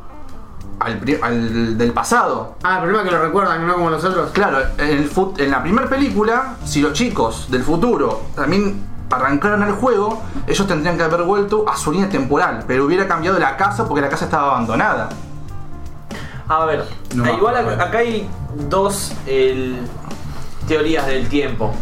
G: al, pri- al del pasado.
F: Ah, el problema es que lo recuerdan, no como nosotros.
G: Claro, en, el fut- en la primera película, si los chicos del futuro también arrancaron el juego, ellos tendrían que haber vuelto a su línea temporal, pero hubiera cambiado la casa porque la casa estaba abandonada.
D: A ver,
A: No
D: eh,
A: me
D: igual
A: acuerdo.
D: ac- acá hay dos el, teorías del tiempo.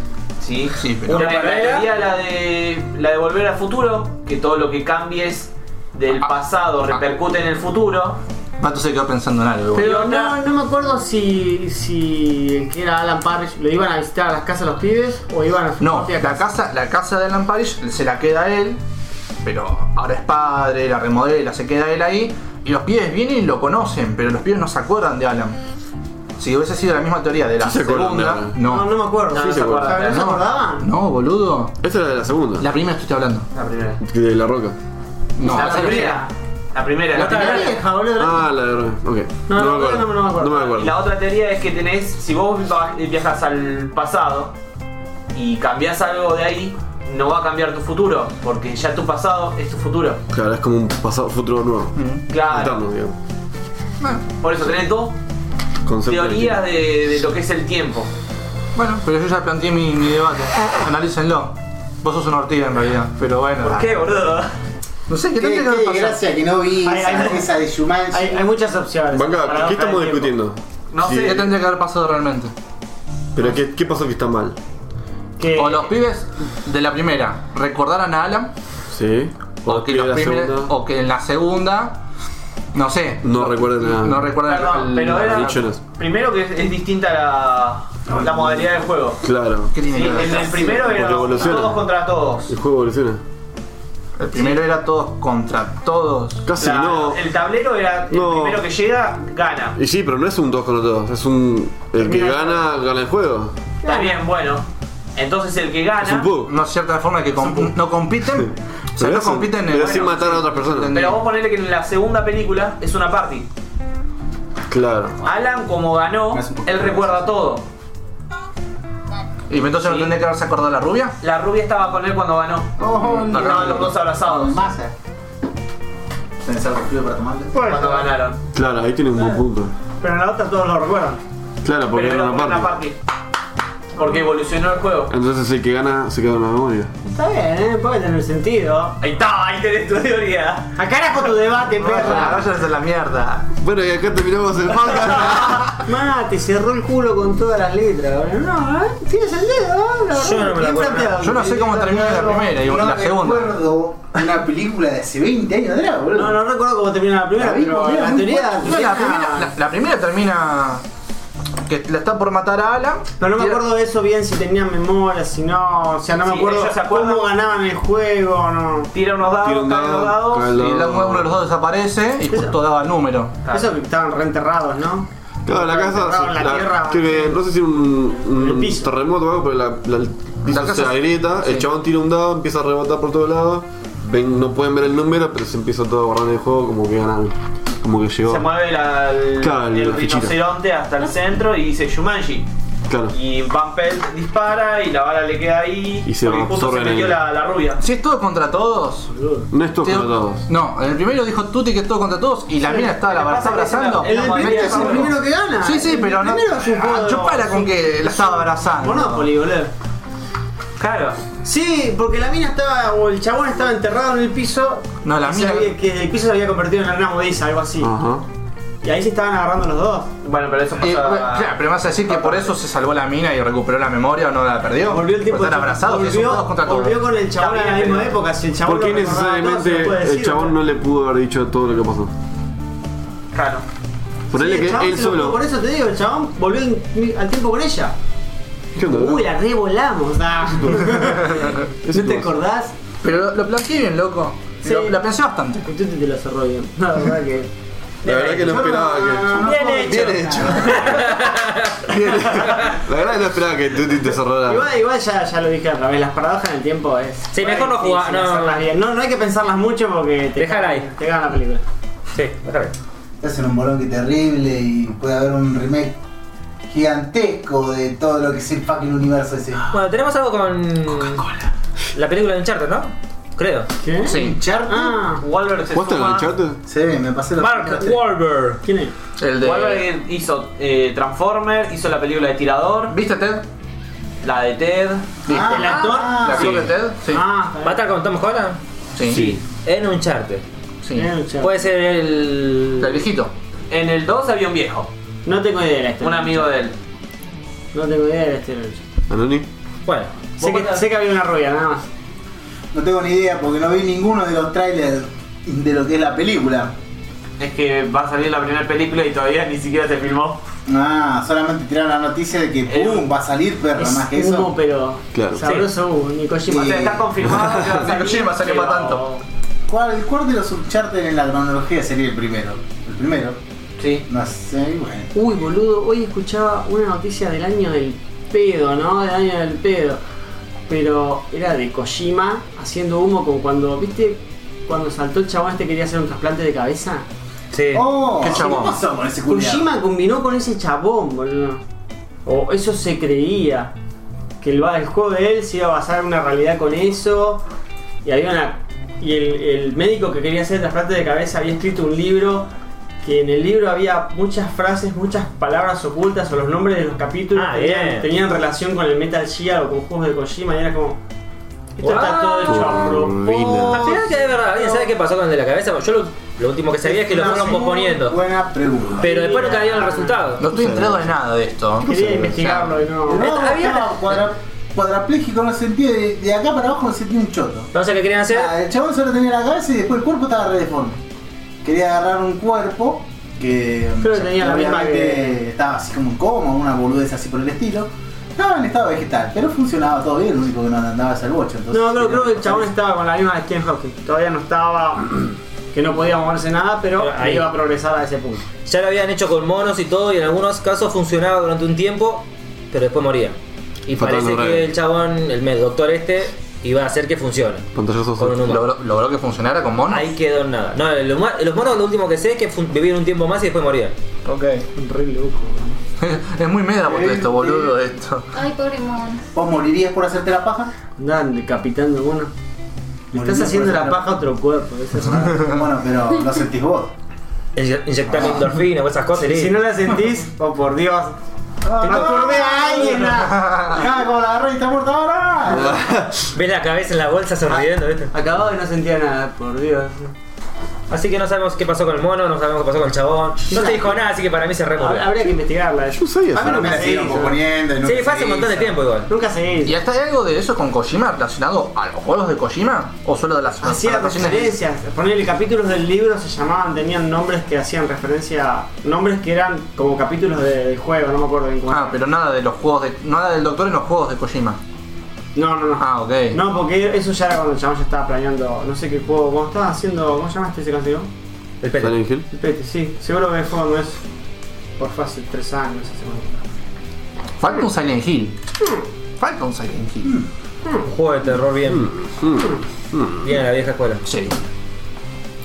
D: ¿Sí?
G: Sí, pero-
D: Una
B: Una
D: la
B: primera.
D: teoría la de, la de volver al futuro, que todo lo que cambies del
G: Ah.
D: pasado
G: Ah.
D: repercute en el futuro.
G: Pato se quedó pensando en algo.
D: Pero
F: Pero
D: no-
F: no, no me acuerdo si, si el que era Alan Parrish lo iban a visitar a las casas de los pibes o iban a su
G: No,
F: propia
G: la casa, la casa de Alan Parrish se la queda a él, pero ahora es padre, la remodela, se queda él ahí, y los pibes vienen y lo conocen, pero los pibes no se acuerdan de Alan. Si hubiese sido la misma teoría de la
C: Sí se acuerdan de
G: segunda,
C: Alan.
F: No,
G: no.
F: no me acuerdo.
D: No,
F: No,
D: no se
C: se acuerda.
D: acuerdan.
F: se acordaban?
G: No, boludo.
C: Esta era la segunda.
G: La primera que estoy hablando.
D: La primera.
C: De la roca.
G: No,
D: La primera. La primera.
G: La
D: otra-
F: La vieja, boludo.
C: Ah, la de la roca. Ok.
F: No, no, no, no me acuerdo.
C: No me acuerdo.
D: Y la otra teoría es que tenés, si vos va- viajas al pasado y cambiás algo de ahí, no va a cambiar tu futuro, porque ya tu pasado es tu futuro.
C: Claro, es como un pasado futuro nuevo.
D: Claro.
C: Alterno, digamos.
G: Bueno,
D: Por eso tenés dos
C: Concepto de
D: teorías de, de lo que es el tiempo.
G: bueno, pero yo ya planteé mi, mi debate. Analícenlo. Vos sos una ortiga en realidad, pero bueno.
D: ¿Por qué, boludo?
G: No sé, ¿qué
A: Qué,
G: tendría que
A: qué
G: haber pasado?
A: gracia que no vi
F: Ay,
A: esa,
F: ay,
A: esa de Shumanji.
F: Hay, hay muchas opciones. para
C: Venga,
F: no
C: ¿qué estamos
F: perder tiempo.
C: discutiendo?
D: No
C: Sí,
G: ¿Qué tendría que haber pasado realmente?
C: Pero ¿qué, qué pasó que está mal?
D: Eh.
F: Que-
G: O los pibes de la primera recordaran a Alan,
C: Sí.
G: o que,
C: pibe
G: los
C: la
G: primeros-
C: segunda
G: o que en la segunda, no sé.
C: No recuerden nada.
G: No recuerdan
D: Perdón,
G: al-
C: Mm,
D: pero era-
C: Bichones.
D: Primero que es, es distinta la, la modalidad del juego.
C: Claro.
G: ¿Qué tiene
D: Sí,
G: que ver?
D: en el primero era
C: Porque evoluciona.
D: todos contra todos.
C: El juego evoluciona.
G: El primero era todos contra todos.
C: Casi
D: La-
C: Ah, no.
D: El tablero era
C: No.
D: el primero que llega, gana.
C: Y sí, pero no es un 2 contra 2, es un. El que gana, gana el juego.
D: Está bien, bueno. Entonces el que
C: Es un
D: gana.
C: pug.
G: No es cierta forma que comp- no compiten. O sea,
C: Pero
G: no
C: es-
G: compiten en
C: pero sin matar a otras personas.
D: Pero vos ponele que en la segunda película es una party.
C: Claro.
D: Alan, como ganó,
A: Me hace un poco
D: él
A: de
D: recuerda todo.
G: ¿Y entonces no
D: Sí.
G: tendría que haberse acordado la rubia?
D: La rubia estaba con él cuando ganó.
A: Oh, no.
D: Estaban los dos abrazados
A: Masa. ¿Tenés algo frío para tomarle?
F: Bueno,
D: cuando ganaron.
C: Claro, ahí tiene un buen punto.
F: pero en la otra todos lo recuerdan.
C: Claro, porque
D: Pero
C: era
D: era por
C: una
D: una
C: parte.
D: party. Porque evolucionó el juego.
C: Entonces el que gana se queda en la memoria.
F: Está bien, ¿eh? puede tener sentido.
D: Ahí está, ahí tenés tu teoría.
F: A carajo tu debate, perra.
G: Váyanse a la mierda.
C: Bueno, y acá terminamos el podcast.
F: Ma, te cerró el culo con todas las letras. boludo. No, ¿eh? Tienes el dedo, ¿eh?
B: Yo no me la acuerdo.
G: Yo no sé cómo termina la primera y
A: no
G: la segunda.
A: recuerdo una película de hace 20 años atrás, boludo.
F: No, no recuerdo cómo termina la primera,
A: La vimos,
F: pero
A: mira,
F: la
A: muy
F: teoría.
A: fuerte.
G: No, la, primera, la- la primera termina que la está por matar a Alan.
F: Pero no me
G: y-
F: acuerdo de eso bien si tenían memoria, si no. O sea, no me
D: Sí,
F: acuerdo
D: ellos se acuerdan.
F: cómo ganaban el juego, no.
D: Tira unos dados,
C: Tira un
D: cae
C: dado,
D: unos dados.
C: cae el
G: Y la- uno de los dos desaparece y justo daba el número.
F: Eso que estaban reenterrados, ¿no?
C: Claro, la casa.
F: Enterraron la tierra.
C: creo que no sé si un, un
F: El piso.
C: terremoto o algo, pero la, la, el piso
G: La casa
C: se
G: se-
C: agrieta. El
G: sí.
C: chabón tira un dado, empieza a rebotar por todos lados. Ven, no pueden ver el número, pero se empieza todo a borrar en el juego, como que ganan. Como que llegó.
D: Se mueve la- el,
C: Claro,
D: el
C: la fichita.
D: rinoceronte hasta el centro y dice Shumanji.
C: Claro.
D: Y Van Pelt dispara y la bala le queda ahí.
C: Y se
D: porque justo se
C: absorbe en
D: metió
C: el-
D: la, la rubia.
G: Si es todo contra todos.
C: No es todo
G: te-
C: contra todos.
G: No, en el primero dijo Tuti que es todo contra todos y la mina está,
D: Lo
G: la
D: que pasa
G: está
D: es que
G: abrazando.
D: en la- en la
F: El primero es el
D: Pablo.
F: primero que gana.
G: Sí, sí,
F: El
G: pero no.
F: primero es un juego.
G: Ah, chupala con que la estaba abrazando.
F: Monopoly, boludo.
D: Claro.
F: Sí, porque la mina estaba, o el chabón estaba enterrado en el piso.
G: No, la
F: y se
G: mina- Ah.
F: había- que el piso se había convertido en una modiza, algo así.
C: Ajá.
F: Y ahí se estaban agarrando los dos.
D: Bueno, pero eso pasa.
G: Eh, bueno, claro, pero me vas a decir que por eso se salvó la mina y recuperó la memoria o no la perdió.
F: Volvió el tiempo.
G: Por estar abrazado, Pues que son
F: volvió,
G: todos contra todos.
F: volvió con el chabón
D: Está bien,
F: a la misma
D: pero-
F: época. Si el chabón
C: ¿Por qué
F: lo recordaba todo, se lo
C: necesariamente
F: puede
C: el
F: decir,
C: chabón no le pudo haber dicho todo lo que pasó?
D: Claro.
C: Ponele
F: Sí, el
C: que
F: chabón
C: él
F: se lo-
C: solo.
F: Por eso te digo, el chabón volvió en- al tiempo con ella.
C: ¿Qué onda?
F: Uy, la revolamos. nah.
C: Ese
F: ¿No te
C: tipo-
F: acordás?
G: Pero lo, lo planteé bien, loco.
F: Sí.
G: Lo- la pensé bastante.
F: El tute te lo cerró bien. No, la verdad que.
C: La verdad que no esperaba que.
F: Bien hecho.
C: Bien hecho. Bien hecho. La verdad que no esperaba que Tuti te cerrara.
F: Igual, igual ya, ya lo dije otra vez, las paradojas en el tiempo es.
B: Sí, mejor no
F: es difícil
B: jugar, no,
F: hacerlas
B: no.
F: bien. no, no hay que pensarlas mucho porque te
B: Dejala
F: cagan-
B: ahí.
F: Te gana la película.
B: Sí, déjame.
A: Te hacen un bolonque terrible y puede haber un remake gigantesco de todo lo que es el fucking universo ese.
B: Bueno, tenemos algo con. Coca-Cola. La película de Uncharted, ¿no? Creo.
F: ¿Qué?
G: Sí.
F: Ah,
D: Wahlberg se
C: ¿Vos te lo
D: suma-
C: echaste?
A: Sí, me pasé los
B: Mark
A: primeros tres.
B: Wahlberg.
F: ¿quién es?
G: El de.
D: Wahlberg hizo eh, Transformer, hizo la película de Tirador,
G: ¿Viste Ted?
D: la de Ted.
G: ¿Viste?
F: ¿El actor?
G: ¿La
A: Ah,
D: sí.
G: actor de Ted? Sí.
F: Ah,
B: ¿Va a estar con Tom Holland?
G: sí.
B: En Uncharted.
G: sí.
F: Bien, chao.
B: Puede ser
G: El
B: el.
G: viejito.
D: En el 2 había un viejo,
F: No tengo idea de la historia.
D: un amigo de él.
F: No tengo idea de la historia.
C: ¿Anoni?
B: Bueno.
F: Sé que, sé que había una rubia, nada más.
A: no tengo ni idea porque no vi ninguno de los trailers de lo que es la película.
D: Es que va a salir la primera película y todavía ni siquiera se filmó.
A: Ah, solamente tiraron la noticia de que
D: Eh,
A: ¡pum! va a salir perra, más que
F: es humo,
A: eso.
F: pero.
C: Claro.
F: Sabroso humo, ni Kojima.
D: O sea, está confirmado que va a salir.
G: Kojima salió
D: pero-
G: matando.
A: ¿Cuál, ¿Cuál de los Uncharted en la cronología sería el primero? El primero.
D: Sí.
A: No sé, bueno.
F: Uy, boludo, hoy escuchaba una noticia del año del pedo, ¿no? Del año del pedo. Pero era de Kojima haciendo humo con cuando, ¿viste? Cuando saltó el chabón este que quería hacer un trasplante de cabeza.
B: Sí.
A: ¡Oh!
G: ¿Qué
A: ¿Qué
G: chabón?
A: pasó con ese culiado?
F: Kojima combinó con ese chabón, boludo. O eso se creía. que el, va- el juego de él se iba a basar en una realidad con eso. Y había una. Y el, el médico que quería hacer trasplante de cabeza había escrito un libro que en el libro había muchas frases, muchas palabras ocultas o los nombres de los capítulos
B: Ah, bien.
F: tenían, tenían relación con el Metal Gear o con juegos de Kojima y era como. Esto está todo hecho a
B: Al
F: propósito.
B: final que es verdad, ¿alguien sabe qué pasó con el de la cabeza? Porque Yo lo, lo último que sabía es que lo
A: Una
B: fueron
A: muy
B: posponiendo.
A: Ah, Buena pregunta.
B: Pero después nunca dieron el resultado.
G: No estoy enterado de nada de esto.
F: Quería investigarlo y no.
A: El vago
B: había-
A: estaba cuadra- cuadrapléjico, no sentía, de, de acá para abajo no sentía un choto.
B: Entonces, ¿qué querían hacer?
A: Ah, el chabón solo tenía la cabeza y después el cuerpo estaba re deforme. Quería agarrar un cuerpo que mm,
F: Creo que tenía la misma
A: obviamente,
F: que-
A: estaba así como en coma, una boludez así por el estilo. Estaba en estado vegetal, pero funcionaba todo bien, lo único que no andaba es el bocho. entonces-
F: No, creo, creo que el chabón estaba con la misma de Ken Hockey. Todavía no estaba. que no podía moverse nada, pero
B: Ahí.
F: ahí iba a progresar a ese punto.
B: Ya lo habían hecho con monos y todo, y en algunos casos funcionaba durante un tiempo, pero después moría. Y
C: Fatal
B: parece
C: Durrell.
B: que el chabón, el med- doctor este, iba a hacer que funcione.
C: Pantallazos.
B: Con un humano.
G: ¿Logró, logró que funcionara con mono?
B: Ahí quedó en nada. No, el huma- los monos lo último que sé es que fun- vivían un tiempo más y después morían.
G: Ok. es muy medra por todo esto, boludo, esto.
H: Ay, pobre mono.
A: ¿Vos morirías por hacerte la paja?
F: Andan decapitando uno. Le
A: Morirías
F: estás haciendo
A: por
F: la
A: hacerte
F: paja a otro cuerpo. eso es-
A: bueno, pero lo sentís vos.
B: Inye- Inyectar endorfina o esas cosas. sí.
F: si no la sentís, oh por Dios. ¡Me acordé a alguien! ah.
A: Ah, como la agarré y está muerta ahora.
B: Ves la cabeza en la bolsa sonriendo, ¿viste?
F: Acabado y no sentía nada, por Dios.
B: Así que no sabemos qué pasó con el mono, no sabemos qué pasó con el chabón. No te dijo nada, así que para mí se remurió.
F: Habría que investigarla. eh.
C: Yo sabía
F: A mí
C: eso.
F: nunca
A: Me
F: se
A: siguieron
F: hizo.
A: poniendo y no
B: Sí,
A: me
B: fue hace un montón de
A: hizo.
B: tiempo igual.
F: Nunca se
G: ¿Y
F: hizo.
G: hasta hay algo de eso con Kojima relacionado a los juegos de Kojima? ¿O solo de
B: Ah,
G: las
F: Hacía
G: adaptaciones?
F: referencias. Ponerle capítulos del libro se llamaban, tenían nombres que hacían referencia a. Nombres que eran como capítulos de- del juego, no me acuerdo bien cómo.
G: Ah, pero nada de los juegos de. Nada del doctor en los juegos de Kojima.
F: No, no, no.
G: Ah, ok.
F: No, porque eso ya era cuando el chabón ya estaba planeando, no sé qué juego, cuando estaba haciendo, ¿cómo se llama este que se canceló?
B: El pelo.
C: Silent Hill.
F: El Pete, sí, seguro que fue cuando es, por fácil, tres años, ese segundo.
G: Falta un Silent Hill.
B: Hmm.
G: Falta un Silent Hill.
B: Un juego de terror bien.
C: Mm.
B: Bien a la vieja escuela.
G: Sí.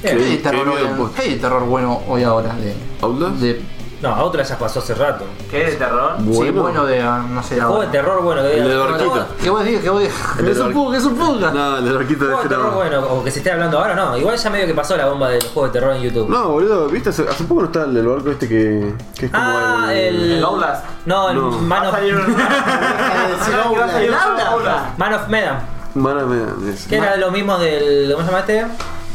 G: ¿Qué,
B: Bien.
G: hay de terror,
C: qué miedo,
G: hoy-
C: pues.
G: qué hay de terror bueno hoy ahora? De,
C: Outlast.
G: de,
B: No, a otra ya pasó hace rato.
D: ¿Qué es de terror?
G: Sí, bueno de. ah, No sé,
B: Juego de
G: ahora.
B: terror bueno. que-
C: El de barquito.
G: ¿Qué vos decís? ¿Qué vos decís?
C: El de
G: Es un
C: barqui-
G: pug, es un pug.
C: No, el de barquito de
B: Juego de
C: este
B: terror
C: lado.
B: bueno, o que se esté hablando ahora, no. Igual ya medio que pasó la bomba del juego de terror en YouTube.
C: No, boludo, viste, hace, hace poco no está el del barco este que, que es como
B: Ah, el.
D: El Outlast.
B: No, el
C: No.
B: Man, of,
A: Ah,
D: ¿Qué va a salir?
A: ¿El habla?
D: Hola.
B: Man of Medan.
C: Mana me- es-
B: Que era lo mismo del. ¿Cómo se llama este?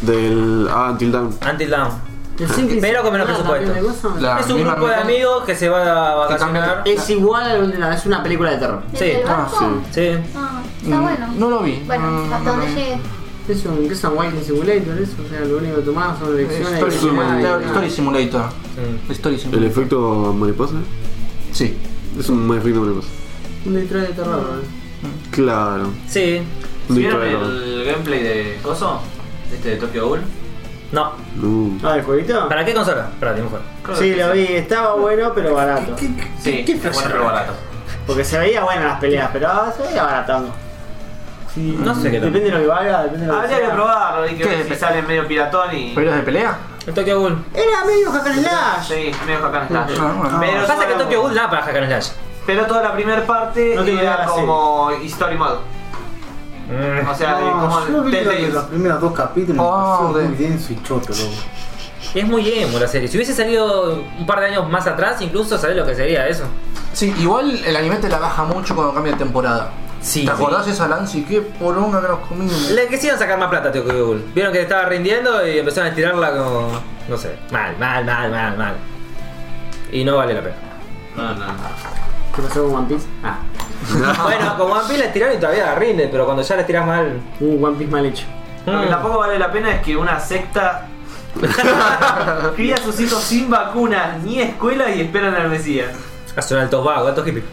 C: Del. Ah, Until Dawn.
B: Until Dawn. Pero con menos presupuesto.
G: La
B: es un
G: Ah, misma
B: grupo de
G: mecánica.
B: amigos que se va a
G: Que cambia-
B: vacacionar.
F: Es igual a una, es una película de terror.
H: ¿Desde
B: Sí.
H: el
G: Ah,
H: barco?
C: sí.
B: Sí.
H: Ah, está
G: Mm,
H: bueno.
G: No lo vi.
H: Bueno,
G: No,
H: hasta
G: no lo
H: donde
G: vi.
H: llegue.
F: Es un, que es un walking simulator, eso, o sea, lo único que tomás son lecciones.
G: Story
F: y nada, y
G: Simulator.
F: nada.
G: Story Simulator.
B: Mm.
G: Story
C: El
G: Simulator.
C: efecto mariposa.
G: Sí.
C: Es un efecto mariposa.
F: Un detrás de terror,
A: ¿eh?
C: Claro.
B: Sí.
C: Un
D: ¿Vieron
C: disco de-
D: el gameplay de Coso? Este de Tokyo Ghoul.
B: No.
C: No.
F: ¿no? Ah, ¿el jueguito?
B: ¿Para qué consola? Para ti, mejor.
F: Sí, lo vi, estaba bueno pero barato.
D: Sí, es bueno pero barato.
F: Porque se veía buena las peleas, pero ah, se veía baratando.
B: No sé qué tal.
F: Depende de lo que valga, depende de lo que
D: Ah, Habría que
F: sea.
D: probarlo, hay que
G: ¿Qué?
D: ver si sale medio piratón y.
G: ¿Pero es de pelea?
B: El Tokyo Ghoul.
F: Era medio hack and slash.
D: Sí, medio Hakan Slash.
G: Ah, bueno.
D: Pero
B: Pasa
D: toda
B: que
D: la-
B: Tokyo Ghoul da para Hakan Slash.
D: Pero toda la primera parte
F: No tiene
D: era
F: nada así.
D: como History Mode.
B: Mm.
D: O sea, de-
A: No,
D: como
A: yo vi
D: Telltales.
A: los, los primeros dos capítulos
G: Oh,
A: me pareció
G: de-
A: muy denso y choto, loco.
B: Es muy emo la serie. Si hubiese salido un par de años más atrás, incluso, ¿sabés lo que sería eso?
G: Sí, igual el anime te la baja mucho cuando cambia de temporada.
B: Sí,
G: ¿Te
B: sí.
G: acordás de esa Lancy? Qué poronga que nos comimos.
B: Le quisieron sacar más plata a Tokyo Ghoul. Vieron que estaba rindiendo y empezaron a estirarla como. No sé. Mal, mal, mal, mal, mal. Y no vale la pena.
D: No, no, no.
F: ¿Qué pasó con One Piece? Ah,
B: Bueno, con One Piece la estiraron y todavía rinde, pero cuando ya la estirás mal.
F: un Uh, One Piece mal hecho.
D: Lo
G: Ah.
D: que
B: Mm.
D: tampoco vale la pena es que una secta cría a sus hijos sin vacunas ni escuela y esperan al Mesías.
B: Hacen altos vagos, altos hippies.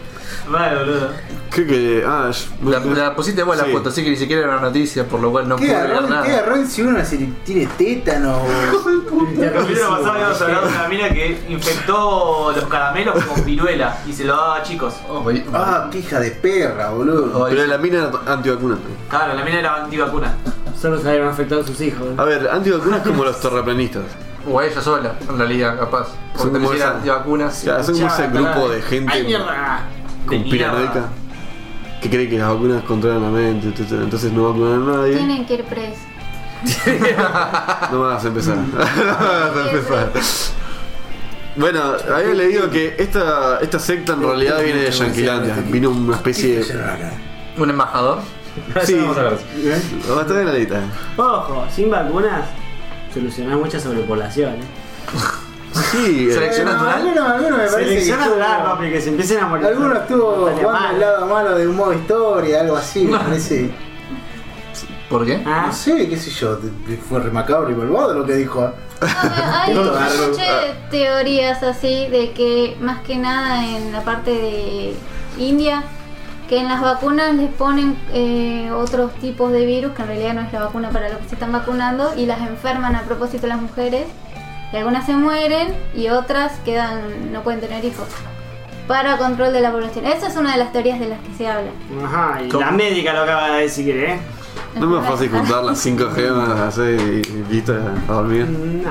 D: Vale, boludo.
C: Creo que. Ah, es-
G: La, la pusiste vos la
C: Sí.
G: foto, así que ni siquiera era una noticia, por lo cual no
A: ¿Qué
G: pude ver
A: garrón, qué
G: nada.
A: garrón si uno se le tiene tétano?
D: El capítulo pasado habíamos hablado de una mina que infectó los caramelos con viruela y se lo daba a chicos.
G: Oye,
A: ah, qué hija de perra, boludo.
G: oye,
C: Pero la mina era antivacunante.
D: Claro, la mina era antivacuna.
F: Solo se habían afectado sus hijos.
C: A ver, antivacunas como los terraplanistas.
G: O ella sola, en realidad, capaz.
C: Son
G: Porque
C: como
G: si era
C: esa-
G: antivacunas.
B: eh.
C: O sea, son como ese grupo de gente
F: ¡Ay, mierda!
C: conspiranoica que cree que las vacunas controlan la mente, etcétera. entonces no vacunan a nadie.
H: Tienen que ir presos.
C: No me vas a empezar. no me vas a empezar. Bueno, había leído que esta, esta secta en realidad viene de Yanquilandia. Vino una especie de.
G: Un embajador.
C: Sí.
B: vamos a ver.
C: Bastante heladita.
F: Ojo, sin vacunas solucionás mucha sobrepoblación. ¿eh?
C: Sí, eh,
G: Selección natural.
A: Algunos, algunos me parece que
F: Selección natural,
A: estuvo-
F: papi, que se empiecen a morir.
A: Alguno estuvo
F: Estaría
A: jugando
F: mal.
A: al lado malo de un modo historia, algo así, me parece.
G: ¿Por qué?
F: Ah,
A: No sé, qué sé yo, fue remacabro y malvado lo que dijo.
H: Hay
A: No, no,
H: muchas teorías así de que más que nada en la parte de India, que en las vacunas les ponen eh, otros tipos de virus, que en realidad no es la vacuna para lo que se están vacunando, y las enferman a propósito las mujeres, y algunas se mueren y otras quedan, no pueden tener hijos, para control de la población. Esa es una de las teorías de las que se habla.
F: Ajá, y la médica lo acaba de decir, ¿eh?
C: no me es fácil juntar las 5 gemas así y y listo, a dormir.
F: No,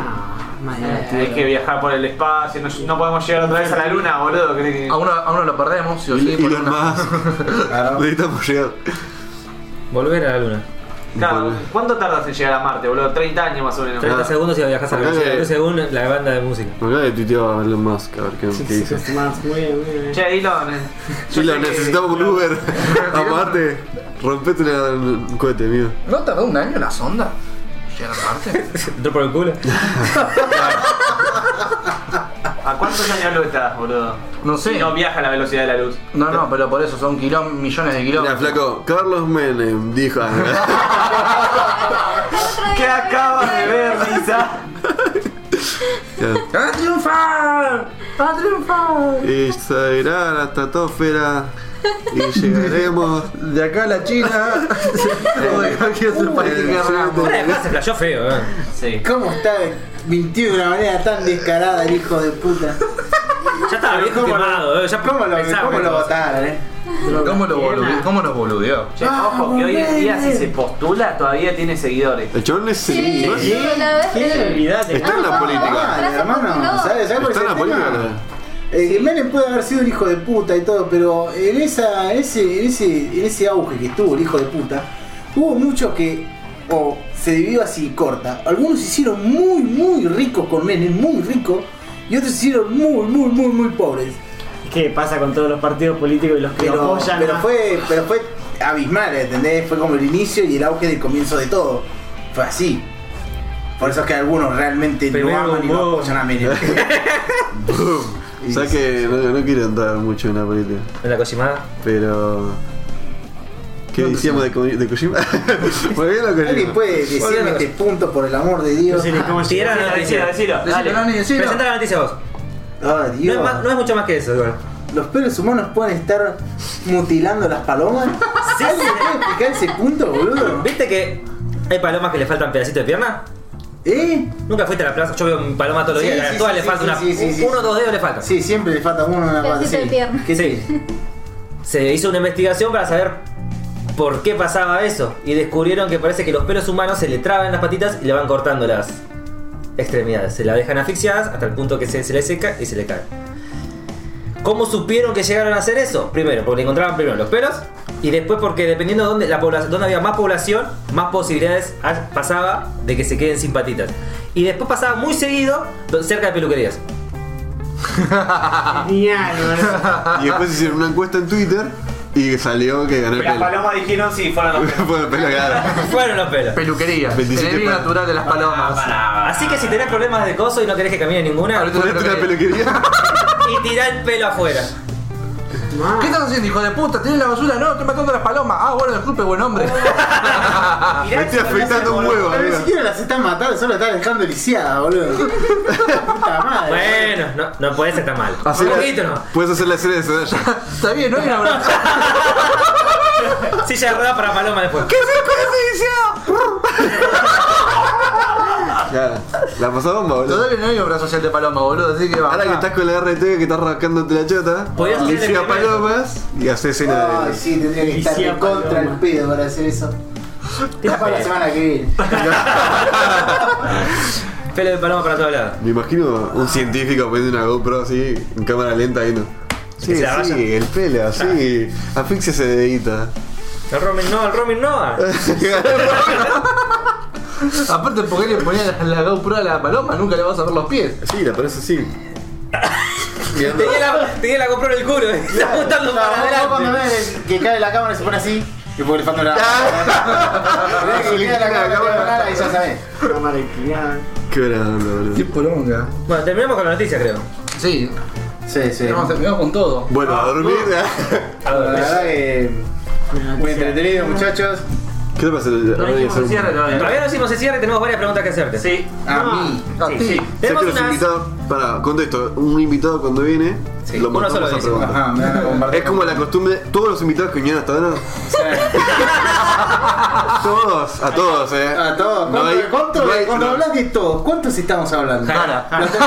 F: más de
D: Eh, Hay que viajar por el espacio, no, no podemos llegar otra vez a la luna, boludo. ¿crees que-
G: A uno, a uno lo perdemos, sí o sí. por
C: Elon
G: una-
C: Musk.
A: Claro.
C: Necesitamos llegar.
B: Volver a la luna.
A: Ah.
D: Claro, ¿Cuánto tardas en llegar a Marte, boludo? 30 años más o menos.
B: 30
C: Ah.
B: segundos y viajas a la
C: Acá
B: velocidad de la
C: que-
B: luz según la banda de música.
C: Me acaba de tuitear a Elon Musk a ver qué, qué dice.
F: Más, muy bien, muy bien.
D: Che, Elon. eh, yo
C: Elon,
D: sé que-
C: necesitamos un Uber. Aparte, rompete una- un cohete, amigo.
G: ¿No tardó un año la sonda? Llegar a Marte.
B: Entró por el culo.
D: ¿A cuántos años luz estás, boludo?
G: No sé.
D: Si no viaja a la velocidad de la luz.
G: No, no, pero por eso son kiló- millones de
C: Mira,
G: kilómetros.
C: flaco, Carlos Menem dijo.
D: ¿Qué acabas de ver, Lisa?
G: ¡A triunfar! ¡A triunfar!
C: y se irá a la estratosfera y llegaremos.
G: De acá a la China. o de cualquier otro país que queramos.
B: Además se flashó feo, eh.
D: Sí.
A: ¿Cómo está mintió de una manera tan descarada el hijo de puta?
B: Ya estaba viejo
A: ¿Cómo lo-
B: quemado, eh, ya
A: ¿Cómo lo,
B: pensaba
A: cómo
B: en
A: lo
B: cosas.
A: votaron, eh?
G: ¿Cómo, lo boludeó? ¿Cómo nos boludeó?
D: Che, ojo, que hoy en día si se postula todavía tiene seguidores.
C: El chabón es.
H: Sí,
C: ¿no?
H: sí, la vez que-
F: Olvídate.
C: Está en la
H: Ah,
C: política.
H: Gracias,
A: hermano,
H: Pablo.
A: ¿sabes? ¿Sabes por
C: Está en
A: ese
C: la
A: tema?
C: política. ¿no?
A: Eh, que Menem puede haber sido un hijo de puta y todo, pero en, esa, en, ese, en, ese, en ese auge que estuvo el hijo de puta, hubo muchos que o se dividió así corta. Algunos se hicieron muy, muy ricos con Menem, muy ricos, y otros se hicieron muy, muy, muy, muy pobres.
F: ¿Qué pasa con todos los partidos políticos y los que lo
A: Pero,
F: apoyan?
A: pero,
F: ah?
A: fue, pero fue abismal, ¿entendés? Fue como el inicio y el auge del comienzo de todo. Fue así. Por eso es que algunos realmente
B: Primero
A: no aman y no
B: vos.
A: apoyan a Menem.
C: Boom. O sea que no, no quiero entrar mucho en la política,
B: En la cosimada.
C: pero. ¿Qué decíamos de, Ko- de Kojima? Volviendo a Kojima.
A: ¿Alguien puede decirme este punto por el amor de Dios?
F: No sé ni cómo
B: Ah, Sí, era
F: llegar.
B: la
D: Decilo,
B: noticia.
D: decilo.
G: Decilo,
D: Dale.
G: Nani, decilo.
B: Presenta la noticia vos.
A: Ah,
B: No
A: Dios.
B: es, más- no es mucho más que eso, igual.
A: ¿Los pelos humanos pueden estar mutilando las palomas?
B: Sí,
A: ¿Alguien
B: sí.
A: puede explicar ese punto, boludo?
B: ¿Viste que hay palomas que le faltan pedacitos de pierna?
A: ¿Eh?
B: Nunca fuiste a la plaza, yo veo un paloma todos los
A: Sí,
B: días,
A: sí,
B: a todas
A: sí,
B: le
A: sí,
B: falta
A: sí,
B: una,
A: sí, sí, sí.
B: uno o dos dedos le faltan.
A: Sí, siempre le falta uno a una pata.
H: Pedacito de
A: Sí.
H: pierna.
A: ¿Qué
B: Sí. Se hizo una investigación para saber por qué pasaba eso y descubrieron que parece que los pelos humanos se le traban las patitas y le van cortando las extremidades. Se la dejan asfixiadas hasta el punto que se, se le seca y se le cae. ¿Cómo supieron que llegaron a hacer eso? Primero, porque le encontraban primero los pelos y después porque dependiendo de dónde, la población, dónde había más población, más posibilidades ha- pasaba de que se queden sin patitas. Y después pasaba muy seguido do- cerca de peluquerías.
F: Genial, boludo.
C: Y después hicieron una encuesta en Twitter y salió que gané el
D: Las
C: pelo.
D: palomas dijeron sí, fueron los
C: Fue el pelo claro.
B: Fueron los pelos.
G: Peluquería.
C: 27
G: Enemigo
C: palos.
G: natural de las palomas.
B: Así que si tenés problemas de coso y no querés que camine ninguna,
G: Ahorita-
C: ¿Ponete una peluquería?
B: y tirá el pelo afuera.
G: ¿Qué estás haciendo, hijo de puta? ¿Tienes la basura? No, estoy matando a las palomas. Ah, bueno, disculpe, buen hombre.
C: Me estoy afeitando un huevo,
A: Pero ni
C: amigo.
A: siquiera las están matando, solo las están dejando lisiadas, boludo. Puta madre.
B: Bueno, no, no puede ser tan mal.
C: Así
B: Un
C: la-
B: poquito no.
C: Puedes hacer la serie de Zendaya.
G: Está bien, no hay una broma.
B: Silla de rueda para paloma después.
G: ¿Qué es el juicio?
C: Claro. La pasó bomba, boludo.
G: Todavía no hay obra social de paloma, boludo, así que va. Ah.
C: Ahora que estás con la RT, que estás rascándote la chota,
B: Podías hacer el
C: le a
B: experimento.
C: palomas y haces escena
A: Ay,
C: de.
A: sí, tendría que estar
F: Lisiada
A: en contra el
F: paloma.
A: pedo para hacer eso. Capaz la semana que viene.
B: Pelo de paloma para todos lados.
C: Me imagino un científico poniendo una GoPro así, en cámara lenta, viendo.
B: ¿Que se
C: Sí,
B: la vaya?
C: sí, el pelo, sí. Asfixia ese dedito.
B: El Romin no, el Romin no.
G: Aparte, porque le ponía la, la GoPro a la paloma, nunca le vas a ver los pies.
C: Sí, la parece así. Mirando-
B: Tenía la, tenía la compró en el culo. Está apuntando
A: No,
B: para
A: vos- vos cuando
B: adelante.
A: ves que cae la cámara y se pone así, y porque le falta una. Ves que cae la cámara, no tiene nada y ya sabés.
F: Cámara inclinada.
C: Qué bravo, boludo.
G: poronga.
B: Bueno, terminamos con la noticia, creo.
G: Sí,
A: Sí, sí.
G: terminamos terminamos con todo.
C: Bueno, a dormir.
B: A
A: La
B: ver,
A: verdad que. Muy entretenido, muchachos.
C: ¿Qué te pasa?
D: No dijimos el cierre todavía.
B: Todavía no hicimos el cierre y tenemos varias preguntas que hacerte.
D: Sí.
A: A mí.
G: A
D: Sí,
G: ti.
D: sí.
C: Sé
B: Tenemos
C: que los
B: unas-
C: invitados. Para, contesto. Un invitado cuando viene,
B: Sí,
C: lo
B: uno
C: mandamos
B: solo
C: a
B: dice.
C: preguntar.
A: Ajá, Ah, me van a compartir.
C: Es como la costumbre, todos los invitados que vinieron hasta ahora. todos, a todos, eh.
A: A todos.
C: No hay-
A: Ah, ¿Cuánto, cuánto-
C: no hay-
A: cuando
C: no.
A: hablas de todos, ¿cuántos estamos hablando?
B: Jara.
A: No te-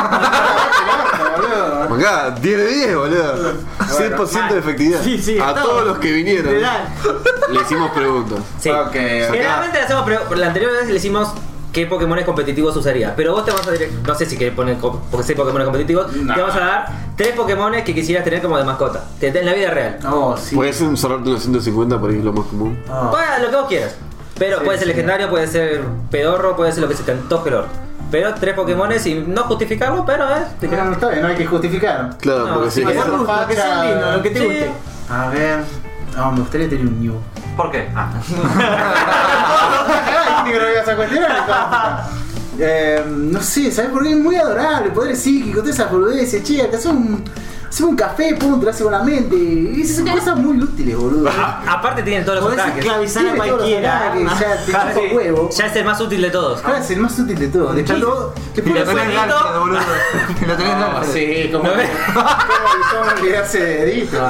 A: boludo.
C: Acá, 10 de 10, boludo. 100% de efectividad.
F: Sí, sí,
C: a
F: estamos.
C: todos los que vinieron
F: Literal.
C: le hicimos preguntas.
B: Sí.
A: Ah, Ok, ok.
B: Generalmente le hacemos, pre- la anterior vez le hicimos qué Pokémon competitivos usarías. Pero vos te vas a direct- no sé si querés poner co- porque sé Pokémon competitivos,
A: No.
B: te vamos a dar tres Pokémon que quisieras tener como de mascota. Que te- en la vida real.
A: Oh, sí.
C: Puede ser un cerrarte unos 150 por ahí es lo más común.
A: Oh.
B: Puedes lo que vos quieras. Pero
A: Sí,
B: puede ser
A: sí.
B: legendario, puede ser pedorro, puede ser lo que se te antoje el orto. Pero tres Pokémon y no justificarlo, pero es. te
A: No,
B: quedas-
A: no está bien, no hay que justificar.
C: Claro,
B: No,
C: porque
B: sí,
C: sí.
A: que
C: que-
A: sea-
F: Lo que sea lindo, lo que te
B: Sí.
F: guste.
A: A ver. No, me gustaría tener un New.
D: ¿Por qué? Ah.
A: Ni que lo ibas a cuestionar. entonces. Eh, no sé, ¿sabes por qué? Es muy adorable, poder psíquico, todas esas boludeces, che, acá hacemos un, hacemos un café, pum, te lo hace con la mente. Y esas son cosas muy útiles, boludo.
B: A- aparte tienen todos los
F: Podés
B: ataques.
F: esclavizar a
A: Tiene todos los
F: cualquiera.
A: ataques, ya te chupa
B: Sí,
A: huevo.
B: Ya es el más útil de todos.
A: Ahora es el más útil de todo. Después todo.
G: Y
A: Después
G: la
A: lo
G: tenés
B: suelito.
G: larga, boludo. Y la tenés larga.
A: Ah, Sí, como.
B: ¿No ves?
A: ¿Cómo olvidarse de dedito?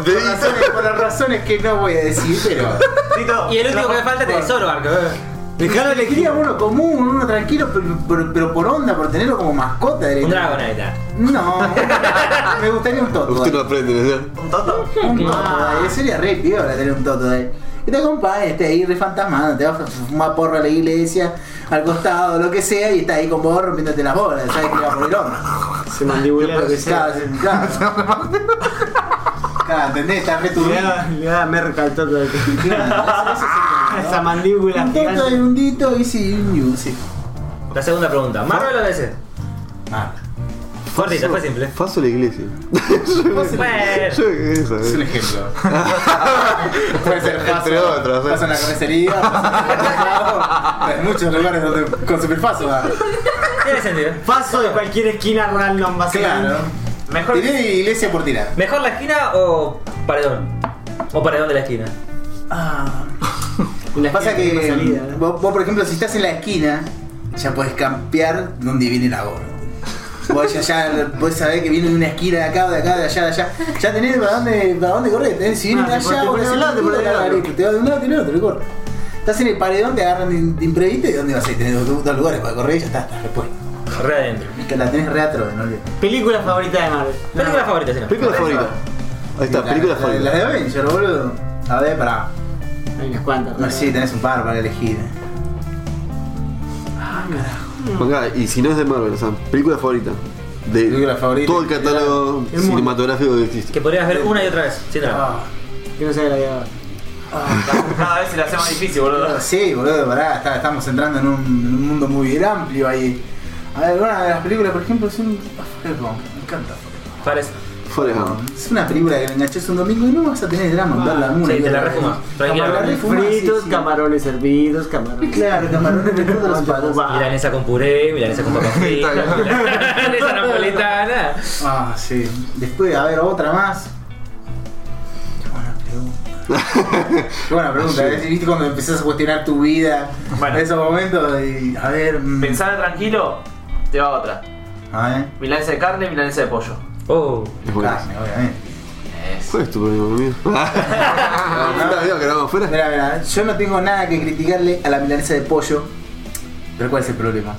A: Por
C: Dedito.
A: razones, por las razones que no voy a decir, pero.
B: Y el último que me falta es el eh. Zorbark.
A: Dejalo elegiría uno común, uno tranquilo, pero, pero- pero por onda, por tenerlo como mascota de
B: Un eh. Dragonite.
A: No, me gustaría un Toto. eh.
C: Usted no aprende, ¿verdad?
A: Un Toto, eh, sería re piola tener un Toto. eh. Y te acompaña, esté ahí re fantasmado, te vas a fumar porro a la iglesia, al costado, lo que sea, y está ahí con vos rompiéndote las bolas, sabes que va por el hombro.
F: Se mandibula lo que sea.
A: Claro, claro. Claro, ¿entendés? Está re
F: Le
A: turbio.
F: da- Le da merca al toto. Esa mandíbula.
A: Ah, Un Toto y
F: gigante.
A: un Dito y sí, y un New, sí.
B: La segunda pregunta. ¿Marvel o DC?
A: Ah,
B: Cortita, fue simple.
C: Paso a la iglesia.
B: Bueno.
C: Yo eso,
A: Es un
C: eh.
A: ejemplo. Puede ser faso.
C: Entre otros, eh.
A: Faso en la comisaría. faso en el mercado. Hay muchos lugares donde consumir faso. va.
B: Tiene sentido.
F: Paso de cualquier esquina random,
A: Claro.
F: básicamente.
D: Mejor
A: Tiré iglesia por tirar.
B: ¿Mejor la esquina o paredón? O paredón de la esquina.
F: La
A: Pasa que
F: esquina tiene Ah,
A: mm,
F: salida, ¿no?
A: vos, vos, por ejemplo, si estás en la esquina, ya podés campear dónde viene la gorra. Vos ya, ya podés saber que viene de una esquina de acá, de acá, de allá, de allá. Ya tenés para dónde, para dónde correr. Tenés, si viene
F: Ah,
A: de
F: te pones-
A: allá,
F: te
A: vos
F: pones
A: tenés
F: un lado, te
A: punto,
F: pones del
A: la
F: otro.
A: agarrás, Te vas de un lado, te otro, te corres. Estás en el paredón, te agarran de de imprevisto y dónde vas a ir. Tenés dos, dos lugares para correr y ya está, estás después.
B: Re adentro.
A: Que la tenés re atrás, no olvides.
F: Película favorita de Marvel.
B: Película favorita, si no.
C: Película favorita. Ahí está,
A: La-
C: película
A: la- La
C: favorita.
A: de Avenger, boludo. A ver, pará.
F: Hay unas cuantas.
A: No
F: ¿no?
A: sé si tenés un par para elegir. eh.
C: Acá, y si no es de Marvel, o sea, película favorita. De
A: Película favorita.
C: todo el catálogo
F: mundo.
C: cinematográfico que existe.
B: Que podrías ver una y otra vez. Sin drama.
A: Ah,
F: Que no sea gladiador.
D: cada vez se la hace más difícil, boludo.
A: Sí, boludo, pará, está- estamos entrando en un, en un mundo muy amplio ahí. A ver, una de las películas, por ejemplo, es un. ah, Forrest Gump, me encanta. Forrest
B: Parece.
C: Forrest Gump.
A: Gump. Es una película que me enganchás un domingo y no vas a tener drama en verla una
B: Ah, sí,
A: y
B: te la
A: otra
B: refumas,
A: vez.
B: tranquila.
A: Te la refumas, sí,
F: Fritos,
A: sí.
F: camarones hervidos, camarones.
A: Claro, camarones de todos los palos.
F: Ah.
B: Milanesa con puré, milanesa con papas fritas,
G: Está bien.
B: milanesa napolitana.
A: Ah, sí. Después, a ver, otra más. Qué buena pregunta. Qué buena pregunta. ¿eh? ¿Viste cuando empezás a cuestionar tu vida
D: Bueno.
A: en esos momentos? Y, a ver. mm,
D: Pensar tranquilo, te va otra.
A: A ver.
D: Milanesa de carne, milanesa de pollo.
B: Oh.
C: Es buena.
A: Carne, obviamente.
C: ¿Cuál es tu problema, amigo? Ah, ¿Estás viendo que grabamos afuera?
A: Mira, mira, yo no tengo nada que criticarle a la milanesa de pollo. Pero ¿cuál es el problema?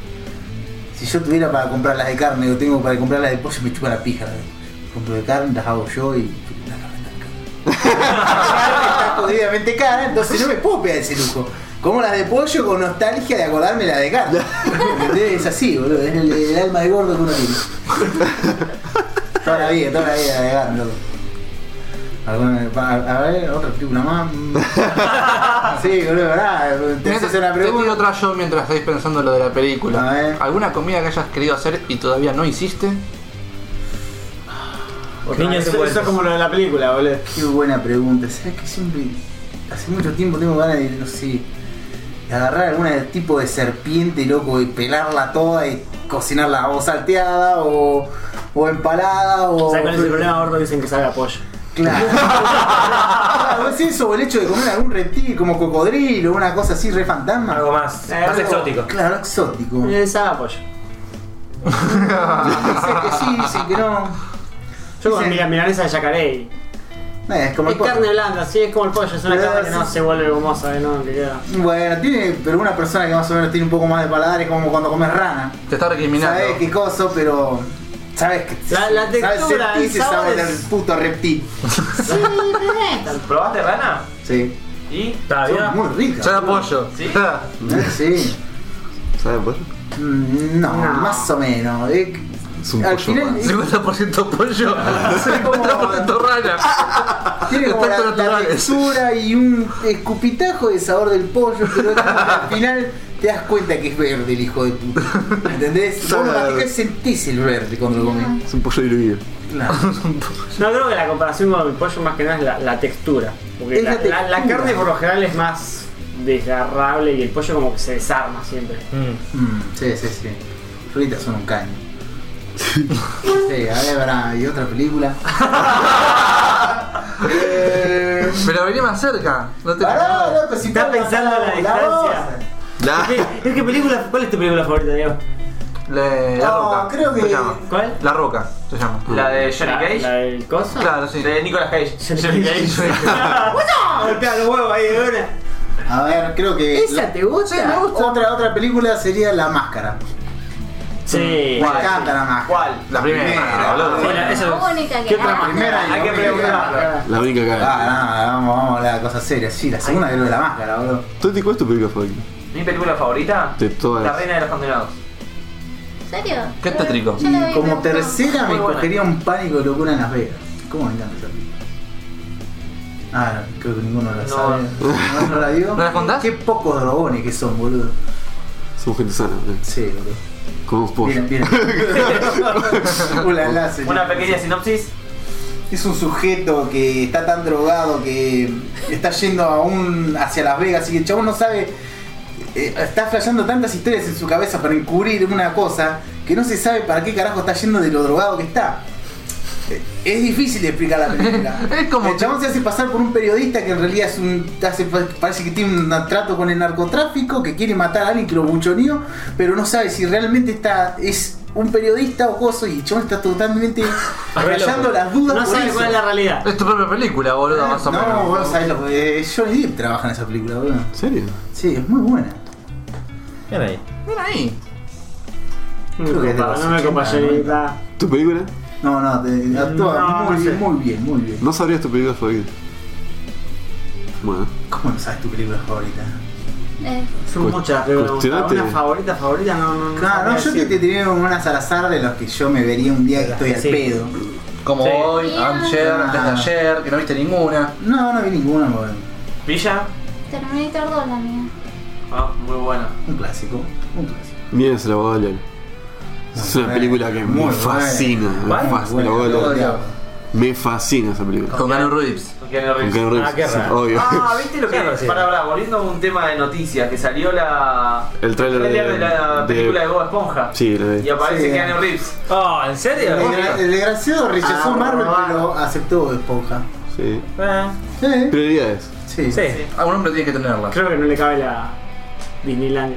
A: Si yo tuviera para comprar las de carne o tengo para comprar las de pollo, me chupa la pija. ¿eh? Compro de carne, las hago yo y. La carne está cara. La carne está jodidamente cara, entonces no me puedo pegar ese lujo. Como las de pollo con nostalgia de acordarme las de carne. ¿Entendés? Es así, boludo. Es el, el alma de gordo que uno tiene. Toda la vida, toda la vida de Gantz, loco. Alguna- pa- a ver, otra película más. sí, boludo, verdad. Te haces una
G: te tiro
A: pregunta.
G: otra yo mientras estáis pensando lo de la
A: A ver.
G: película. ¿Alguna comida que hayas querido hacer y todavía no hiciste?
B: Niños
I: eso, eso
B: envueltos.
I: es como lo de la película, boludo.
A: Qué buena pregunta. ¿Sabes que siempre, hace mucho tiempo tengo ganas de, no sé, de agarrar algún tipo de serpiente, loco, y pelarla toda y cocinarla o salteada o, o empalada o...
I: O sea, con ese problema gordo dicen que sabe a pollo.
A: Claro. Claro, es eso, o el hecho de comer algún reptil como cocodrilo, una cosa así, re fantasma.
B: Algo más,
I: Eh,
B: más
I: algo-
B: exótico.
A: Claro, exótico.
I: Eh, sabe a pollo.
A: Dice que sí, dice que no.
I: Yo con
A: Dicen-
I: mi milanesa de yacaré. y-
A: Eh, es como el
F: Es
A: pollo.
F: carne blanda, sí, es como el pollo, es una
A: Pero
F: carne que
A: sí.
F: no se vuelve gomosa, que no, que queda.
A: Bueno, tiene, pero una persona que más o menos tiene un poco más de paladar es como cuando comes rana.
G: Te está recriminando.
A: Sabes qué coso, pero. Sabes que.
F: La- la textura,
A: sabes,
F: el sabor
A: sabes
F: es-
A: del puto reptil.
H: Sí, perfecto.
D: ¿Probaste rana?
A: Sí.
D: ¿Y?
B: Está bien.
A: Son muy ricas.
G: Yo apoyo.
D: ¿Sí?
A: Eh, Sí.
C: ¿Saben pollo?
A: Mm, No, más o menos. eh,
C: Es un
A: al
C: pollo
A: final,
C: más.
A: eh,
G: 50% pollo, 50%
A: Ah.
G: rana.
A: tiene como la,
G: Efectos
A: la
G: naturales.
A: textura y un escupitajo de sabor del pollo, pero es como que al final te das cuenta que es verde el hijo de puta. ¿Entendés? Vos lo
C: Claro.
A: masticás, sentís el verde cuando lo comés.
C: Es un pollo diluido.
A: Claro.
I: No creo que la comparación con el pollo más que nada es la, la textura. Porque
A: Es
I: la,
A: la
I: la- la
A: textura.
I: carne por lo general es más desgarrable y el pollo como que se desarma siempre.
B: Mm.
A: Mm, sí, sí, sí. Fritas son un caño. sí, a ver, pará, y otra película. eh,
G: Pero vení más cerca. No te
A: pará, loco, si
I: Está
A: estás
I: pensando en la distancia.
C: La-
I: Es que película, ¿Cuál es tu película favorita, Diego?
G: Le-
C: Ah,
G: la
A: No,
G: roca.
A: creo que-
G: Se llama.
I: ¿Cuál?
G: La roca se llama. Ah,
D: ¿La de Johnny
I: ¿La,
D: Cage?
I: la del coso?
A: Ah,
G: Claro, sí.
D: De Nicolas Cage. Johnny Cage.
I: ¡Ah! Golpea los huevos ahí de una.
A: A ver, creo que.
F: ¿Esa te gusta?
A: Sí, me gusta. Otra, otra película sería La Máscara.
I: Sí.
A: Me encanta La Máscara.
D: ¿Cuál?
G: La primera.
A: Primera,
G: boludo.
A: boludo.
B: Bueno, eso
H: La única que
I: ¿Qué otra
H: hay.
A: Primera y
D: Hay que
A: única.
D: preguntar.
C: La única
A: Ah,
C: cara.
A: nada, vamos, vamos a hablar de cosas serias. Sí, la segunda es lo de La Máscara, boludo.
C: Toti, ¿cuál es tu película favorita?
D: ¿Mi película favorita?
C: De todas.
D: La Reina de los Condenados.
H: ¿En serio?
G: Qué tétrico.
H: Yo la vi,
A: Y como
H: me gustó.
A: tercera me
D: Muy buena.
A: cogería un pánico de locura en Las Vegas. ¿Cómo me encanta esa película? Ah, creo que ninguno la
D: No.
A: sabe. ¿No, no la dio?
G: ¿No la contás?
A: Qué pocos drogones que son, boludo.
C: Somos gente sana, boludo.
A: Sí, boludo.
C: Comemos pollo.
A: Bien, bien. Ulala, señor.
D: Una pequeña sinopsis.
A: Es un sujeto que está tan drogado que está yendo aún hacia Las Vegas y el chabón no sabe. eh, está flasheando tantas historias en su cabeza para encubrir una cosa que no se sabe para qué carajo está yendo de lo drogado que está. Eh, Es difícil de explicar la película.
G: Es como
A: el chabón se hace pasar por un periodista que en realidad es un, hace- parece que tiene un trato con el narcotráfico, que quiere matar a alguien que lo buchoneó, pero no sabe si realmente está es un periodista o cosa y el chabón está totalmente rayando las dudas.
I: No
A: por
I: sabe
A: eso.
I: cuál es la realidad.
G: Es tu propia película, boludo, más o
A: No, vos no
G: menos.
A: sabés lo que. eh, Johnny Depp trabaja en esa película, boludo.
C: ¿En serio?
A: Sí, es muy buena.
B: Bien ahí.
G: Mira ahí.
I: No me
A: Creo que
I: copa,
A: es de
I: no me
A: los
I: copa
A: 80,
I: Johnita.
C: ¿Tu película?
A: No, no, te, actúa
I: No,
A: muy,
I: no sé.
A: bien, muy bien, muy bien.
C: No sabrías tu película favorita. Bueno,
A: ¿Cómo no sabes tu película favorita?
H: Eh,
I: Son muchas, pero me gustan.
C: cuestionate.
I: una favorita, favorita no. no, no
A: Claro, no, yo
I: sabría
A: que te
I: decir.
A: tenía unas al azar de los que yo me vería un día que estoy al
B: Sí.
A: pedo.
G: Como
B: Sí.
G: hoy, ayer, antes de ayer, que no viste ninguna.
A: No, no vi ninguna, boludo.
D: Villa.
H: Terminator 2 la mía.
D: Ah, muy buena.
A: Un clásico, un clásico.
C: miren, se la voy a leer. Es una
A: Muy
C: película que
A: buena.
C: me fascina. Me
B: ¿Cuál?
C: fascina,
A: Bueno,
C: boludo.
A: lo odiaba.
C: Me fascina esa película.
G: Con Keanu Reeves.
D: Con Keanu
C: Con
D: Reeves.
C: Keanu Reeves,
B: Ah, qué
C: sí,
B: raro.
C: obvio.
D: Ah, ¿viste lo que
B: Claro, sí.
D: Para, para, volviendo a un tema de noticias, que salió la.
C: El tráiler
D: de,
C: de-
D: la
C: de-
D: película de, Bob Esponja.
C: Sí, la
D: Y
C: de.
D: aparece
A: Sí.
D: Keanu Reeves.
B: Oh, ¿en serio?
A: El, desgra- el desgraciado rechazó
I: Ah,
A: Marvel,
I: bueno.
A: pero aceptó Esponja.
C: Sí.
B: Ah,
A: Sí,
C: Prioridades.
A: sí.
B: sí.
G: Algún Ah, hombre tiene que tenerla.
I: Creo que no le cabe la Disneyland.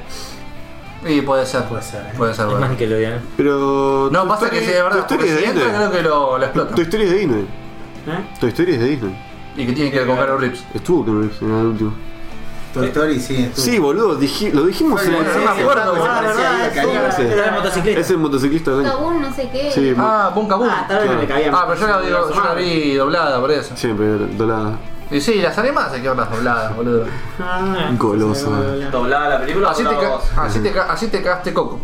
G: Y puede ser.
A: Puede ser, eh.
G: Puede ser,
B: Es más
G: bueno.
B: Nickelodeon.
C: Pero.
G: No,
C: tu
G: pasa que
C: historia-
G: sí, de verdad.
C: Tu
G: Porque
C: historia
G: si
C: es de
G: entra, creo
C: Disney.
G: que lo, lo
C: Tu
G: explotan.
C: historia es de Disney.
I: ¿Eh?
C: Tu historia es de Disney.
G: Y que tiene que ver con Keanu Reeves.
C: Estuvo Keanu Reeves en el último.
A: Toy Story, sí. estuvo.
C: Sí, boludo, diji- lo dijimos en
G: no me
C: el.
G: acuerdo,
A: Se parecía ahí al caníbal.
C: Sí.
B: Era el motociclista.
C: Es el motociclista del año.
H: Kabul, no sé qué.
C: Sí, mu-
G: Ah, Bunka Boom.
I: Ah, tal vez no le cabía.
G: Ah, pero yo la, digo- yo la vi doblada por eso.
C: siempre doblada.
G: Y sí, las animadas hay que verlas dobladas, boludo.
I: Ah,
C: Goloso.
I: no, no, no.
D: Doblada la película.
G: Así Ah, te, ca-
D: doblada vos.
G: así te, ca- así te cagaste coco.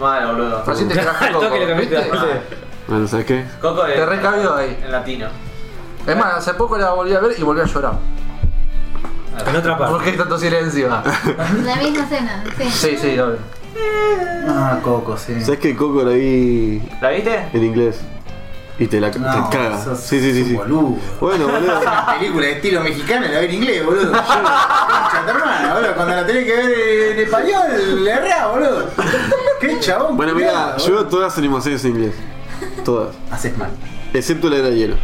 D: Mal, boludo.
G: Así te cagaste
B: Al
G: coco.
B: Ah, toque le cambiaste.
G: ¿viste?
B: Ah.
C: Bueno, ¿sabes qué?
D: Coco
G: Te
D: de,
G: recabió ahí.
D: en latino.
G: Es más, hace poco la volví a ver y volví a llorar.
B: En otra parte.
G: ¿Por qué hay tanto silencio?
H: La misma escena, sí.
G: Sí, sí, obvio.
A: Ah, Coco, sí.
C: ¿Sabes que Coco la vi
D: ¿La viste?
C: en inglés? Y te la
A: No,
C: te caga.
A: sos
C: Sí, sí, sí.
A: un
C: sí.
A: boludo.
C: Bueno, boludo.
A: Una película de estilo mexicano y la ve en inglés, boludo. Concha tu hermana, boludo. Cuando la tenés que ver en español, le errá, boludo. Qué chabón.
C: Bueno, mira,
A: mirá,
C: yo veo todas las animaciones en inglés. Todas.
A: Haces mal.
C: Excepto la era de hielo.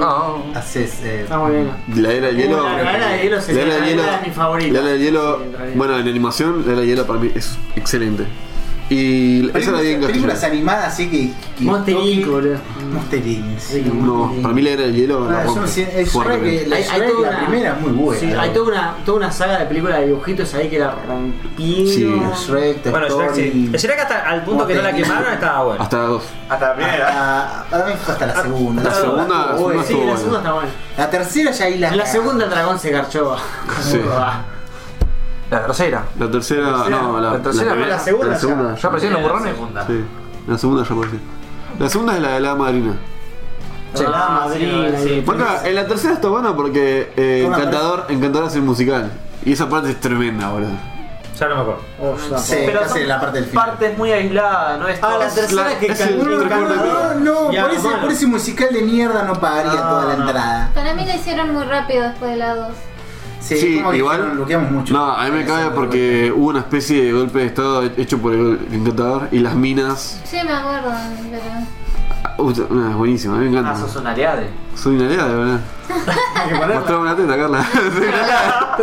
G: Ah,
A: Haces. Eh,
I: Está muy bien.
C: La era de hielo.
I: la era de hielo se-
C: la era
I: la
C: de
I: era
C: hielo.
I: es mi favorita.
C: La era de hielo.
I: Sí, en realidad.
C: Bueno, en animación, la era de hielo para mí es excelente. Y esa la vi en
A: películas
C: castellano.
A: animadas, así que. que
I: Monster Inc, boludo.
A: Monster Inc, sí.
C: No, para mí la era de hielo.
A: Ah,
C: la
A: yo
C: rompe
A: me siento, es
C: fuerte.
A: verdad que la,
I: Hay- hay
A: Shrek,
I: toda
A: la
I: una-
A: primera es muy buena.
I: Sí, hay toda una, toda una saga de películas de dibujitos ahí que la rompieron.
C: Sí.
A: Shrek, Toy
B: Bueno, Shrek sí.
A: Story. Ah,
B: Shrek hasta al punto que no la
A: Monster Inc.
B: quemaron estaba
G: Ah.
B: bueno.
C: Hasta las dos.
D: Hasta la primera.
A: Ah, Para mí fue hasta la segunda.
C: La segunda- la
A: estuvo
I: Sí,
A: buena.
C: segunda estuvo
I: la
C: buena.
I: segunda está buena.
A: La tercera ya ahí la.
I: En la segunda Dragón se garchó.
C: Sí.
I: Ah,
G: la tercera.
C: La tercera, no, la,
G: la tercera fue la
I: segunda
C: La
I: ya.
C: segunda,
G: ¿Ya aparecieron los
D: La
G: burrones?
D: segunda.
C: Sí, la segunda ya apareció. La segunda es la de la madrina.
I: sí,
D: Ah,
I: madrina,
D: sí,
I: y-
C: Bueno, en la tercera está buena porque eh,
A: Una
C: Encantador, Encantador hace el musical. Y esa parte es tremenda, boludo.
B: Ya no me acuerdo.
C: eh,
I: Oh, ya.
A: Sí,
D: Pero
A: casi
D: son
A: en la parte del final.
D: partes muy aisladas, no es
I: Ah, la
D: todo-
I: tercera
C: la-
I: que
C: es el
I: calculo que
C: recuerdo
I: ganó.
C: de-
A: Ah, No, no,
I: Y a
A: por
I: la
A: ese,
I: mano.
A: por ese musical de mierda no pagaría
C: Ah,
I: No,
A: toda la
I: no.
A: entrada.
H: Para mí la hicieron muy rápido después de la 2.
A: Sí, como que
C: igual.
A: Lo quedamos mucho.
C: No, a mí me cae porque hubo una especie de golpe de estado hecho por el Encantador y las minas.
H: Sí, me acuerdo, pero.
C: Uh, no, es buenísimo, a mí me
D: Ah,
C: encanta.
D: sos un aliade.
C: Soy una aliada, de verdad. Mostrame una teta, Carla. Soy una aliada.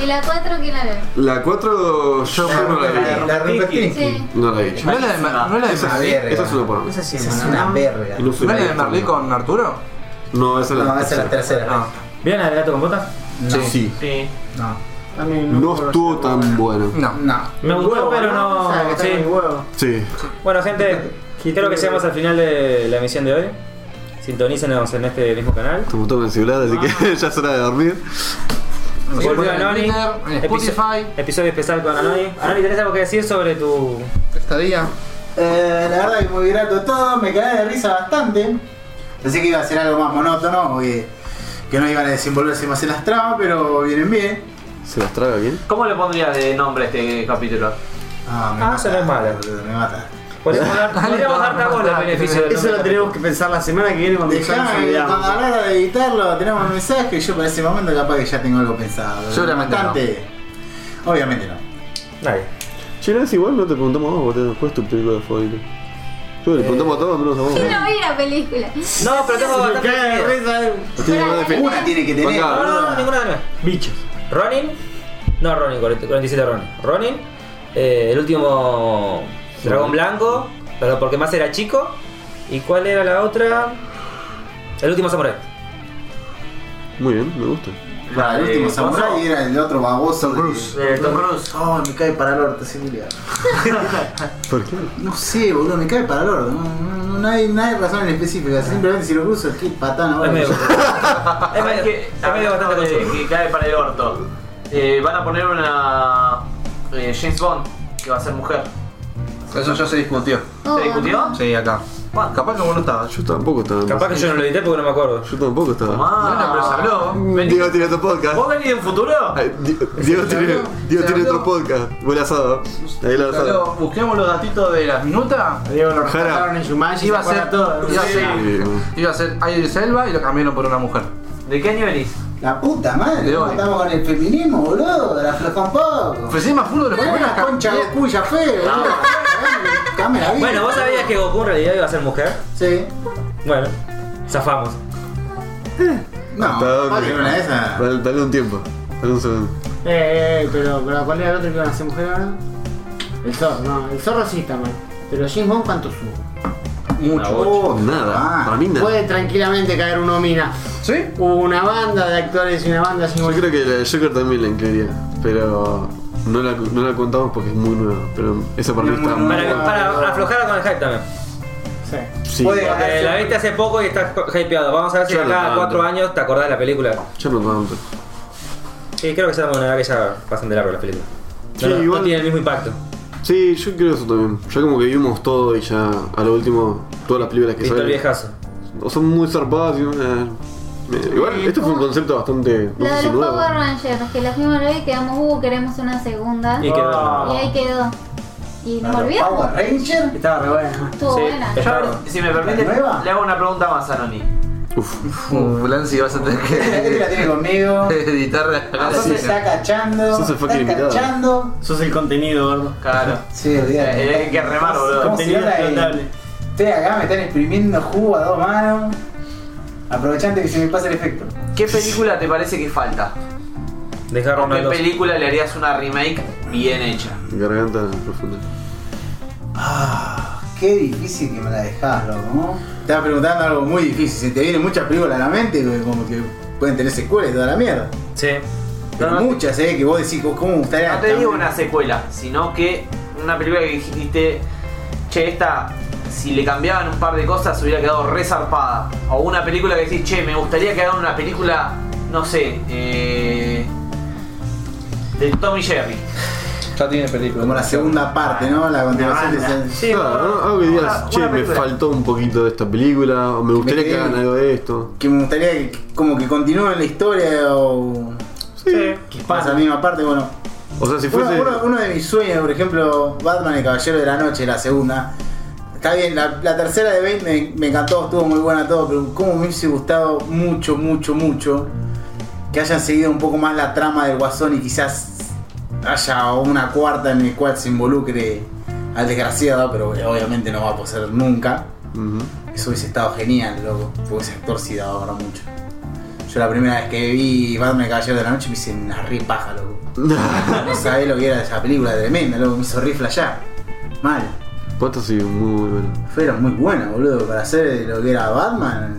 H: ¿Y la 4 quién la ve?
C: La 4 yo no la
A: La,
C: vi.
A: la Rumpelstiltskin.
H: Sí.
C: No la he hecho.
G: ¿No es la de, Ma- no es la de
A: Esa
G: Merlí?
A: verga.
C: Esa es una porno.
I: Esa sí,
A: Esa es
I: ¿no?
A: una verga.
C: No soy
G: ¿No es la
C: una
G: de Merlí con Arturo?
C: No, esa es la
A: No, esa es la tercera.
G: Ah.
B: ¿Vieron la de gato con botas?
A: No,
C: Sí.
D: Sí.
A: no,
I: También
C: No
I: puedo
C: estuvo
I: ser
C: tan
I: buena.
C: bueno.
G: No.
A: no.
B: Me gustó,
I: Huevo,
B: pero
I: O sea, que
B: no.
I: está
B: sí.
I: muy huevo.
C: Sí.
B: Bueno, gente, creo que llegamos al final de la emisión de hoy. Sintonícenos en este mismo canal.
C: Tu botón el celular, así que ya es hora de dormir.
G: Nos
B: Volvió
G: pueden ver
B: Anoni.
G: en Twitter, en
B: Episo-
G: Spotify.
B: Episodio especial con Anoni. Anoni, ¿tenés algo que decir sobre tu.
G: Estadía.
A: Eh, la verdad que muy grato todo, me caí de risa bastante. Pensé que iba a ser algo más monótono, que, que no iban a desenvolverse más en las tramas, pero vienen bien.
C: ¿Se las traga bien?
D: ¿Cómo le pondrías de nombre a este capítulo?
A: Ah, me
B: Ah,
A: mata,
B: eso no es malo.
A: boludo, Me mata.
B: Podríamos dar, podríamos darte a vos los beneficios del
I: Eso
B: nombre
I: lo tenemos que pensar la semana que viene cuando ya nos
A: Dejame, que cuando
I: olvidamos.
A: hablara de editarlo, tenemos un mensaje y yo para ese momento capaz que ya tengo algo pensado.
G: Seguramente
A: Bastante. Obviamente no.
B: Nadie.
C: Che, no es igual, no te preguntamos a vos, boludo, ¿cuál es tu película favorita? Yo le preguntamos a todos, menos a vos.
H: Sí,
C: boludo.
H: no vi la película.
B: No, pero tengo
I: Me
B: bastante.
I: caga de
B: idea.
I: risa.
C: No tiene nada de fe-
A: Una Ah, tiene que tener.
C: Banca.
B: No,
A: boludo.
B: no, no, ninguna de anime.
I: Bichos.
B: Ronin. No, Ronin, 40 47 Ronin. Ronin. eh, el último Dragón Blanco. Pero porque más era chico. ¿Y cuál era la otra? El último Samurai.
C: Muy bien, me gusta.
A: Para el último samurai era el otro baboso. Cruz.
D: Eh, Tom Cruise.
A: Oh, me cae para el orto, sí, Julia.
C: ¿Por qué?
A: No sé, boludo, me cae para el orto. No, no- no- no hay, no hay razón en específica. Simplemente si lo cruzo, qué patán ahora.
B: Es medio. Ah, es
D: ¿Sabes
B: medio,
D: qué?
B: es
D: ¿Sabes
B: medio bastante
D: dónde
B: consumo.
D: que cae para el orto. Eh, van a poner una eh, James Bond que va a ser mujer.
G: Eso ya se discutió.
H: Oh,
D: ¿Se discutió?
G: Sí, acá.
D: ¿Cuándo?
G: Capaz que vos no estabas.
C: Yo tampoco estaba.
B: Capaz que yo no lo edité porque no me acuerdo.
C: Yo tampoco estaba.
G: Bueno, pero se
D: Ah,
G: habló.
C: Diego tiene otro podcast.
D: ¿Vos venís de un futuro?
C: Ay, Di- Diego tiene, Diego tiene otro podcast. Buen asado. Ahí lo asado.
G: Pero busquemos los datitos de las minutas.
I: Diego lo
C: Jara.
I: rescataron en Shumashi.
G: Iba a
I: se
G: ser
I: acuerda todo.
G: Iba a ser,
C: Eh,
G: iba a ser Idris Elba y lo cambiaron por una mujer.
D: ¿De qué año venís?
A: La puta madre,
G: De
A: ¿cómo
G: hoy.
A: estamos con el feminismo, boludo. La afloja un poco.
G: Pero encima fue uno de los
A: Bueno,
G: primeros
A: la
G: ca-
A: concha de cuya fe, boludo. Dame la vida.
B: Bueno, vos sabías que Goku en realidad iba a ser mujer.
A: Sí.
B: Bueno, zafamos.
A: No, capaz
C: ¿Hasta dónde?
A: que una de esas.
C: Dale, dale un tiempo. Dale un segundo.
I: Eh, eh, pero, pero ¿cuál era el otro que iba a ser mujer ahora? El zorro, no, el zorro sí está mal. Pero James Bond, ¿cuánto subo?
G: Mucho.
A: Oh,
C: Nada.
A: ah.
C: Para mí nada.
I: Puede tranquilamente caer una mina.
G: ¿Sí?
I: Hubo una banda de actores y una banda sin
C: Yo creo que la de Joker también la incluiría. Pero no la, no la contamos porque es muy nueva. Pero esa para mí
A: Muy
C: está
A: nueva.
C: muy
B: Para, para aflojar con el hype también.
I: Sí.
C: Sí.
A: Puede-
B: Porque la viste hace poco y estás hypeado. Vamos a ver si
C: Yo
B: de
C: no
B: acá a
C: tanto.
B: cuatro años te acordás de la película.
C: Yo no tanto.
B: Sí, creo que ya estamos en una edad que ya pasan de largo las películas. No,
C: Sí,
B: no, no
C: igual-
B: tiene el mismo impacto.
C: Sí, yo creo eso también. Ya como que vimos todo y ya a lo último, todas las películas que
B: Listo el
C: salen.
B: viejazo.
C: O son muy zarpadas y. eh, me- igual, esto fue un concepto bastante. No
H: La
C: sé
H: de
C: si
H: los
C: nuevo.
H: Power Rangers, que la fuimos a ver y quedamos, uh, queremos una segunda.
B: Y
H: Y,
B: que
H: ahí quedó. Y nos
A: Claro,
H: volvieron.
A: Power Ranger.
I: Estaba re buena.
H: Estuvo
D: Sí.
H: buena.
D: Yo, si me permite,
A: ¿La nueva?
D: le hago una pregunta más a Noni.
C: Uf,
G: Uh, Lancy, vas a tener
A: Este la
G: que
A: tiene conmigo.
G: editar la
A: Sos está cachando.
C: Sos el
A: está
C: fucking invitado.
A: cachando.
I: Sos el contenido, gordo.
D: Claro.
A: Sí, olvídate.
D: Eh, Hay que remar, boludo.
A: ¿Cómo se
I: Contenido
A: llama la-
I: explotable.
A: Estoy acá, me están exprimiendo jugo a dos manos. Aprovechante que se me pasa el efecto.
D: ¿Qué película te parece que falta?
B: Dejar
D: ¿O
B: una
D: qué
B: dos.
D: película le harías una remake bien hecha?
C: garganta profunda.
A: Ah, Qué difícil que me la dejás, loco. ¿no? Estaba preguntando algo muy difícil. Si te vienen muchas películas a la mente, que como que pueden tener secuelas y toda la mierda.
B: Sí.
A: Pero
B: No, no,
A: muchas, ¿eh? Que vos decís, ¿cómo me gustaría?
D: No te digo una secuela, sino que una película que dijiste, che, esta, si le cambiaban un par de cosas, hubiera quedado resarpada. O una película que decís, che, me gustaría que hagan una película, no sé, eh, de Tommy Jerry.
E: Ya tiene película.
A: Como la segunda parte, ¿no? La continuación de esa-
D: Ah, Sí,
C: Claro, ¿no? Ah, algo que digas,
D: una-
C: che,
D: una
C: me
D: película.
C: faltó un poquito de esta película, o me gustaría
A: quedé-
C: que hagan algo de esto.
A: Que me gustaría que como que continúen la historia o.
C: Sí.
A: Que pasa la misma parte, bueno.
C: O sea, si
A: Uno,
C: fuese.
A: uno- uno de mis sueños, por ejemplo, Batman el Caballero de la Noche, la segunda. Está bien, la, la tercera de Bane me, me encantó, estuvo muy buena todo, pero como me hubiese gustado mucho, mucho, mucho que hayan seguido un poco más la trama del Guasón y quizás haya una cuarta en la cual se involucre al desgraciado, pero bueno, obviamente no va a poseer nunca.
C: Ujú.
A: Eso hubiese estado genial, loco, porque ese actor sí daba para mucho. Yo la primera vez que vi Batman el Caballero de la Noche me hice una re paja, loco. No sabés lo que era esa película tremenda, loco, me hizo rifla ya. Mal.
C: Posta sí, muy bueno.
A: Fueron muy buenas, boludo, para hacer lo que era Batman.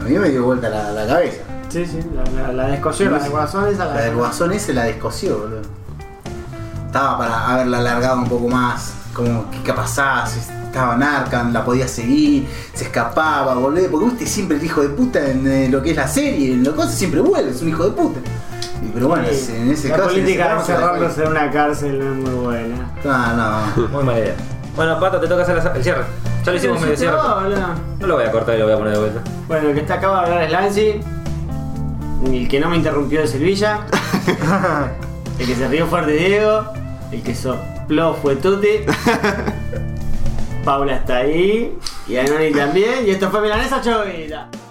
A: A mí me dio vuelta la, la cabeza.
I: Sí, sí, la, la, la de Escocia, la de Guasón, esa
A: La del guasón ese la descosió, boludo. Estaba para haberla alargado un poco más. Como, ¿qué pasaba? Si Estaba en Arkham, la podía seguir, se escapaba, boludo. Porque usted siempre el hijo de puta en eh, lo que es la serie, en lo que hace, siempre vuelve, es un hijo de puta. Y, pero bueno,
I: Sí.
A: en ese
I: La
A: caso. en ese
I: política de
A: caso, la
I: encerrarlos en una cárcel no es muy buena.
A: Ah, no.
B: Muy mala idea. Bueno, Pato, te toca hacer la- el cierre. Ya lo hicimos medio cierre.
I: No, boludo.
B: No lo voy a cortar y lo voy a poner de vuelta.
I: Bueno, el que está acaba de hablar es Lancy. Y el que no me interrumpió es el Villa. el que se rió fue Diego. El que sopló fue Tuti. Paula está ahí. Y Anoni también. Y esto fue Milanesa Chovita.